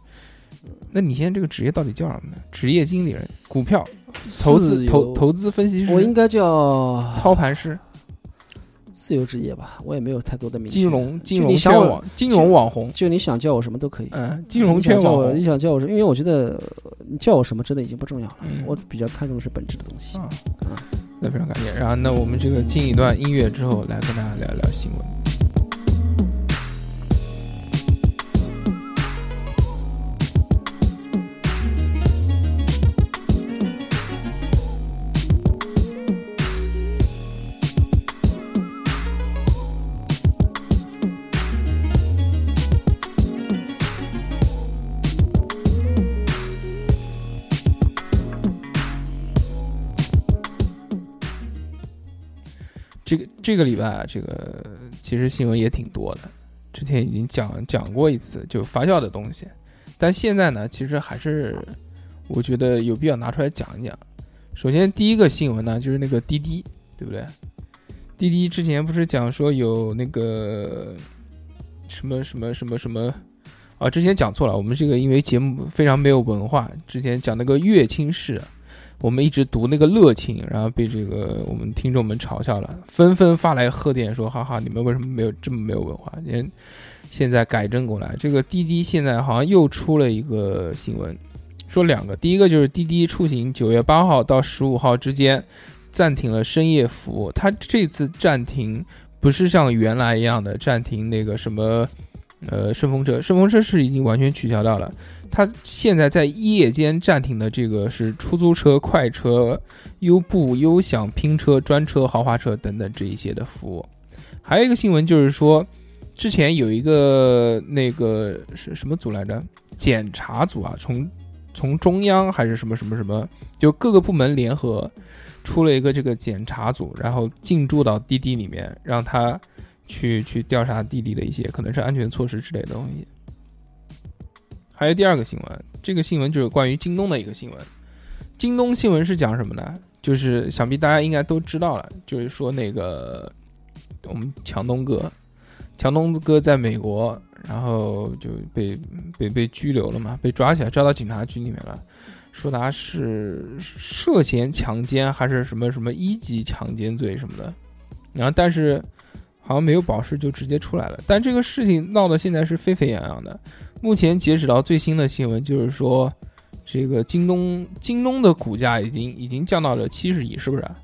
S2: 那你现在这个职业到底叫什么呢？职业经理人、股票投
S3: 自
S2: 资、
S3: 由
S2: 投投资分析
S3: 我应
S2: 师、
S3: 该叫
S2: 操盘师、
S3: 自由职业吧，我也没有太多的名气。
S2: 金融金
S3: 就
S2: 融
S3: 你
S2: 圈
S3: 想我
S2: 网、金融网红，
S3: 就你想叫我什么都可以，
S2: 嗯，金融圈
S3: 你想叫
S2: 网
S3: 我，
S2: 红
S3: 你。想叫我什么？因为我觉得呃你叫我什么真的已经不重要了，
S2: 嗯
S3: 我比较看重的是本质的东西。
S2: 啊，那非常感谢。然后，那我们这个进一段音乐之后，来跟大家聊聊新闻。这个这个礼拜啊，这个其实新闻也挺多的，之前已经讲讲过一次，就发酵的东西。但现在呢，其实还是我觉得有必要拿出来讲一讲。首先，第一个新闻呢，就是那个滴滴，对不对？滴滴之前不是讲说有那个什么什么什么什么啊？之前讲错了，我们这个因为节目非常没有文化，之前讲那个乐清啊市，我们一直读那个乐清，然后被这个我们听众们嘲笑了，纷纷发来贺电说：“哈哈，你们为什么没有这么没有文化？”人现在改正过来，这个滴滴现在好像又出了一个新闻，说两个，第一个就是滴滴出行九月八号到十五号之间暂停了深夜服务，它这次暂停不是像原来一样的暂停那个什么。呃，顺风车，顺风车是已经完全取消掉了。它现在在夜间暂停的这个是出租车、快车、优步、优享、拼车、专车、豪华车等等这一些的服务。还有一个新闻就是说，之前有一个那个是什么组来着？检查组啊，从从中央还是什么什么什么，就各个部门联合出了一个这个检查组，然后进驻到滴滴里面，让他去去调查滴滴的一些可能是安全措施之类的东西。还有第二个新闻，这个新闻就是关于京东的一个新闻。京东新闻是讲什么呢？就是想必大家应该都知道了，就是说那个我们强东哥，强东哥在美国，然后就被被被拘留了嘛，被抓起来，抓到警察局里面了，说他是涉嫌强奸还是什么什么一级强奸罪什么的，然后但是好像没有保释就直接出来了，但这个事情闹到现在是沸沸扬扬的，目前截止到最新的新闻就是说。这个京东京东的股价已经已经降到了七十亿，是不是啊？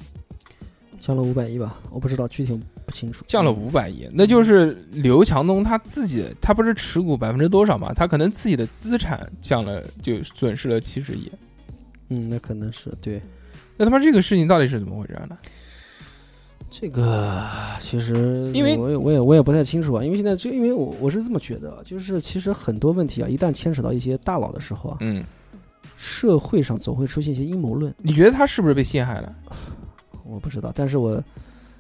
S3: 降了五百亿吧？我不知道具体不清楚。
S2: 降了五百亿，那就是刘强东他自己，他不是持股百分之多少嘛？他可能自己的资产降了，就损失了七十亿。
S3: 嗯，那可能是对
S2: 那他妈这个事情到底是怎么回事呢？
S3: 这个其实
S2: 因为
S3: 我也我也我也不太清楚啊，因为现在这因为我我是这么觉得啊，就是其实很多问题啊，一旦牵扯到一些大佬的时候啊，
S2: 嗯，
S3: 社会上总会出现一些阴谋论，
S2: 你觉得他是不是被陷害了？
S3: 我不知道，但是我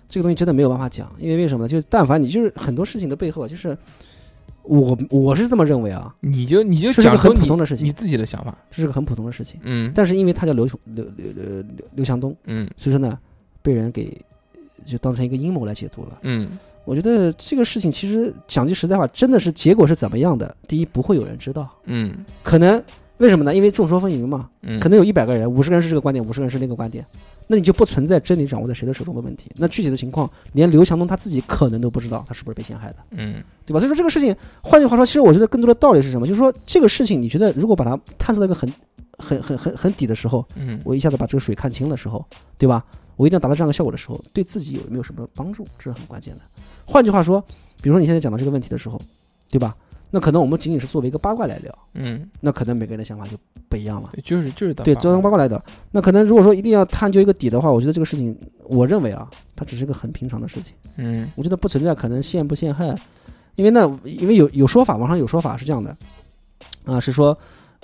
S3: 这个东西真的没有办法讲，因为为什么呢？就是但凡你就是很多事情的背后啊，就是我我是这么认为啊，
S2: 你就你就
S3: 这是
S2: 讲
S3: 个
S2: 出
S3: 很
S2: 你
S3: 普通的事
S2: 你
S3: 情，
S2: 自己的想法。
S3: 这是个很普通的事情，
S2: 嗯
S3: 但是因为他叫刘雄刘刘刘刘刘强东，
S2: 嗯
S3: 所以说呢，被人给就当成一个阴谋来解读了。
S2: 嗯，
S3: 我觉得这个事情其实讲句实在话，真的是结果是怎么样的，第一不会有人知道，
S2: 嗯
S3: 可能为什么呢？因为众说纷纭嘛，
S2: 嗯，
S3: 可能有一百个人，五十个人是这个观点，五十个人是那个观点，那你就不存在真理掌握在谁的手中的问题。那具体的情况，连刘强东他自己可能都不知道他是不是被陷害的，
S2: 嗯
S3: 对吧？所以说这个事情，换句话说，其实我觉得更多的道理是什么？就是说这个事情，你觉得如果把它探测到一个很、很、很、很、很底的时候，
S2: 嗯
S3: 我一下子把这个水看清的时候，对吧？我一定要达到这样的效果的时候，对自己有没有什么帮助，这是很关键的。换句话说，比如说你现在讲到这个问题的时候，对吧？那可能我们仅仅是作为一个八卦来聊，
S2: 嗯，
S3: 那可能每个人的想法就不一样了。
S2: 对就是就是当
S3: 对，
S2: 爸
S3: 作为八
S2: 爸
S3: 卦来聊，那可能如果说一定要探究一个底的话，我觉得这个事情，我认为啊，它只是一个很平常的事情，
S2: 嗯
S3: 我觉得不存在可能陷不陷害，因为那因为有有说法，网上有说法是这样的，啊，是说，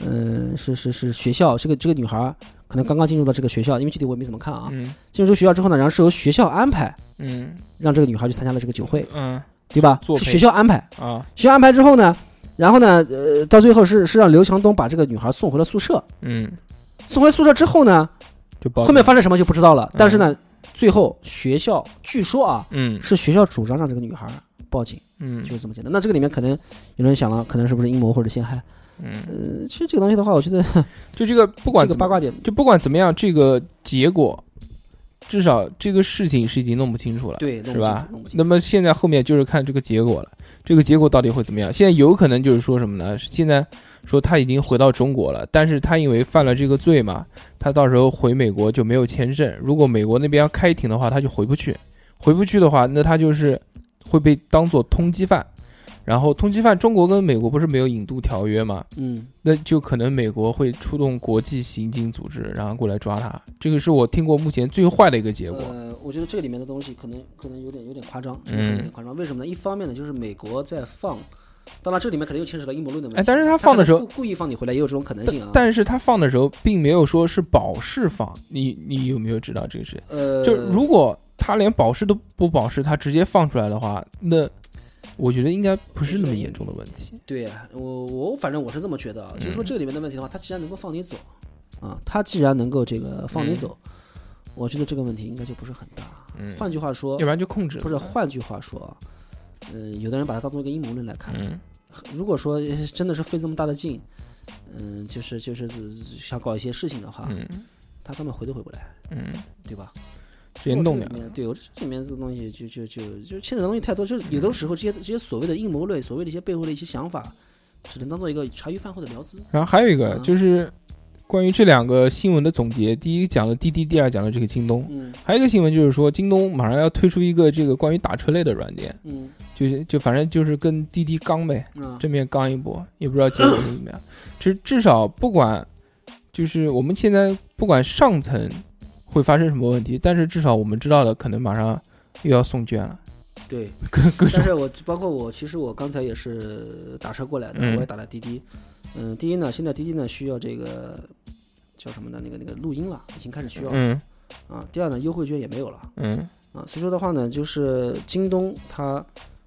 S3: 嗯、是是是学校这个这个女孩儿可能刚刚进入到这个学校，因为具体我也没怎么看啊，
S2: 嗯
S3: 进入这个学校之后呢，然后是由学校安排
S2: 嗯
S3: 让这个女孩去参加了这个酒会，
S2: 嗯
S3: 对吧？
S2: 作
S3: 是
S2: 陪
S3: 学校安排，
S2: 啊
S3: 学校安排之后呢，然后呢，呃，到最后是是让刘强东把这个女孩送回了宿舍，
S2: 嗯，
S3: 送回宿舍之后呢，
S2: 就报
S3: 后面
S2: 警
S3: 发生什么就不知道了。但是呢，最后学校据说啊，
S2: 嗯
S3: 是学校主张让这个女孩报警，
S2: 嗯
S3: 就是这么简单。那这个里面可能有人想了，可能是不是阴谋或者陷害？
S2: 嗯，
S3: 呃，其实这个东西的话，我觉得
S2: 就这个不管
S3: 这
S2: 怎
S3: 个
S2: 么
S3: 八卦点，
S2: 就不管怎么样，这个结果至少这个事情是已经弄不清楚了，
S3: 对，
S2: 是吧
S3: 弄不清楚弄不？清楚
S2: 那么现在后面就是看这个结果了，这个结果到底会怎么样？现在有可能就是说什么呢？现在说他已经回到中国了，但是他因为犯了这个罪嘛，他到时候回美国就没有签证。如果美国那边要开庭的话，他就回不去，回不去的话，那他就是会被当做通缉犯。然后通缉犯，中国跟美国不是没有引渡条约嘛？
S3: 嗯，
S2: 那就可能美国会出动国际刑警组织，然后过来抓他。这个是我听过目前最坏的一个结果。
S3: 呃，我觉得这里面的东西可能可能有点有点夸张，这个可能有
S2: 嗯
S3: 点夸张。为什么呢？一方面呢，就是美国在放，当然这里面肯定又牵扯到阴谋论的问题。
S2: 哎但是他放的时候
S3: 可能故故意放你回来也有这种可能
S2: 但
S3: 性啊。
S2: 但是他放的时候并没有说是保释放，你你有没有知道这个事？
S3: 呃，
S2: 就如果他连保释都不保释，他直接放出来的话，那我觉得应该不是那么严重的问题。
S3: 对我我反正我是这么觉得啊，就是说
S2: 嗯
S3: 这个里面的问题的话，他既然能够放你走，啊，他既然能够这个放你
S2: 嗯
S3: 走，我觉得这个问题应该就不是很大。
S2: 嗯
S3: 换句话说
S2: 要不，然就控制了。
S3: 或者换句话说啊，嗯、有的人把它当做一个阴谋论来看。
S2: 嗯
S3: 如果说呃真的是费这么大的劲，嗯、就是就是呃想搞一些事情的话，
S2: 嗯
S3: 他根本回都回不来，
S2: 嗯，
S3: 对吧？
S2: 直接弄掉
S3: 我这里。面对我这里面这东西就就就就牵扯的东西太多，
S2: 嗯
S3: 就是有的时候这些这些所谓的阴谋论，所谓的一些背后的一些想法，只能当做一个茶余饭后的聊资。
S2: 然后还有一个
S3: 嗯
S2: 就是关于这两个新闻的总结，第一讲了滴滴，第二讲了这个京东。
S3: 嗯
S2: 还有一个新闻就是说，京东马上要推出一个这个关于打车类的软件，
S3: 嗯
S2: 就是就反正就是跟滴滴刚呗，
S3: 啊，
S2: 正面刚一波，也不知道结果是怎么样。至至少不管，就是我们现在不管上层会发生什么问题，但是至少我们知道了，可能马上又要送券了，
S3: 对。
S2: 各各种
S3: 但 是我包括我，其实我刚才也是打车过来的，
S2: 嗯
S3: 我也打了滴滴。嗯，第一呢，现在滴滴呢需要这个叫什么呢？那个那个录音了，已经开始需要了、
S2: 嗯
S3: 啊。第二呢，优惠券也没有了
S2: 嗯
S3: 啊，所以说的话呢，就是京东它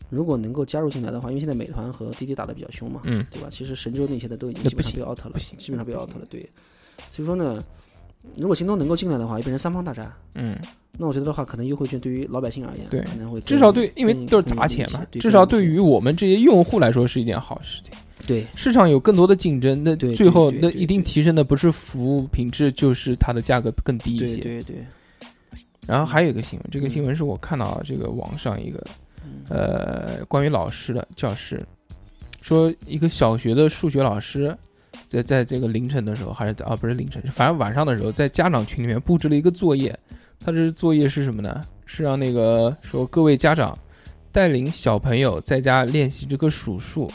S3: 如果能够加入进来的话，因为现在美团和滴滴打得比较凶嘛，
S2: 嗯，
S3: 对吧？其实神州那些的都已经
S2: 那
S3: 基
S2: 不
S3: 本上
S2: 行
S3: 被 out 了
S2: 不，行
S3: 基本上被
S2: 不
S3: out
S2: 行
S3: 了，对。所以说呢，如果京东能够进来的话，也变成三方大战。
S2: 嗯，
S3: 那我觉得的话，可能优惠券对于老百姓而言，
S2: 对
S3: 可能会
S2: 至少
S3: 更
S2: 对，因为
S3: 更
S2: 都是
S3: 更
S2: 砸钱嘛
S3: 更，对
S2: 至少对
S3: 更
S2: 于我们这些用户来说是一件好事情。
S3: 对
S2: 市场有更多的竞争，那
S3: 对对
S2: 最后
S3: 对
S2: 那
S3: 对
S2: 一定
S3: 对
S2: 提升的不是服务品质，就是它的价格更低一
S3: 对
S2: 些。
S3: 对对，
S2: 然后还有一个新闻，这个
S3: 嗯
S2: 新闻是我看到这个网上一个
S3: 嗯
S2: 呃关于老师的教师，说一个小学的数学老师。在在这个凌晨的时候，还是在啊不是凌晨，反正晚上的时候，在家长群里面布置了一个作业。他这作业是什么呢？是让那个说各位家长带领小朋友在家练习这个数数，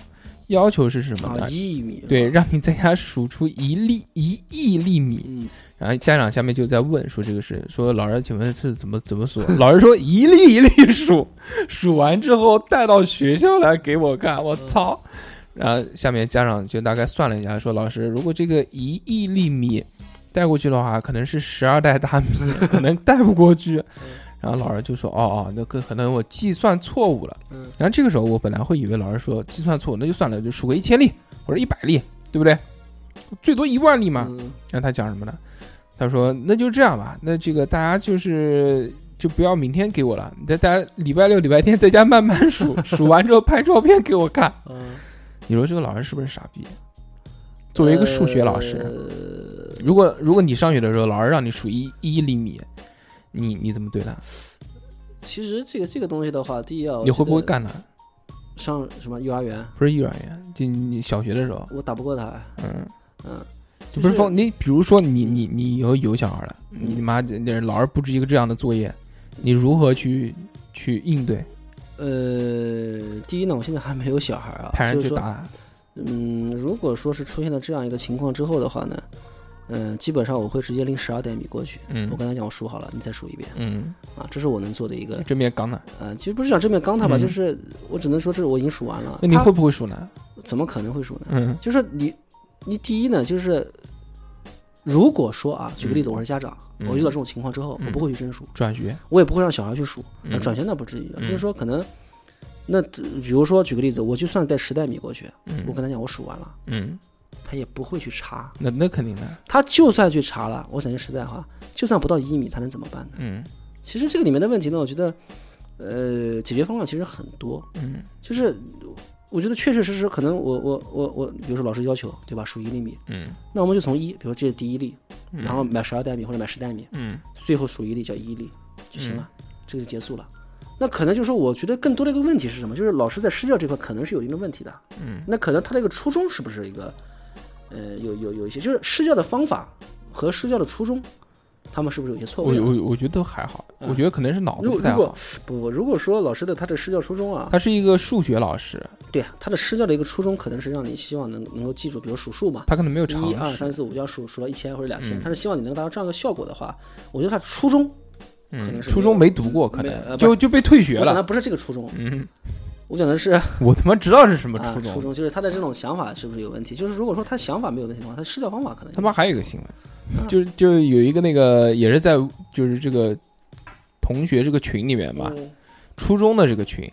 S2: 要求是什么呢
S3: 啊，？一米
S2: 对，，让你在家数出一粒一亿粒米。
S3: 嗯，
S2: 然后家长下面就在问说这个是说老师，请问是怎么怎么数？ 老师说一粒一粒数，数完之后带到学校来给我看。我操！然后下面家长就大概算了一下，说老师，如果这个一亿粒米带过去的话，可能是十二袋大米，可能带不过去。然后老师就说：“哦哦，那可可能我计算错误了。”
S3: 嗯
S2: 然后这个时候我本来会以为老师说计算错误，那就算了，就数个一千粒或者一百粒，对不对？最多一万粒嘛。
S3: 嗯
S2: 然后他讲什么呢？他说：“那就这样吧，那这个大家就是就不要明天给我了，你在大家礼拜六、礼拜天在家慢慢 数，数完之后拍照片给我看。
S3: 嗯，
S2: 你说这个老师是不是傻逼？作为一个数学老师，
S3: 呃
S2: 如果如果你上学的时候老师让你数一一厘米，你你怎么对他？
S3: 其实这个这个东西的话，第一啊，我
S2: 你会
S3: 记
S2: 不会
S3: 得
S2: 干他？
S3: 上什么幼儿园？
S2: 不是幼儿园，就你小学的时候，
S3: 我打不过他，
S2: 嗯，
S3: 嗯，
S2: 就不是
S3: 放
S2: 放你，比如说你你你以后有小孩了，你
S3: 嗯
S2: 妈这老是布置一个这样的作业，你如何去去应对？
S3: 呃，第一呢，我现在还没有小孩啊，
S2: 派人
S3: 就是
S2: 去
S3: 说
S2: 打
S3: 嗯，如果说是出现了这样一个情况之后的话呢，嗯，基本上我会直接拎十二袋米过去。
S2: 嗯
S3: 我跟他讲，我数好了，你再数一遍
S2: 嗯，
S3: 啊，这是我能做的一个，
S2: 正面刚的，
S3: 呃，其实不是讲正面刚他吧，
S2: 嗯
S3: 就是我只能说这是我已经数完了。
S2: 那你
S3: 他
S2: 会不会数呢？
S3: 怎么可能会数呢？
S2: 嗯
S3: 就是你，你第一呢，就是如果说啊，举个例子，
S2: 嗯
S3: 我是家长，
S2: 嗯
S3: 我遇到这种情况之后，
S2: 嗯
S3: 我不会去真数，
S2: 转学，
S3: 我也不会让小孩去数。
S2: 嗯
S3: 啊转学那不至于啊，
S2: 嗯
S3: 就是说可能，那呃比如说举个例子，我就算带十袋米过去，
S2: 嗯
S3: 我跟他讲我数完了，
S2: 嗯，
S3: 他也不会去查。
S2: 那那肯定的，
S3: 他就算去查了，我讲句实在话，就算不到一米，他能怎么办呢？
S2: 嗯
S3: 其实这个里面的问题呢，我觉得，呃，解决方案其实很多，
S2: 嗯
S3: 就是我觉得确确实实可能我我我我，比如说老师要求对吧，数一厘米，
S2: 嗯，
S3: 那我们就从一，比如这是第一例，
S2: 嗯
S3: 然后买十二袋米或者买十袋米，
S2: 嗯
S3: 最后数一例叫一例就行了，这个就结束了。那可能就是说，我觉得更多的一个问题是什么？就是老师在施教这块可能是有一定的问题的。
S2: 嗯，
S3: 那可能他的一个初衷是不是一个，呃，有有有一些就是施教的方法和施教的初衷，他们是不是有些错
S2: 我
S3: 误的？
S2: 我我觉得都还好，我觉得可能是脑子
S3: 啊嗯如
S2: 不
S3: 果
S2: 太
S3: 如
S2: 好
S3: 果。不，如果说老师的他的施教初衷啊，
S2: 他是一个数学老师，
S3: 对啊他的施教的一个初衷可能是让你希望能能够记住，比如数数嘛，
S2: 他可能没有常
S3: 一二三
S2: 识，
S3: 四五，就要数数到一千或者两千
S2: 嗯，
S3: 他是希望你能达到这样一个效果的话，我觉得他初衷可
S2: 嗯，
S3: 能是
S2: 初中没读过，可
S3: 没
S2: 能
S3: 呃
S2: 就就被退学
S3: 我讲的
S2: 了。
S3: 不是这个初衷，
S2: 嗯，
S3: 我讲的是
S2: 我他妈知道是什么
S3: 啊
S2: 初
S3: 初
S2: 中。
S3: 衷，就是他的这种想法是不是有问题？就是如果说他想法没有问题的话，他施教方法可能
S2: 他妈还有一个新闻，就就有一个那个也是在就是这个同学这个群里面嘛，
S3: 嗯
S2: 初中的这个群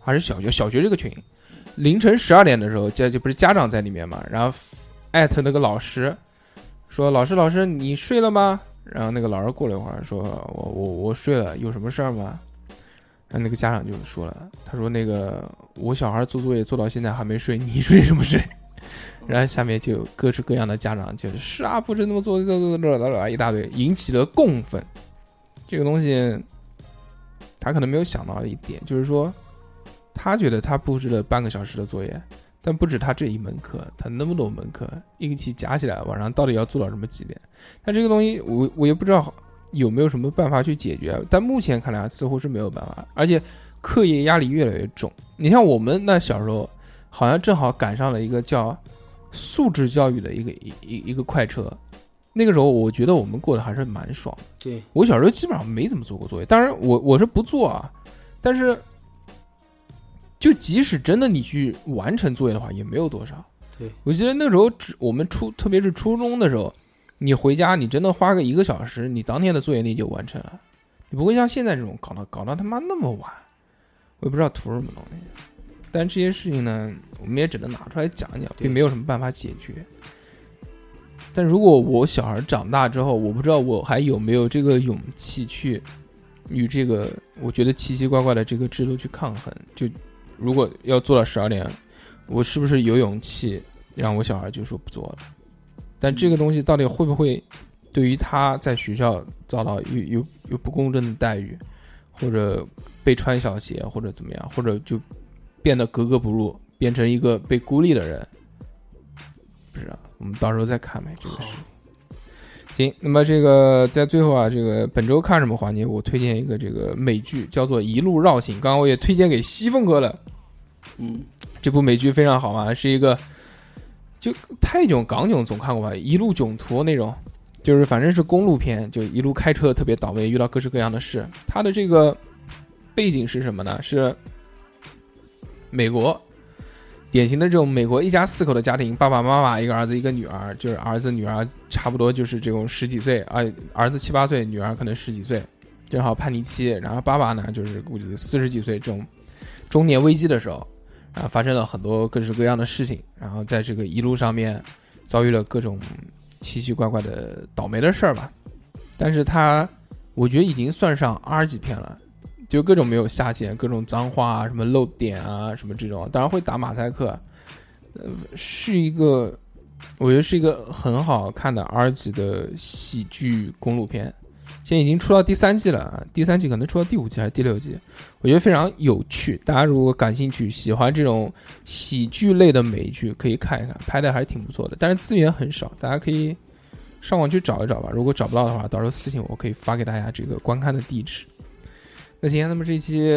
S2: 还是小学小学这个群，凌晨十二点的时候，家就不是家长在里面嘛，然后艾特那个老师，说老师老师你睡了吗？然后那个老师过了一会儿说，我我我睡了，有什么事儿吗？然后那个家长就说了，他说那个我小孩做作业做到现在还没睡，你睡什么睡？然后下面就有各式各样的家长就是是啊，不准那么做，做做做做一大堆，引起了共愤。这个东西，他可能没有想到一点，就是说，他觉得他布置了半个小时的作业，但不止他这一门课，他那么多门课一起加起来，晚上到底要做到什么级别？但这个东西我，我也不知道有没有什么办法去解决。但目前看来，似乎是没有办法，而且课业压力越来越重。你像我们那小时候，好像正好赶上了一个叫素质教育的一个一一一个快车。那个时候，我觉得我们过得还是蛮爽的。
S3: 对
S2: 我小时候基本上没怎么做过作业，当然我我是不做啊，但是就即使真的你去完成作业的话，也没有多少。
S3: 对
S4: 对，
S2: 我记得那时候只我们初，特别是初中的时候，你回家你真的花个一个小时，你当天的作业你就完成了，你不会像现在这种搞到搞到他妈那么晚，我也不知道图什么东西。但这些事情呢，我们也只能拿出来讲一讲，并没有什么办法解决。但如果我小孩长大之后，我不知道我还有没有这个勇气去与这个我觉得奇奇怪怪的这个制度去抗衡。就如果要做到十二点，我是不是有勇气让我小孩就说不做了？但这个东西到底会不会对于他在学校遭到有有有不公正的待遇，或者被穿小鞋，或者怎么样，或者就变得格格不入，变成一个被孤立的人？不知道，我们到时候再看呗，这个事情。行，那么这个在最后啊，这个本周看什么环节，我推荐一个这个美剧，叫做《一路绕行》。刚刚我也推荐给西凤哥了，
S3: 嗯，
S2: 这部美剧非常好玩，是一个就泰囧、港囧总看过吧，一路囧途那种，就是反正是公路片，就一路开车特别倒霉，遇到各式各样的事。它的这个背景是什么呢？是美国。典型的这种美国一家四口的家庭，爸爸妈妈一个儿子一个女儿，就是儿子女儿差不多就是这种十几岁，啊，儿子七八岁，女儿可能十几岁，正好叛逆期。然后爸爸呢，就是估计四十几岁这种中年危机的时候，啊，发生了很多各式各样的事情，然后在这个一路上面遭遇了各种奇奇怪怪的倒霉的事儿吧。但是他，我觉得已经算上 R 级片了。就各种没有下限，各种脏话啊，什么漏点啊，什么这种，当然会打马赛克，呃，是一个，我觉得是一个很好看的 R 级的喜剧公路片，现在已经出到第三季了，啊，第三季可能出到第五季还是第六季，我觉得非常有趣，大家如果感兴趣，喜欢这种喜剧类的美剧，可以看一看，拍的还是挺不错的，但是资源很少，大家可以上网去找一找吧，如果找不到的话，到时候私信我，我可以发给大家这个观看的地址。那行，那么这一期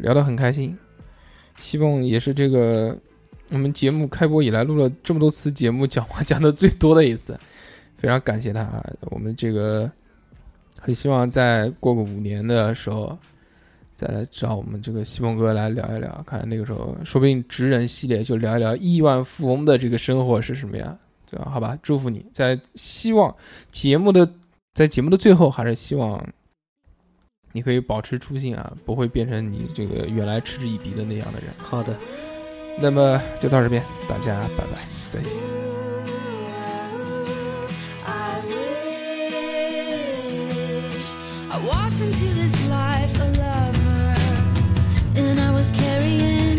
S2: 聊得很开心，西凤也是这个我们节目开播以来录了这么多次节目，讲话讲的最多的一次，非常感谢他啊。我们这个很希望再过个五年的时候，再来找我们这个西凤哥来聊一聊，看那个时候说不定职人系列就聊一聊亿万富翁的这个生活是什么样，对吧？好吧，祝福你，在希望节目的在节目的最后，还是希望。你可以保持初心啊，不会变成你这个原来嗤之以鼻的那样的人。
S4: 好的。
S2: 那么就到这边，大家拜拜，再见。
S5: I wish I walked into this life a lover, and I was carrying